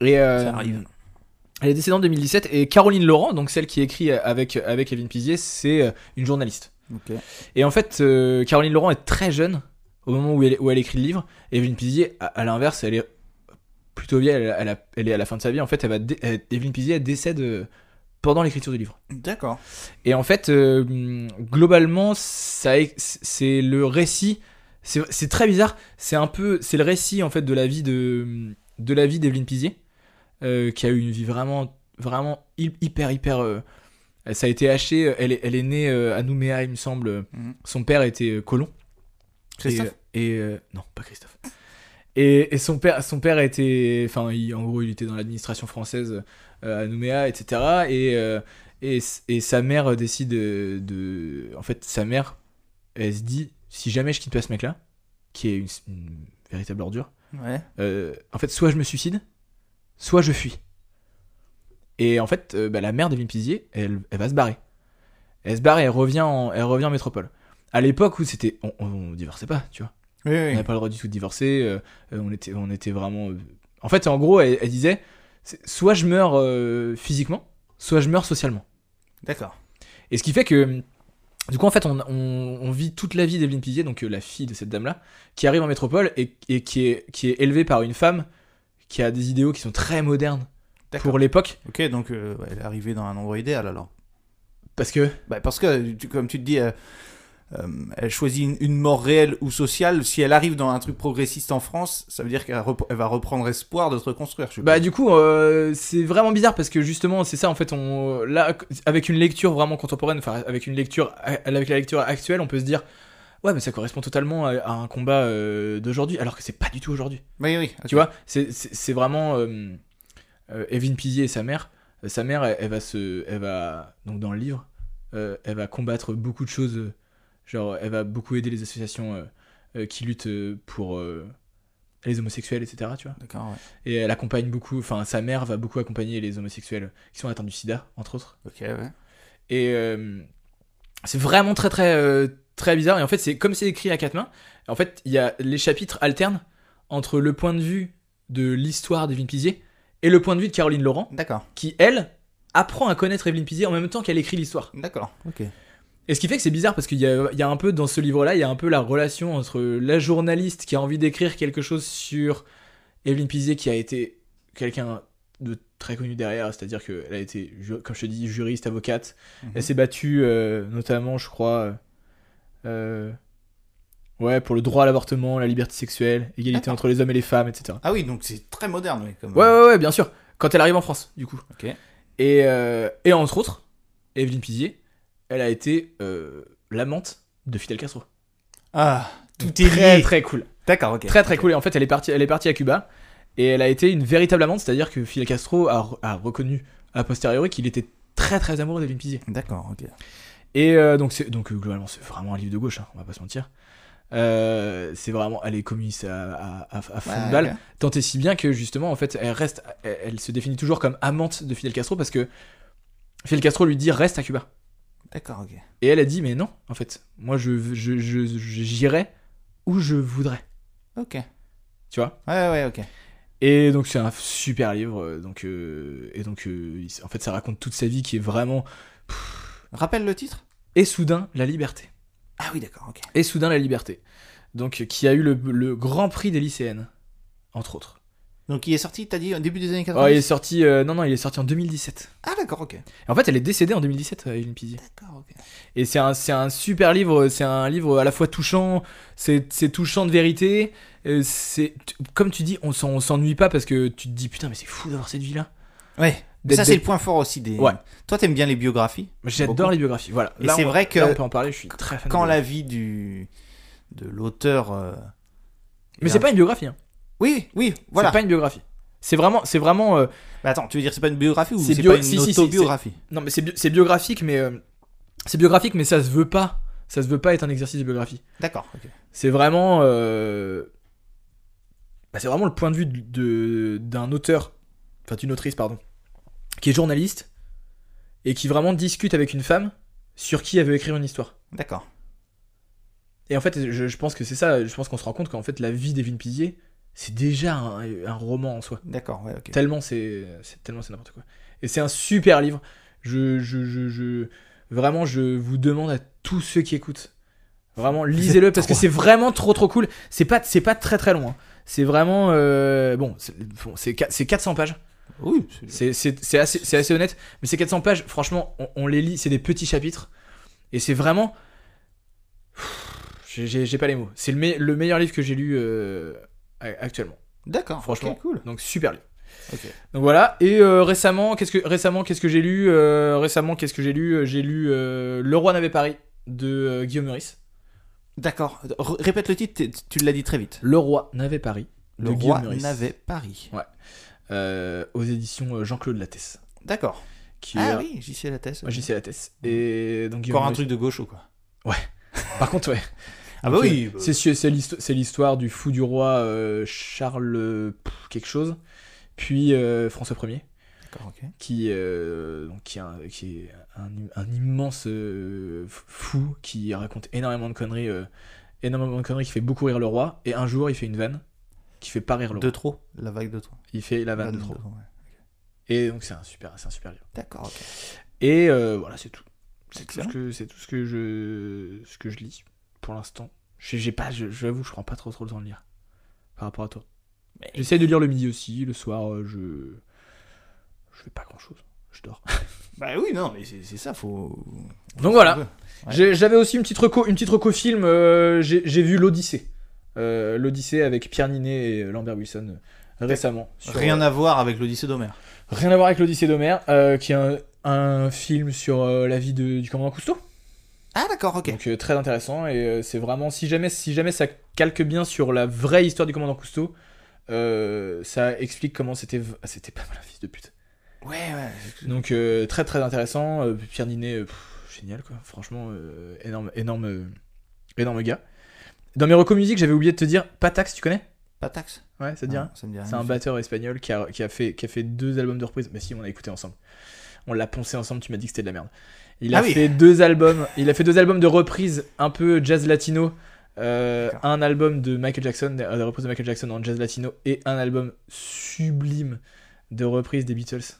Speaker 1: Et, euh,
Speaker 2: Ça arrive.
Speaker 1: Elle est décédée en 2017 et Caroline Laurent, donc celle qui écrit avec, avec Evelyne Pizier, c'est euh, une journaliste.
Speaker 2: Ok.
Speaker 1: Et en fait, euh, Caroline Laurent est très jeune au moment où elle, où elle écrit le livre. Et Evelyne Pizier, à, à l'inverse, elle est plutôt vieille, elle, elle a- elle est à la fin de sa vie. En fait, elle va dé- elle- Evelyne Pizier elle décède euh, pendant l'écriture du livre.
Speaker 2: D'accord.
Speaker 1: Et en fait, euh, globalement, ça est- c'est le récit. C'est c'est très bizarre. C'est un peu, c'est le récit en fait de la vie de de la vie d'Evelyne Pizier, euh, qui a eu une vie vraiment, vraiment hy- hyper, hyper. euh, ça a été haché. Elle est, elle est née euh, à Nouméa, il me semble.
Speaker 2: Mhm.
Speaker 1: Son père était euh, colon.
Speaker 2: Christophe
Speaker 1: Et, et, euh, non, pas Christophe. Et, et son père, son père était, enfin, il- en gros, il était dans l'administration française euh, à Nouméa, etc. Et, euh, et s- et sa mère décide de, de- en fait, sa mère, elle se dit, si jamais je quitte pas ce mec-là, qui est une, une véritable ordure,
Speaker 2: Ouais.
Speaker 1: euh, en fait, soit je me suicide, soit je fuis. Et en fait, euh, bah, la mère d'Evelyne Pizier, elle, elle va se barrer. Elle se barre et elle revient en, elle revient en métropole. À l'époque où c'était, on, on, on divorçait pas, tu vois.
Speaker 2: Oui,
Speaker 1: On
Speaker 2: oui.
Speaker 1: n'avait pas le droit du tout de divorcer. euh, euh, on, était, on était vraiment. euh, En fait, en gros, elle, elle disait c'est- soit je meurs euh, physiquement, soit je meurs socialement.
Speaker 2: D'accord.
Speaker 1: Et ce qui fait que. Du coup, en fait, on, on- on vit toute la vie d'Evelyne Pizier, donc euh, la fille de cette dame-là, qui arrive en métropole et, et qui, est, qui est élevée par une femme qui a des idéaux qui sont très modernes
Speaker 2: D'accord.
Speaker 1: pour l'époque.
Speaker 2: Ok, donc euh, ouais, elle est arrivée dans un endroit idéal alors.
Speaker 1: Parce que.
Speaker 2: Bah, parce que, tu- comme tu te dis, euh, euh, elle choisit une, une mort réelle ou sociale. Si elle arrive dans un truc progressiste en France, ça veut dire qu'elle rep- elle va reprendre espoir de se reconstruire. je sais
Speaker 1: Bah
Speaker 2: pas.
Speaker 1: du coup, euh, c'est vraiment bizarre parce que justement, c'est ça en fait. On là avec une lecture vraiment contemporaine, enfin avec une lecture euh, avec la lecture actuelle, on peut se dire ouais, mais ça correspond totalement à, à un combat euh, d'aujourd'hui, alors que c'est pas du tout aujourd'hui.
Speaker 2: oui, oui.
Speaker 1: Tu vois, c'est- c'est c'est vraiment euh, euh, Evelyne Pizzier et sa mère. Euh, Sa mère, elle, elle va se, elle va donc dans le livre, euh, elle va combattre beaucoup de choses. euh, Genre, elle va beaucoup aider les associations euh, euh, qui luttent euh, pour euh, les homosexuels, etc. Tu vois
Speaker 2: D'accord, ouais.
Speaker 1: et elle accompagne beaucoup, enfin sa mère va beaucoup accompagner les homosexuels qui sont atteints du sida, entre autres.
Speaker 2: Ok, ouais.
Speaker 1: Et euh, c'est vraiment très très euh, très bizarre. Et en fait, c'est comme c'est écrit à quatre mains. En fait, il y a les chapitres alternent entre le point de vue de l'histoire d'Evelyne Pizier et le point de vue de Caroline Laurent,
Speaker 2: D'accord,
Speaker 1: qui elle apprend à connaître Evelyne Pizier en même temps qu'elle écrit l'histoire.
Speaker 2: d'accord. Ok.
Speaker 1: Et ce qui fait que c'est bizarre parce qu'il y a, il y a un peu dans ce livre-là, il y a un peu la relation entre la journaliste qui a envie d'écrire quelque chose sur Evelyne Pizet qui a été quelqu'un de très connu derrière, c'est-à-dire qu'elle a été, ju- comme je te dis, juriste, avocate.
Speaker 2: Mhm.
Speaker 1: Elle s'est battue euh, notamment, je crois, euh, euh, ouais, pour le droit à l'avortement, la liberté sexuelle, égalité
Speaker 2: D'accord.
Speaker 1: entre les hommes et les femmes, etc.
Speaker 2: Ah oui, donc c'est très moderne, oui. Comme... euh,
Speaker 1: Ouais, ouais, ouais, bien sûr. Quand elle arrive en France, du coup.
Speaker 2: Ok.
Speaker 1: Et, euh, et entre autres, Evelyne Pizier, elle a été euh, l'amante de Fidel Castro.
Speaker 2: Ah, tout est
Speaker 1: Très
Speaker 2: lié.
Speaker 1: très cool.
Speaker 2: D'accord, ok.
Speaker 1: Très très cool. Et en fait, elle est partie, elle est partie à Cuba et elle a été une véritable amante, c'est-à-dire que Fidel Castro a, a reconnu a posteriori qu'il était très très amoureux d'Evelyne Pizier.
Speaker 2: D'accord, ok.
Speaker 1: Et euh, donc, c'est- donc euh, globalement, c'est vraiment un livre de gauche, hein, on va pas se mentir. Euh, c'est vraiment, elle est communiste à, à, à, à fond de
Speaker 2: Ouais,
Speaker 1: balle.
Speaker 2: ok.
Speaker 1: Tant et si bien que justement, en fait, elle reste, elle, elle se définit toujours comme amante de Fidel Castro parce que Fidel Castro lui dit reste à Cuba.
Speaker 2: D'accord, ok.
Speaker 1: Et elle a dit mais non, en fait, moi je, je, je- je- j'irai où je voudrais,
Speaker 2: Ok. Ouais,
Speaker 1: tu vois.
Speaker 2: ouais, ok.
Speaker 1: Et donc c'est un super livre, euh, donc euh, et donc euh, il- en fait ça raconte toute sa vie qui est vraiment
Speaker 2: Rappelle le titre
Speaker 1: et soudain la liberté,
Speaker 2: Ah oui, d'accord, ok.
Speaker 1: et soudain la liberté, donc euh, qui a eu le, le grand prix des lycéennes entre autres.
Speaker 2: Donc il est sorti, t'as dit, au début des années
Speaker 1: Oh,
Speaker 2: 90
Speaker 1: il est sorti, euh, non non, il est sorti en 2017.
Speaker 2: Ah d'accord, ok.
Speaker 1: En fait, elle est décédée en 2017, Evelyne Pizier.
Speaker 2: D'accord, ok.
Speaker 1: Et c'est un, c'est un super livre, c'est un livre à la fois touchant, c'est c'est touchant de vérité. euh, c'est tu- Comme tu dis, on s'en- on s'ennuie pas parce que tu te dis putain, mais c'est fou d'avoir cette vie-là.
Speaker 2: Ouais.
Speaker 1: D'être-
Speaker 2: ça, c'est
Speaker 1: d'être-
Speaker 2: le point fort aussi des.
Speaker 1: Ouais.
Speaker 2: Toi, t'aimes bien les biographies.
Speaker 1: J'adore
Speaker 2: Beaucoup.
Speaker 1: les biographies, voilà.
Speaker 2: Et
Speaker 1: Là,
Speaker 2: c'est
Speaker 1: on-
Speaker 2: vrai que
Speaker 1: là, on peut en parler, je suis très fan.
Speaker 2: quand
Speaker 1: de-
Speaker 2: la vie du de l'auteur. euh,
Speaker 1: Mais
Speaker 2: est
Speaker 1: c'est
Speaker 2: un-
Speaker 1: pas une biographie, hein.
Speaker 2: Oui, oui, voilà.
Speaker 1: C'est pas une biographie. C'est vraiment, c'est vraiment, euh,
Speaker 2: Mais attends, tu veux dire c'est pas une biographie ou
Speaker 1: C'est
Speaker 2: c'est
Speaker 1: bio-
Speaker 2: pas une
Speaker 1: si, si, si, c'est-
Speaker 2: autobiographie
Speaker 1: non mais c'est bi- c'est biographique, mais euh, c'est biographique, mais ça se veut pas, ça se veut pas être un exercice de biographie.
Speaker 2: D'accord. ok.
Speaker 1: C'est vraiment. euh, bah, c'est vraiment le point de vue de- de- d'un auteur, enfin d'une autrice, pardon, qui est journaliste et qui vraiment discute avec une femme sur qui elle veut écrire une histoire.
Speaker 2: D'accord.
Speaker 1: Et en fait, je, je pense que c'est ça, je pense qu'on se rend compte qu'en fait, la vie d'Evelyne Pizier, c'est déjà un, un roman en soi.
Speaker 2: D'accord. Ouais, ok.
Speaker 1: Tellement c'est, c'est- tellement c'est n'importe quoi. Et c'est un super livre. Je, je, je, je- vraiment, je vous demande à tous ceux qui écoutent, vraiment lisez-le parce que
Speaker 2: trop-
Speaker 1: c'est vraiment trop trop cool. C'est pas, c'est pas très très long. hein. C'est vraiment euh, bon, c'est, bon, c'est, qua- c'est 400 pages.
Speaker 2: Oui.
Speaker 1: C'est,
Speaker 2: c'est-
Speaker 1: c'est- c'est assez, c'est assez honnête, mais ces 400 pages, franchement, on, on les lit. C'est des petits chapitres et c'est vraiment. J'ai, j'ai- j'ai pas les mots. C'est le, me- le meilleur livre que j'ai lu euh, a- actuellement.
Speaker 2: D'accord.
Speaker 1: Franchement,
Speaker 2: ok, cool.
Speaker 1: Donc super livre.
Speaker 2: Ok.
Speaker 1: Donc voilà. Et euh, récemment, qu'est-ce que récemment qu'est-ce que j'ai lu Euh, Récemment, qu'est-ce que j'ai lu J'ai lu euh, Le roi n'avait Paris de euh, Guillaume Meurice.
Speaker 2: D'accord. R- Répète le titre. t'es- Tu l'as dit très vite.
Speaker 1: Le roi n'avait Paris de
Speaker 2: Le
Speaker 1: Guillaume
Speaker 2: roi
Speaker 1: Meurice.
Speaker 2: n'avait Paris.
Speaker 1: Euh, aux éditions euh, Jean-Claude Lattès.
Speaker 2: D'accord.
Speaker 1: Qui
Speaker 2: Ah
Speaker 1: est-
Speaker 2: oui, j'y sais la thèse.
Speaker 1: Moi, j'y sais Lattès. Et donc Guillaume
Speaker 2: Encore un
Speaker 1: Meurice.
Speaker 2: truc de gauche ou quoi
Speaker 1: Par contre, ouais.
Speaker 2: Ah
Speaker 1: Donc,
Speaker 2: bah oui,
Speaker 1: euh,
Speaker 2: bah-
Speaker 1: c'est su- c'est l'histo- c'est l'histoire du fou du roi euh, Charles euh, pff, quelque chose, puis euh, François 1er.
Speaker 2: D'accord. Ok.
Speaker 1: qui, euh, donc, qui est, un, qui est un, un immense euh, f- fou qui raconte énormément de conneries, euh, énormément de conneries, qui fait beaucoup rire le roi. Et un jour, il fait une vanne qui fait pas rire le roi.
Speaker 2: De trop. La vague de trop.
Speaker 1: Il fait la vanne de trop.
Speaker 2: ouais.
Speaker 1: Et donc c'est un super, c'est un super livre.
Speaker 2: D'accord. ok.
Speaker 1: Et euh, voilà, c'est tout. C'est tout
Speaker 2: Excellent.
Speaker 1: ce que c'est tout ce que je ce que je lis pour l'instant. Je- J'ai pas, je- j'avoue, je prends pas trop trop le temps de lire par rapport à toi.
Speaker 2: Mais-
Speaker 1: J'essaie de lire le midi aussi, le soir, euh, je je fais pas grand chose, je dors.
Speaker 2: Bah oui, non, mais c'est c'est ça. Faut.
Speaker 1: Donc voilà.
Speaker 2: Ouais.
Speaker 1: J'ai- J'avais aussi une petite reco, une petite reco film. euh, J'ai j'ai vu l'Odyssée, Euh, l'Odyssée avec Pierre Ninet et Lambert Wilson euh, récemment. sur-
Speaker 2: Rien à voir avec l'Odyssée d'Homère.
Speaker 1: Rien à voir avec l'Odyssée d'Homère, euh, qui est un, un film sur euh, la vie de- du commandant Cousteau.
Speaker 2: Ah d'accord, ok.
Speaker 1: Donc euh, très intéressant et euh, c'est vraiment si jamais si jamais ça calque bien sur la vraie histoire du commandant Cousteau, euh, ça explique comment c'était v- ah, c'était pas mal un fils de pute.
Speaker 2: Ouais, ouais.
Speaker 1: Donc euh, très très intéressant. euh, Pierre Ninet, euh, pff, génial quoi. Franchement euh, énorme énorme euh, énorme gars. Dans mes recos musique, j'avais oublié de te dire Patax, tu connais
Speaker 2: Pas taxe.
Speaker 1: Ouais, ça te dit rien
Speaker 2: Ça me dit rien.
Speaker 1: C'est un batteur espagnol qui a, qui a fait, qui a fait deux albums de reprise. Mais si, on a écouté ensemble. On l'a poncé ensemble, tu m'as dit que c'était de la merde. Il a
Speaker 2: Ah oui.
Speaker 1: fait deux albums. Il a fait deux albums de reprise un peu jazz latino. Euh,
Speaker 2: D'accord.
Speaker 1: un album de Michael Jackson, euh, de reprise de Michael Jackson en jazz latino et un album sublime de reprise des Beatles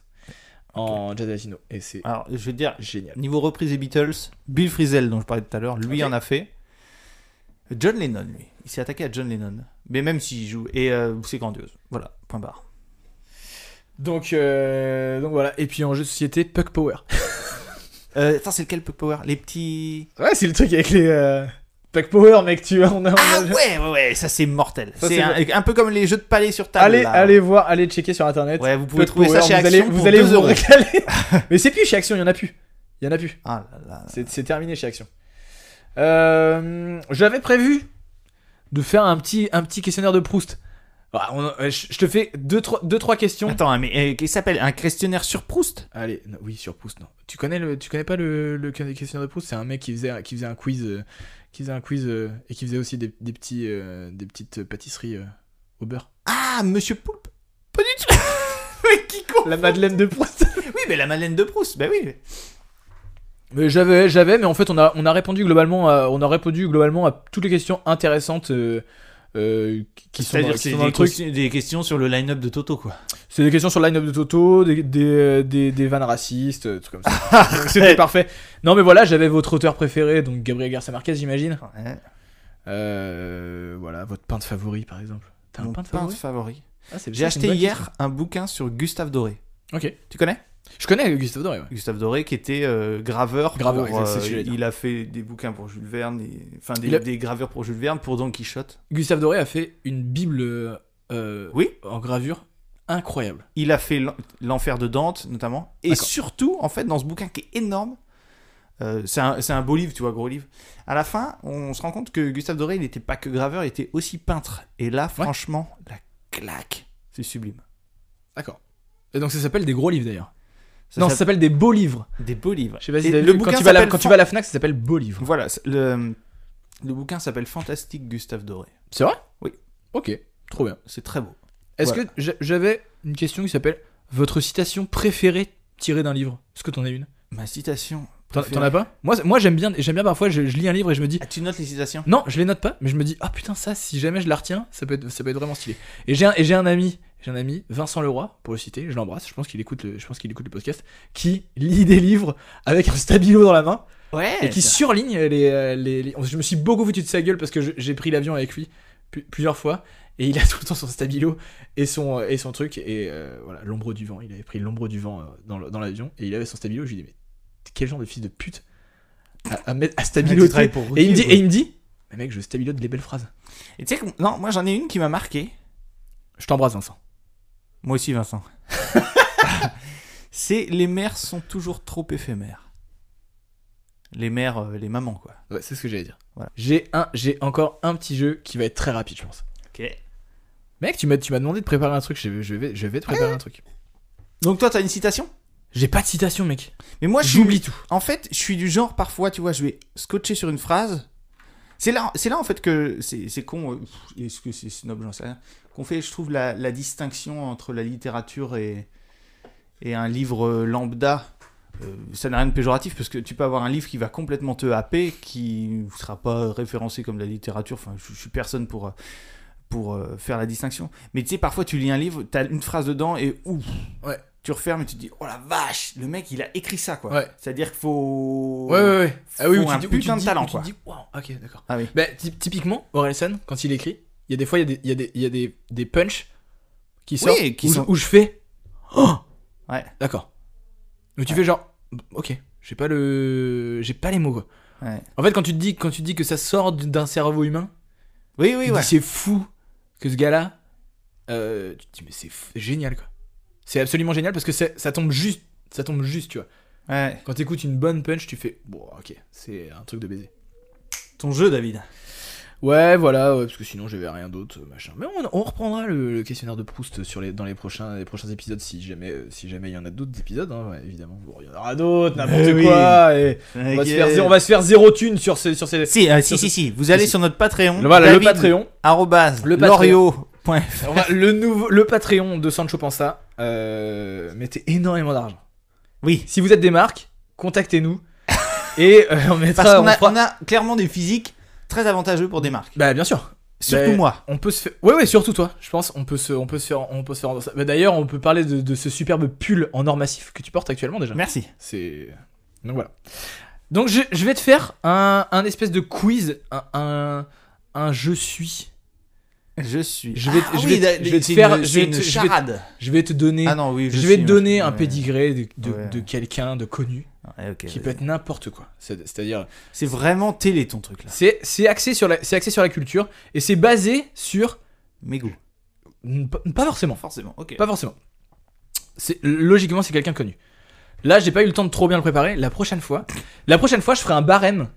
Speaker 1: en jazz latino. Et c'est
Speaker 2: Alors, je vais te dire,
Speaker 1: génial.
Speaker 2: niveau reprise des Beatles, Bill Frisell, dont je parlais tout à l'heure, lui
Speaker 1: Ok.
Speaker 2: en a fait. John Lennon, lui. Il s'est attaqué à John Lennon. Mais même s'il joue. Et euh, c'est grandiose. Voilà, point barre.
Speaker 1: Donc, euh, donc voilà. Et puis en jeu de société, Puck Power.
Speaker 2: Euh, attends, c'est lequel Puck Power Les petits.
Speaker 1: Ouais, c'est le truc avec les. euh, Puck Power, mec, tu vois. On a, on a-
Speaker 2: Ah ouais, ouais, ouais, ça c'est mortel.
Speaker 1: Ça,
Speaker 2: C'est
Speaker 1: c'est
Speaker 2: un, un peu comme les jeux de palais sur table.
Speaker 1: Allez,
Speaker 2: là.
Speaker 1: allez voir, allez checker sur internet.
Speaker 2: Ouais, vous
Speaker 1: Peu
Speaker 2: pouvez
Speaker 1: de
Speaker 2: trouver ça
Speaker 1: power,
Speaker 2: chez
Speaker 1: vous
Speaker 2: Action
Speaker 1: allez,
Speaker 2: pour
Speaker 1: vous allez
Speaker 2: 2
Speaker 1: vous
Speaker 2: euros.
Speaker 1: régaler. Mais c'est plus chez Action, il y en a plus. Il y en a plus.
Speaker 2: Ah là là.
Speaker 1: C'est c'est terminé chez Action. Euh, J'avais prévu de faire un petit, un petit questionnaire de Proust. Ah, on- euh, je je te fais deux trois, deux, trois questions.
Speaker 2: Attends, hein, mais euh, qu'est-ce qu'il s'appelle Un questionnaire sur Proust
Speaker 1: Allez, non, oui, sur Proust, non. Tu connais, le, tu connais pas le, le questionnaire de Proust C'est un mec qui faisait, qui faisait un quiz, euh, qui faisait un quiz euh, et qui faisait aussi des, des petits, euh, des petites pâtisseries euh, au beurre.
Speaker 2: Ah, Monsieur Poulpe Pas du tout Mais qui con
Speaker 1: La Madeleine de Proust
Speaker 2: Oui, mais la Madeleine de Proust, bah oui.
Speaker 1: Mais j'avais, j'avais, mais en fait on a, on a répondu globalement, à, on a répondu globalement à toutes les questions intéressantes euh, euh, qui- qui sont dans,
Speaker 2: C'est-à-dire
Speaker 1: qui
Speaker 2: c'est
Speaker 1: sont dans
Speaker 2: des,
Speaker 1: le truc.
Speaker 2: ques- des questions sur le line-up de Toto, quoi.
Speaker 1: C'est des questions sur le line-up de Toto, des, des, des, des vannes racistes, euh, trucs comme ça. Donc, C'était parfait. Non mais voilà, j'avais votre auteur préféré, donc Gabriel Garcia Marquez, j'imagine. Euh, voilà, votre peintre favori par exemple. T'as un
Speaker 2: Mon
Speaker 1: peintre
Speaker 2: peintre
Speaker 1: favori
Speaker 2: favori.
Speaker 1: Ah, c'est-
Speaker 2: J'ai
Speaker 1: ça, c'est une
Speaker 2: acheté
Speaker 1: bonne
Speaker 2: hier un bouquin sur Gustave Doré.
Speaker 1: question. Ok.
Speaker 2: Tu connais
Speaker 1: Je connais Gustave Doré, ouais.
Speaker 2: Gustave Doré qui était euh, graveur.
Speaker 1: Graveur,
Speaker 2: pour, euh,
Speaker 1: exact, c'est ce que j'allais dire.
Speaker 2: il a fait des bouquins pour Jules Verne, et- enfin des,
Speaker 1: Il a-
Speaker 2: des gravures pour Jules Verne, pour Don Quichotte.
Speaker 1: Gustave Doré a fait une bible euh, euh,
Speaker 2: Oui.
Speaker 1: en gravure incroyable.
Speaker 2: Il a fait l'en- l'enfer de Dante notamment. Et
Speaker 1: D'accord.
Speaker 2: surtout, en fait, dans ce bouquin qui est énorme, euh, c'est un, c'est un beau livre, tu vois, gros livre. À la fin, on se rend compte que Gustave Doré, il n'était pas que graveur, il était aussi peintre. Et là, franchement, la claque, c'est sublime.
Speaker 1: D'accord. Et donc ça s'appelle des gros livres d'ailleurs.
Speaker 2: Ça
Speaker 1: non, ça
Speaker 2: s'appelle
Speaker 1: s'appelle des beaux livres.
Speaker 2: des beaux livres.
Speaker 1: Je sais pas si
Speaker 2: Et
Speaker 1: t'as
Speaker 2: le
Speaker 1: vu,
Speaker 2: bouquin
Speaker 1: quand, tu vas, à la,
Speaker 2: s'appelle
Speaker 1: quand tu
Speaker 2: Fan-
Speaker 1: vas à la FNAC, ça s'appelle beaux livres.
Speaker 2: Voilà, c'est- le, le bouquin s'appelle Fantastique Gustave Doré.
Speaker 1: C'est vrai
Speaker 2: Oui.
Speaker 1: Ok, trop bien.
Speaker 2: C'est très beau.
Speaker 1: Est-ce
Speaker 2: Voilà.
Speaker 1: que j'a- j'avais une question qui s'appelle Votre citation préférée tirée d'un livre Est-ce que t'en as une
Speaker 2: Ma citation.
Speaker 1: T'en
Speaker 2: préférée-
Speaker 1: t'en as pas Moi, c'est- moi j'aime bien, j'aime bien parfois, je, je lis un livre et je me dis
Speaker 2: Ah, tu notes les citations
Speaker 1: Non, je les note pas, mais je me dis Ah putain, ça, si jamais je la retiens, ça peut être, ça peut être vraiment stylé. Et j'ai un, et j'ai un ami. J'ai un ami, Vincent Leroy, pour le citer, je l'embrasse, je pense qu'il écoute, le- je pense qu'il écoute le podcast, qui lit des livres avec un stabilo dans la main
Speaker 2: Ouais.
Speaker 1: et qui surligne les, euh, les, les- Je me suis beaucoup foutu de sa gueule parce que je- j'ai pris l'avion avec lui pu- plusieurs fois et il a tout le temps son stabilo et son, euh, et son truc et euh, voilà, l'ombre du vent. Il avait pris l'ombre du vent euh, dans le- dans l'avion et il avait son stabilo. Je lui dis, mais quel genre de fils de pute à, à mettre à stabilo
Speaker 2: travailles
Speaker 1: tout.
Speaker 2: pour
Speaker 1: Et il me dit,
Speaker 2: Ruquier,
Speaker 1: et il me dit, mais mec, je stabilo de les belles phrases.
Speaker 2: Et tu sais que. Non, moi j'en ai une qui m'a marqué.
Speaker 1: Je t'embrasse, Vincent.
Speaker 2: Moi aussi, Vincent. C'est les mères sont toujours trop éphémères. Les mères, euh, les mamans, quoi.
Speaker 1: Ouais, c'est ce que j'allais dire.
Speaker 2: Voilà.
Speaker 1: J'ai un, j'ai encore un petit jeu qui va être très rapide, je pense.
Speaker 2: Ok.
Speaker 1: Mec, tu m'as, tu m'as demandé de préparer un truc. Je, vais- je vais, je vais te préparer un truc.
Speaker 2: Donc toi, t'as une citation
Speaker 1: J'ai pas de citation, mec.
Speaker 2: Mais moi, je suis.
Speaker 1: J'oublie tout.
Speaker 2: En fait, je suis du genre, parfois, tu vois, je vais scotcher sur une phrase. C'est là, c'est là, en fait, que c'est c'est con. euh, pff, Est-ce que c'est snob J'en sais rien. Qu'on fait, je trouve, la, la distinction entre la littérature et, et un livre euh, lambda. Euh, ça n'a rien de péjoratif parce que tu peux avoir un livre qui va complètement te happer, qui ne sera pas référencé comme de la littérature. Enfin, je, je suis personne pour, euh, pour euh, faire la distinction. Mais tu sais, parfois, tu lis un livre, tu as une phrase dedans et ouf
Speaker 1: Ouais.
Speaker 2: Tu refermes et tu te dis, oh la vache, le mec, il a écrit ça, quoi.
Speaker 1: Ouais.
Speaker 2: C'est-à-dire qu'il faut.
Speaker 1: Ouais, ouais, ouais. Ah oui,
Speaker 2: Faut
Speaker 1: où tu
Speaker 2: un
Speaker 1: dis- où tu
Speaker 2: putain de
Speaker 1: dis-
Speaker 2: talent,
Speaker 1: où tu
Speaker 2: quoi.
Speaker 1: dis, waouh, ok, d'accord.
Speaker 2: Ah oui.
Speaker 1: Bah, ty- typiquement, Orelsan, quand il écrit, il y a des fois, il y a des, il y a des, il y a des, des punchs qui sortent
Speaker 2: qui
Speaker 1: où,
Speaker 2: sont-
Speaker 1: où je fais. Oh
Speaker 2: Ouais.
Speaker 1: D'accord. Donc tu fais genre, ok, j'ai pas le. J'ai pas les mots, quoi.
Speaker 2: Ouais.
Speaker 1: En fait, quand tu te dis, quand tu dis que ça sort d'un cerveau humain,
Speaker 2: Oui,
Speaker 1: tu
Speaker 2: oui,
Speaker 1: te
Speaker 2: ouais.
Speaker 1: dis c'est fou que ce gars-là, euh, tu te dis mais c'est f- génial quoi. C'est absolument génial parce que c'est- ça tombe juste, ça tombe juste, tu vois.
Speaker 2: Ouais.
Speaker 1: Quand t'écoutes une bonne punch, tu fais bon, ok, c'est un truc de baiser.
Speaker 2: Ton jeu, David.
Speaker 1: Ouais, voilà, ouais, parce que sinon j'avais rien d'autre, euh, machin. Mais on, on reprendra le, le questionnaire de Proust sur les, dans les prochains, les prochains épisodes, si jamais, euh, si jamais il y en a d'autres épisodes, hein, ouais, évidemment. Bon, il y en aura d'autres, n'importe
Speaker 2: Eh oui.
Speaker 1: quoi. et on, va se faire, zé- on va se faire zéro thune sur, ces- sur ces.
Speaker 2: Si, euh, si, si, si, vous allez
Speaker 1: Si.
Speaker 2: sur notre Patreon.
Speaker 1: Voilà, le
Speaker 2: David,
Speaker 1: Patreon.
Speaker 2: arrobase,
Speaker 1: Le
Speaker 2: Lorio. point-
Speaker 1: On va- le, nouveau, le Patreon de Sancho Panza. euh, mettez énormément d'argent.
Speaker 2: Oui.
Speaker 1: Si vous êtes des marques, contactez-nous. et euh, on mettra.
Speaker 2: Parce qu'on
Speaker 1: on
Speaker 2: a,
Speaker 1: fera-
Speaker 2: on a clairement des physiques très avantageux pour des marques.
Speaker 1: Bah, bien sûr.
Speaker 2: Surtout
Speaker 1: Mais-
Speaker 2: moi.
Speaker 1: On peut se faire. Ouais, ouais, surtout toi, je pense. On peut se, on peut se faire. On peut se faire rendre ça. Bah, D'ailleurs, on peut parler de, de ce superbe pull en or massif que tu portes actuellement déjà.
Speaker 2: Merci.
Speaker 1: C'est. Donc voilà. Donc je, je vais te faire un, un espèce de quiz, un, un, un je suis.
Speaker 2: Je suis.
Speaker 1: Je vais te-
Speaker 2: Ah
Speaker 1: je vais
Speaker 2: oui,
Speaker 1: te-
Speaker 2: da-
Speaker 1: je vais te
Speaker 2: c'est
Speaker 1: faire-
Speaker 2: une-
Speaker 1: je
Speaker 2: c'est
Speaker 1: vais
Speaker 2: une
Speaker 1: te- je vais te-
Speaker 2: charade.
Speaker 1: Je vais te donner.
Speaker 2: Ah non, oui,
Speaker 1: je,
Speaker 2: je
Speaker 1: vais
Speaker 2: suis,
Speaker 1: te
Speaker 2: ouais.
Speaker 1: donner un
Speaker 2: Ouais.
Speaker 1: pédigré de, de,
Speaker 2: Ouais.
Speaker 1: de quelqu'un de connu
Speaker 2: Ouais, ok,
Speaker 1: qui
Speaker 2: vas-y.
Speaker 1: peut être n'importe quoi. C'est- C'est-à-dire,
Speaker 2: C'est vraiment télé ton truc là.
Speaker 1: c'est c'est axé sur la, c'est axé sur la culture et c'est basé sur
Speaker 2: Mes goûts.
Speaker 1: pas pas forcément.
Speaker 2: Forcément, ok.
Speaker 1: Pas forcément. C'est logiquement c'est quelqu'un de connu. Là, j'ai pas eu le temps de trop bien le préparer. La prochaine fois, la prochaine fois, je ferai un barème.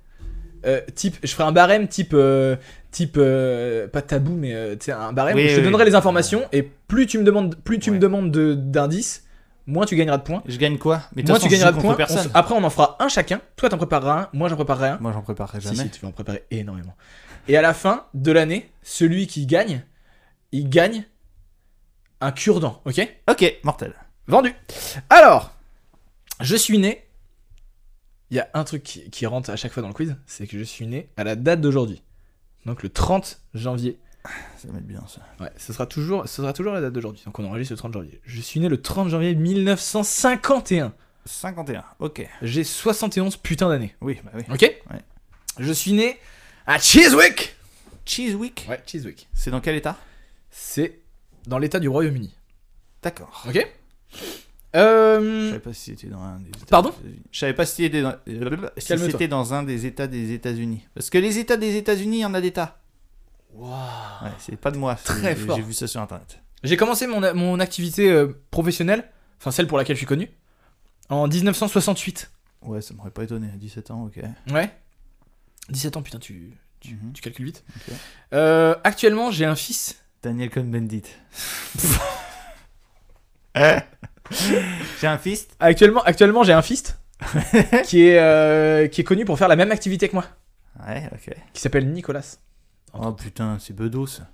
Speaker 1: euh, type, je ferai un barème type, euh, type euh, pas tabou, mais euh, tu sais, un barème.
Speaker 2: Oui,
Speaker 1: où je te
Speaker 2: oui,
Speaker 1: donnerai
Speaker 2: oui.
Speaker 1: les informations et plus tu me demandes, plus tu me
Speaker 2: Ouais.
Speaker 1: demandes de- d'indices, moins tu gagneras de points.
Speaker 2: Je gagne quoi Mais de toute
Speaker 1: Moins
Speaker 2: façon,
Speaker 1: tu
Speaker 2: je
Speaker 1: gagneras
Speaker 2: joue
Speaker 1: de
Speaker 2: contre
Speaker 1: points. on
Speaker 2: personne.
Speaker 1: s- Après, on en fera un chacun. Toi, t'en prépareras un. Moi, j'en préparerai un.
Speaker 2: Moi, j'en préparerai
Speaker 1: Si,
Speaker 2: jamais.
Speaker 1: si, tu vas en préparer énormément. Et à la fin de l'année, celui qui gagne, il gagne un cure-dent, ok
Speaker 2: Ok, mortel.
Speaker 1: Vendu. Alors, je suis né. Il y a un truc qui, qui rentre à chaque fois dans le quiz, c'est que je suis né à la date d'aujourd'hui. Donc le 30 janvier.
Speaker 2: Ça va être bien ça.
Speaker 1: Ouais, ce sera toujours, ce sera toujours la date d'aujourd'hui. Donc on enregistre le 30 janvier. Je suis né le 30 janvier 1951.
Speaker 2: 51, ok.
Speaker 1: J'ai 71 putains d'années.
Speaker 2: Oui, bah oui.
Speaker 1: Ok Je suis né à Chiswick
Speaker 2: Cheesewick,
Speaker 1: Ouais, Chiswick.
Speaker 2: c'est dans quel état
Speaker 1: C'est dans l'état du Royaume-Uni.
Speaker 2: D'accord.
Speaker 1: Ok
Speaker 2: Je
Speaker 1: Euh.
Speaker 2: savais pas si c'était dans un des États.
Speaker 1: Pardon
Speaker 2: des États-Unis. Je savais pas si c'était dans, si
Speaker 1: Calme-toi.
Speaker 2: c'était dans un des États des États-Unis. Parce que les États des États-Unis, il y en a des tas.
Speaker 1: Waouh
Speaker 2: Ouais, c'est pas de moi. c'est-
Speaker 1: Très
Speaker 2: j'ai-
Speaker 1: fort.
Speaker 2: J'ai vu ça sur internet.
Speaker 1: J'ai commencé mon, mon activité euh, professionnelle, enfin celle pour laquelle je suis connu, en 1968.
Speaker 2: Ouais, ça m'aurait pas étonné. 17 ans, ok.
Speaker 1: Ouais. 17 ans, putain, tu, tu,
Speaker 2: Mhm.
Speaker 1: tu calcules vite.
Speaker 2: Ok.
Speaker 1: Euh, actuellement, j'ai un fils.
Speaker 2: Daniel Cohn-Bendit. Hein J'ai un fist.
Speaker 1: Actuellement, actuellement j'ai un fils qui, est, euh, qui est connu pour faire la même activité que moi,
Speaker 2: Ouais, ok.
Speaker 1: qui s'appelle Nicolas.
Speaker 2: Oh putain, c'est Bedos.
Speaker 1: Hmm.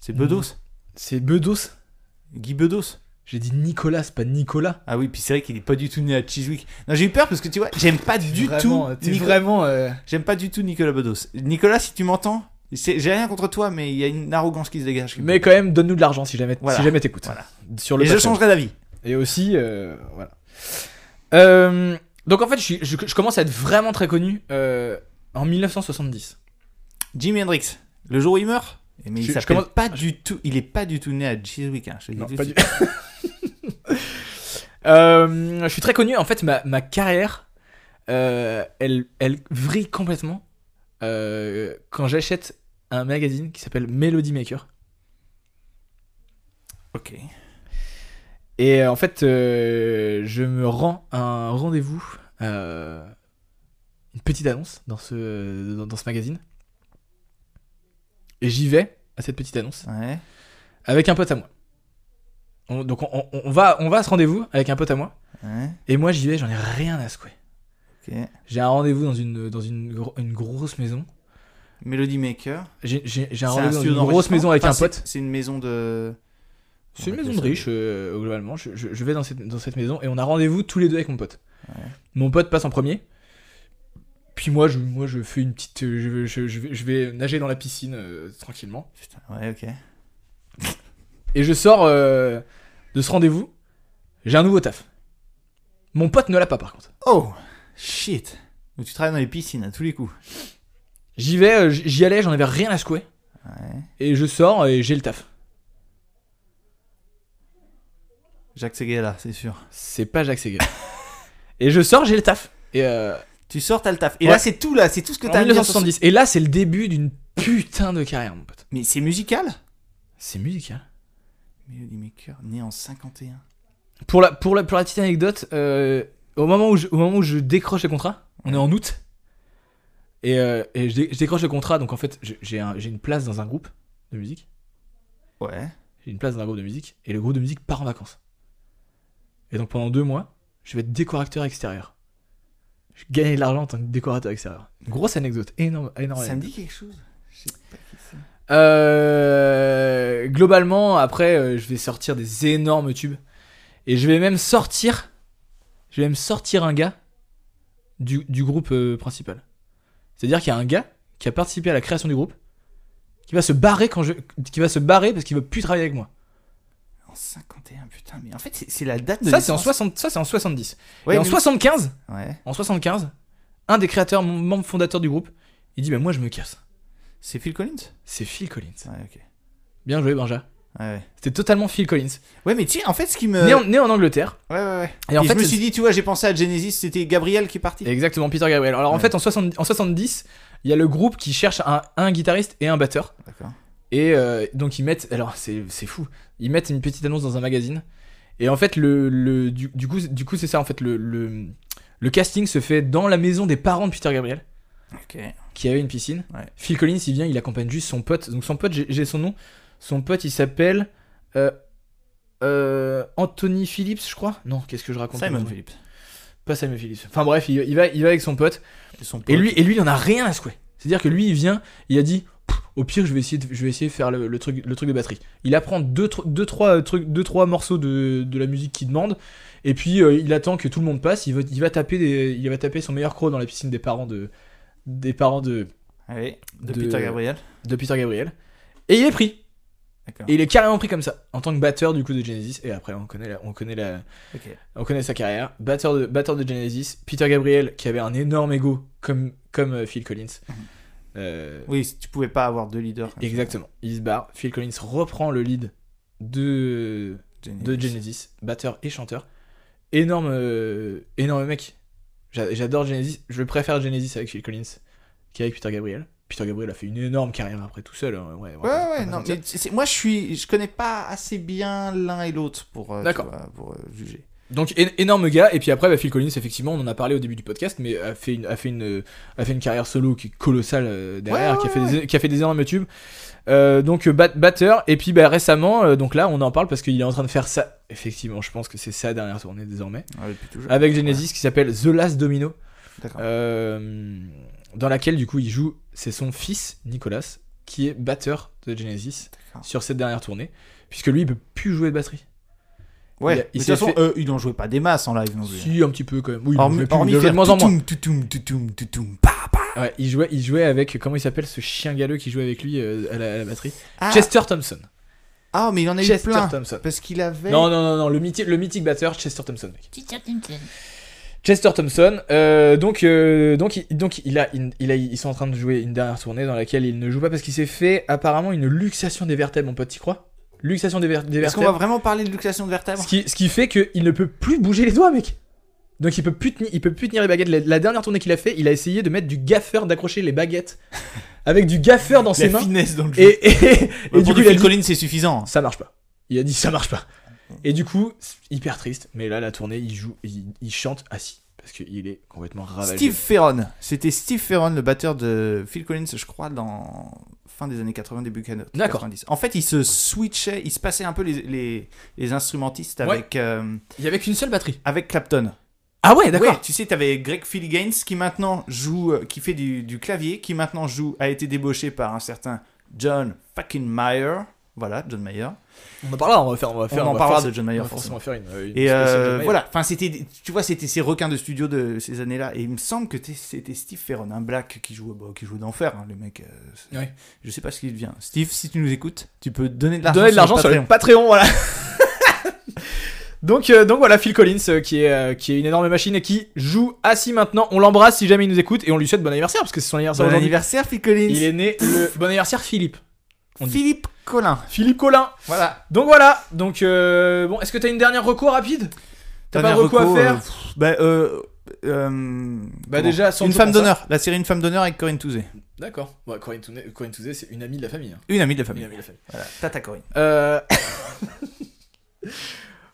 Speaker 2: C'est Bedos.
Speaker 1: C'est Bedos.
Speaker 2: Guy Bedos.
Speaker 1: J'ai dit Nicolas, pas Nicolas.
Speaker 2: Ah oui, puis c'est vrai qu'il est pas du tout né à Chiswick. Non, j'ai eu peur parce que tu vois, j'aime pas du tout. Nico-
Speaker 1: vraiment.
Speaker 2: J'aime pas du tout Nicolas Bedos. Nicolas, si tu m'entends, c'est- j'ai rien contre toi, mais il y a une arrogance qui se dégage.
Speaker 1: Mais quand même, donne-nous de l'argent si jamais,
Speaker 2: Voilà.
Speaker 1: si jamais t'écoutes.
Speaker 2: Voilà.
Speaker 1: Sur le
Speaker 2: Et je
Speaker 1: Patreon.
Speaker 2: changerai d'avis.
Speaker 1: Et aussi, euh, voilà. Euh, donc en fait, je, suis- je- je commence à être vraiment très connu euh, en 1970.
Speaker 2: Jimi Hendrix, le jour où il meurt. Mais
Speaker 1: Je-
Speaker 2: il
Speaker 1: je
Speaker 2: s'appelle
Speaker 1: commence-
Speaker 2: pas du tout. Il est pas du tout né à Chiswick. hein, je te le dis
Speaker 1: Non,
Speaker 2: tout de
Speaker 1: pas
Speaker 2: suite.
Speaker 1: du- Euh, je suis très connu. En fait, ma, ma carrière, euh, elle, elle vrille complètement euh, quand j'achète un magazine qui s'appelle Melody Maker.
Speaker 2: Ok.
Speaker 1: Et euh, en fait, euh, je me rends à un rendez-vous, euh, une petite annonce dans ce, dans, dans ce magazine. Et j'y vais à cette petite annonce
Speaker 2: Ouais.
Speaker 1: avec un pote à moi. On- donc on, on- on va, on va à ce rendez-vous avec un pote à moi.
Speaker 2: Ouais.
Speaker 1: Et moi j'y vais, j'en ai rien à secouer.
Speaker 2: Ok.
Speaker 1: J'ai un rendez-vous dans une, dans une, gro- une grosse maison.
Speaker 2: Melody Maker.
Speaker 1: J'ai j'ai- j'ai un
Speaker 2: C'est un
Speaker 1: rendez-vous dans
Speaker 2: studio
Speaker 1: une grosse
Speaker 2: d'enregistrement
Speaker 1: maison avec
Speaker 2: Enfin,
Speaker 1: un
Speaker 2: c'est-
Speaker 1: pote.
Speaker 2: C'est une maison de.
Speaker 1: C'est une
Speaker 2: On
Speaker 1: maison de
Speaker 2: appelle
Speaker 1: riche,
Speaker 2: ça-
Speaker 1: euh, globalement. Je, je- je vais dans cette, dans cette maison et on a rendez-vous tous les deux avec mon pote. Mon pote passe en premier. Puis moi, je, moi, je fais une petite. euh, Je, vais- je- je vais- je vais nager dans la piscine euh, tranquillement.
Speaker 2: Putain, ouais, ok.
Speaker 1: Et je sors euh, de ce rendez-vous. J'ai un nouveau taf. Mon pote ne l'a pas, par contre.
Speaker 2: Oh Shit Donc tu travailles dans les piscines à tous les coups.
Speaker 1: J'y vais, euh, j- j'y allais, j'en avais rien à secouer.
Speaker 2: Ouais.
Speaker 1: Et je sors et j'ai le taf.
Speaker 2: Jacques Seguela, c'est sûr.
Speaker 1: C'est pas Jacques Seguel. et je sors, j'ai le taf. Et, euh,
Speaker 2: Tu sors, t'as le taf. Et
Speaker 1: Ouais.
Speaker 2: là, c'est tout, là, c'est tout ce que
Speaker 1: En
Speaker 2: t'as. à dire sur ce-
Speaker 1: 1970. Et là, c'est le début d'une putain de carrière, mon pote.
Speaker 2: Mais c'est musical
Speaker 1: C'est musical.
Speaker 2: Melody Maker, né en 51.
Speaker 1: Pour la, pour la, pour la petite anecdote, euh, au, moment où je, au moment où je décroche le contrat, on est en août, et, euh, et je, dé- je décroche le contrat, donc en fait, je- j'ai un- j'ai une place dans un groupe de musique.
Speaker 2: Ouais.
Speaker 1: J'ai une place dans un groupe de musique, et le groupe de musique part en vacances. Et donc pendant deux mois, je vais être décorateur extérieur. Je gagne de l'argent en tant que décorateur extérieur. Grosse anecdote, énorme. énorme
Speaker 2: Ça me
Speaker 1: anecdote.
Speaker 2: dit quelque chose Je sais pas qui c'est.
Speaker 1: Euh, globalement, après, euh, je vais sortir des énormes tubes. Et je vais même sortir. Je vais même sortir un gars du, du groupe euh, principal. C'est-à-dire qu'il y a un gars qui a participé à la création du groupe. Qui va se barrer quand je. Qui va se barrer parce qu'il veut plus travailler avec moi.
Speaker 2: En 51, putain, mais en fait, c'est- c'est la date de
Speaker 1: Ça, c'est en,
Speaker 2: naissance.
Speaker 1: 60 ça, c'est en 70.
Speaker 2: Ouais,
Speaker 1: et en
Speaker 2: mais-
Speaker 1: 75,
Speaker 2: Ouais.
Speaker 1: en 75, un des créateurs, mem- membre fondateur du groupe, il dit Bah, moi, je me casse.
Speaker 2: C'est Phil Collins
Speaker 1: C'est Phil Collins.
Speaker 2: Ouais, ok.
Speaker 1: Bien joué, Benja.
Speaker 2: Ouais, ouais.
Speaker 1: C'était totalement Phil Collins.
Speaker 2: Ouais, mais tu sais, en fait, ce qui me.
Speaker 1: Né, en, né en Angleterre.
Speaker 2: Ouais, ouais, ouais.
Speaker 1: Et en fait,
Speaker 2: Euh. je me
Speaker 1: c'est-
Speaker 2: suis dit, tu vois, j'ai pensé à Genesis, c'était Gabriel qui est parti.
Speaker 1: Exactement, Peter Gabriel. Alors en
Speaker 2: Ouais.
Speaker 1: fait, en 70, en 70, il y a le groupe qui cherche un, un guitariste et un batteur.
Speaker 2: D'accord.
Speaker 1: Et euh, donc ils mettent, alors c'est c'est fou, ils mettent une petite annonce dans un magazine. Et en fait, le, le- du, du coup, du coup, c'est ça en fait, le, le, le casting se fait dans la maison des parents de Peter Gabriel,
Speaker 2: Ok.
Speaker 1: qui avait une piscine.
Speaker 2: Ouais.
Speaker 1: Phil Collins, il vient, il accompagne juste son pote. Donc son pote, j'ai j'ai son nom. Son pote, il s'appelle euh, euh, Anthony Phillips, je crois. Non, qu'est-ce que je raconte
Speaker 2: Simon Phillips.
Speaker 1: Pas Simon Phillips. Enfin bref, il- il va, il va avec son pote.
Speaker 2: Et son
Speaker 1: Et
Speaker 2: pote.
Speaker 1: lui, et lui, il en a rien à secouer. C'est-à-dire que lui, il vient, il a dit, Pff, au pire, je vais essayer, de, je vais essayer de faire le, le truc, le truc de batterie. Il apprend deux, tro- deux, trois, euh, trucs, deux, trois morceaux de, de la musique qu'il demande, et puis euh, il attend que tout le monde passe. Il va, il va taper, des- il va taper son meilleur croc dans la piscine des parents de, des parents de,
Speaker 2: Ouais, Ah de,
Speaker 1: de-
Speaker 2: Peter Gabriel.
Speaker 1: de Peter Gabriel. Et il est pris.
Speaker 2: D'accord.
Speaker 1: Et il est carrément pris comme ça, en tant que batteur du coup de Genesis. Et après, on connaît, la- on connaît la,
Speaker 2: Ok.
Speaker 1: on connaît sa carrière. Batteur de, batteur de Genesis, Peter Gabriel, qui avait un énorme ego, comme, comme euh, Phil Collins. Euh,
Speaker 2: Oui, si tu pouvais pas avoir deux leaders. hein,
Speaker 1: exactement. Il se barre. Phil Collins reprend le lead de,
Speaker 2: Genesis.
Speaker 1: de Genesis, batteur et chanteur. Énorme, euh, énorme mec. J'a- J'adore Genesis. Je préfère Genesis avec Phil Collins qu'avec Peter Gabriel. Peter Gabriel a fait une énorme carrière après tout seul. hein. Ouais, on va
Speaker 2: Ouais,
Speaker 1: pas-
Speaker 2: ouais,
Speaker 1: on va pas
Speaker 2: non,
Speaker 1: se mentir.
Speaker 2: mais c'est- moi je suis, je connais pas assez bien l'un et l'autre pour, euh, tu
Speaker 1: D'accord.
Speaker 2: vois, pour euh, juger.
Speaker 1: Donc é- énorme gars et puis après bah, Phil Collins effectivement on en a parlé au début du podcast mais a fait une a fait une euh, a fait une carrière solo qui est colossale euh, derrière
Speaker 2: Ouais,
Speaker 1: qui a
Speaker 2: ouais,
Speaker 1: fait des qui a fait des énormes tubes Euh, donc euh, bat- batteur et puis bah, récemment euh, donc là on en parle parce qu'il est en train de faire ça effectivement je pense que c'est sa dernière tournée désormais
Speaker 2: Ouais, depuis toujours.
Speaker 1: avec Genesis qui s'appelle The Last Domino
Speaker 2: D'accord.
Speaker 1: euh, dans laquelle du coup il joue c'est son fils Nicolas qui est batteur de Genesis
Speaker 2: D'accord.
Speaker 1: sur cette dernière tournée puisque lui il peut plus jouer de batterie
Speaker 2: Ouais,
Speaker 1: il
Speaker 2: mais de toute
Speaker 1: s'est
Speaker 2: façon,
Speaker 1: fait-
Speaker 2: eux, ils n'en jouaient pas des masses en live non plus.
Speaker 1: si un petit peu quand même oui
Speaker 2: Hormis,
Speaker 1: mais plus,
Speaker 2: hormis
Speaker 1: il en joue
Speaker 2: faire
Speaker 1: de moins en moins
Speaker 2: toutoum, toutoum, toutoum, toutoum, pa, pa.
Speaker 1: Ouais, il jouait, il jouait avec, comment il s'appelle ce chien galeux qui jouait avec lui euh, à, la, à la batterie
Speaker 2: Ah,
Speaker 1: Chester Thompson.
Speaker 2: ah, mais il en a eu
Speaker 1: Chester
Speaker 2: plein.
Speaker 1: Thompson.
Speaker 2: Parce qu'il avait.
Speaker 1: Non, non, non, non, le mythique, le mythique batteur Chester Thompson. mec.
Speaker 3: Chester
Speaker 1: Chester Thompson, euh, donc, euh, donc, il- donc il a, une- il a, ils sont en train de jouer une dernière tournée dans laquelle il ne joue pas parce qu'il s'est fait apparemment une luxation des vertèbres, mon pote, t'y crois Luxation des, ver- des
Speaker 2: Est-ce qu'on va
Speaker 1: vertèbres.
Speaker 2: vraiment parler de luxation de vertèbres
Speaker 1: Ce qui, ce qui fait qu'il ne peut plus bouger les doigts, mec. Donc il peut plus tenir, il peut plus tenir les baguettes. La, la dernière tournée qu'il a fait, il a essayé de mettre du gaffeur, d'accrocher les baguettes avec du gaffeur dans ses
Speaker 2: La
Speaker 1: mains.
Speaker 2: finesse dans le jeu.
Speaker 1: Et, et, et
Speaker 2: Bah,
Speaker 1: du coup,
Speaker 2: pour du
Speaker 1: il a
Speaker 2: Phil
Speaker 1: dit,
Speaker 2: Collins, c'est suffisant.
Speaker 1: ça marche pas. Il a dit, ça marche pas. Et du coup, c'est hyper triste, mais là, la tournée, il joue, il, il chante assis. Parce qu'il est complètement ravagé.
Speaker 2: Steve Ferron. C'était Steve Ferron, le batteur de Phil Collins, je crois, dans fin des années 80, début 90.
Speaker 1: D'accord.
Speaker 2: En fait, il se switchait, il se passait un peu les, les, les instrumentistes
Speaker 1: Ouais.
Speaker 2: avec, euh,
Speaker 1: Il y avait qu'une seule batterie.
Speaker 2: avec Clapton.
Speaker 1: Ah ouais,
Speaker 2: Ouais, tu sais, t'avais Greg Philly Gaines qui maintenant joue, euh, qui fait du, du clavier, qui maintenant joue, a été débauché par un certain John fucking Mayer. Voilà, John Mayer.
Speaker 1: On en parlera, on va faire. On, va faire,
Speaker 2: on en
Speaker 1: va
Speaker 2: parlera
Speaker 1: faire-
Speaker 2: de John
Speaker 1: on
Speaker 2: Mayer,
Speaker 1: va
Speaker 2: forcément.
Speaker 1: forcément faire une. une
Speaker 2: Et
Speaker 1: spéciale
Speaker 2: euh,
Speaker 1: John Mayer.
Speaker 2: voilà, enfin c'était, des- tu vois, c'était ces requins de studio de ces années-là. Et il me semble que t'es- c'était Steve Ferron, un black qui jouait, bah, qui jouait d'enfer, hein, le mec. euh, c'est-
Speaker 1: Ouais.
Speaker 2: Je sais pas ce qu'il devient. Steve, si tu nous écoutes, tu peux donner de l'argent.
Speaker 1: Donner de
Speaker 2: sur
Speaker 1: l'argent sur le Patreon,
Speaker 2: Patreon.
Speaker 1: voilà. donc, euh, donc voilà, Phil Collins, euh, qui, est, euh, qui est une énorme machine et qui joue assis maintenant. On l'embrasse si jamais il nous écoute et on lui souhaite bon anniversaire parce que c'est son anniversaire
Speaker 2: Bon
Speaker 1: aujourd'hui.
Speaker 2: anniversaire, Phil Collins.
Speaker 1: Il est né le. Bon anniversaire, Philippe. on dit.
Speaker 2: Philippe Collin.
Speaker 1: Philippe Collin.
Speaker 2: Voilà.
Speaker 1: Donc voilà, donc euh, bon, est-ce que t'as une dernière recours rapide T'as pas de
Speaker 2: Dernier
Speaker 1: recours à
Speaker 2: recours,
Speaker 1: faire
Speaker 2: euh, pff, bah, euh, euh,
Speaker 1: Bah,
Speaker 2: comment
Speaker 1: déjà, sans
Speaker 2: Une
Speaker 1: tout
Speaker 2: femme
Speaker 1: pour ça.
Speaker 2: d'honneur, la série Une femme d'honneur avec Corinne Touzé.
Speaker 1: D'accord. Ouais, Corinne Touzé, Corinne Touzé, c'est une amie de la famille. hein.
Speaker 2: Une amie de la
Speaker 1: Une
Speaker 2: famille.
Speaker 1: amie de la famille.
Speaker 2: Voilà. Tata Corinne.
Speaker 1: Euh,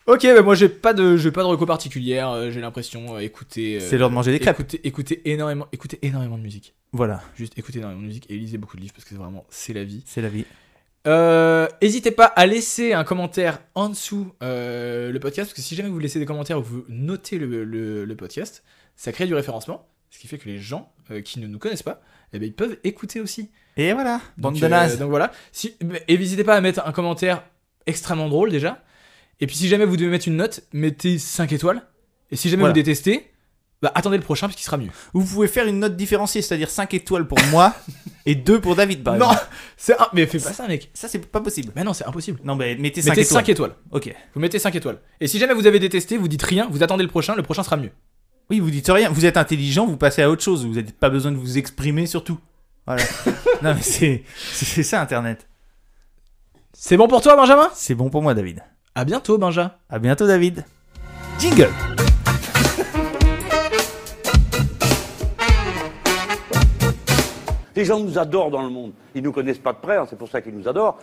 Speaker 1: ok, bah moi j'ai pas de, j'ai pas de recours particulière. euh, J'ai l'impression euh, écouter. euh,
Speaker 2: C'est l'heure de manger des crêpes.
Speaker 1: écouter, écouter énormément, écouter énormément de musique.
Speaker 2: Voilà,
Speaker 1: Juste écouter énormément de musique et lisez beaucoup de livres parce que c'est vraiment c'est la vie.
Speaker 2: c'est la vie.
Speaker 1: Euh, N'hésitez pas à laisser un commentaire en dessous euh, le podcast, parce que si jamais vous laissez des commentaires ou vous notez le, le- le podcast, ça crée du référencement, ce qui fait que les gens euh, qui ne nous connaissent pas, eh ben, ils peuvent écouter aussi.
Speaker 2: Et voilà, bande
Speaker 1: donc,
Speaker 2: de
Speaker 1: euh,
Speaker 2: nazes.
Speaker 1: donc voilà. Si, et n'hésitez pas à mettre un commentaire extrêmement drôle déjà. Et puis si jamais vous devez mettre une note, mettez 5 étoiles. Et si jamais
Speaker 2: Voilà.
Speaker 1: vous détestez, bah, attendez le prochain parce qu'il sera mieux.
Speaker 2: Vous pouvez faire une note différenciée, c'est-à-dire 5 étoiles pour moi et 2 pour David, par
Speaker 1: non,
Speaker 2: exemple.
Speaker 1: c'est un- mais fais pas ça mec.
Speaker 2: Ça, c'est pas possible.
Speaker 1: Bah non, c'est impossible.
Speaker 2: Non, mais mettez 5
Speaker 1: Mettez
Speaker 2: étoiles.
Speaker 1: 5 étoiles.
Speaker 2: Ok.
Speaker 1: Vous mettez 5 étoiles. Et si jamais vous avez détesté, vous dites rien, vous attendez le prochain, le prochain sera mieux.
Speaker 2: Oui, vous dites rien. Vous êtes intelligent, vous passez à autre chose. Vous n'avez pas besoin de vous exprimer surtout. Voilà. non, mais c'est c'est- c'est ça, Internet.
Speaker 1: C'est bon pour toi, Benjamin
Speaker 2: C'est bon pour moi, David.
Speaker 1: À bientôt, Benja.
Speaker 2: À bientôt, David. Jingle.
Speaker 3: Les gens nous adorent dans le monde. Ils nous connaissent pas de près, hein, c'est pour ça qu'ils nous adorent.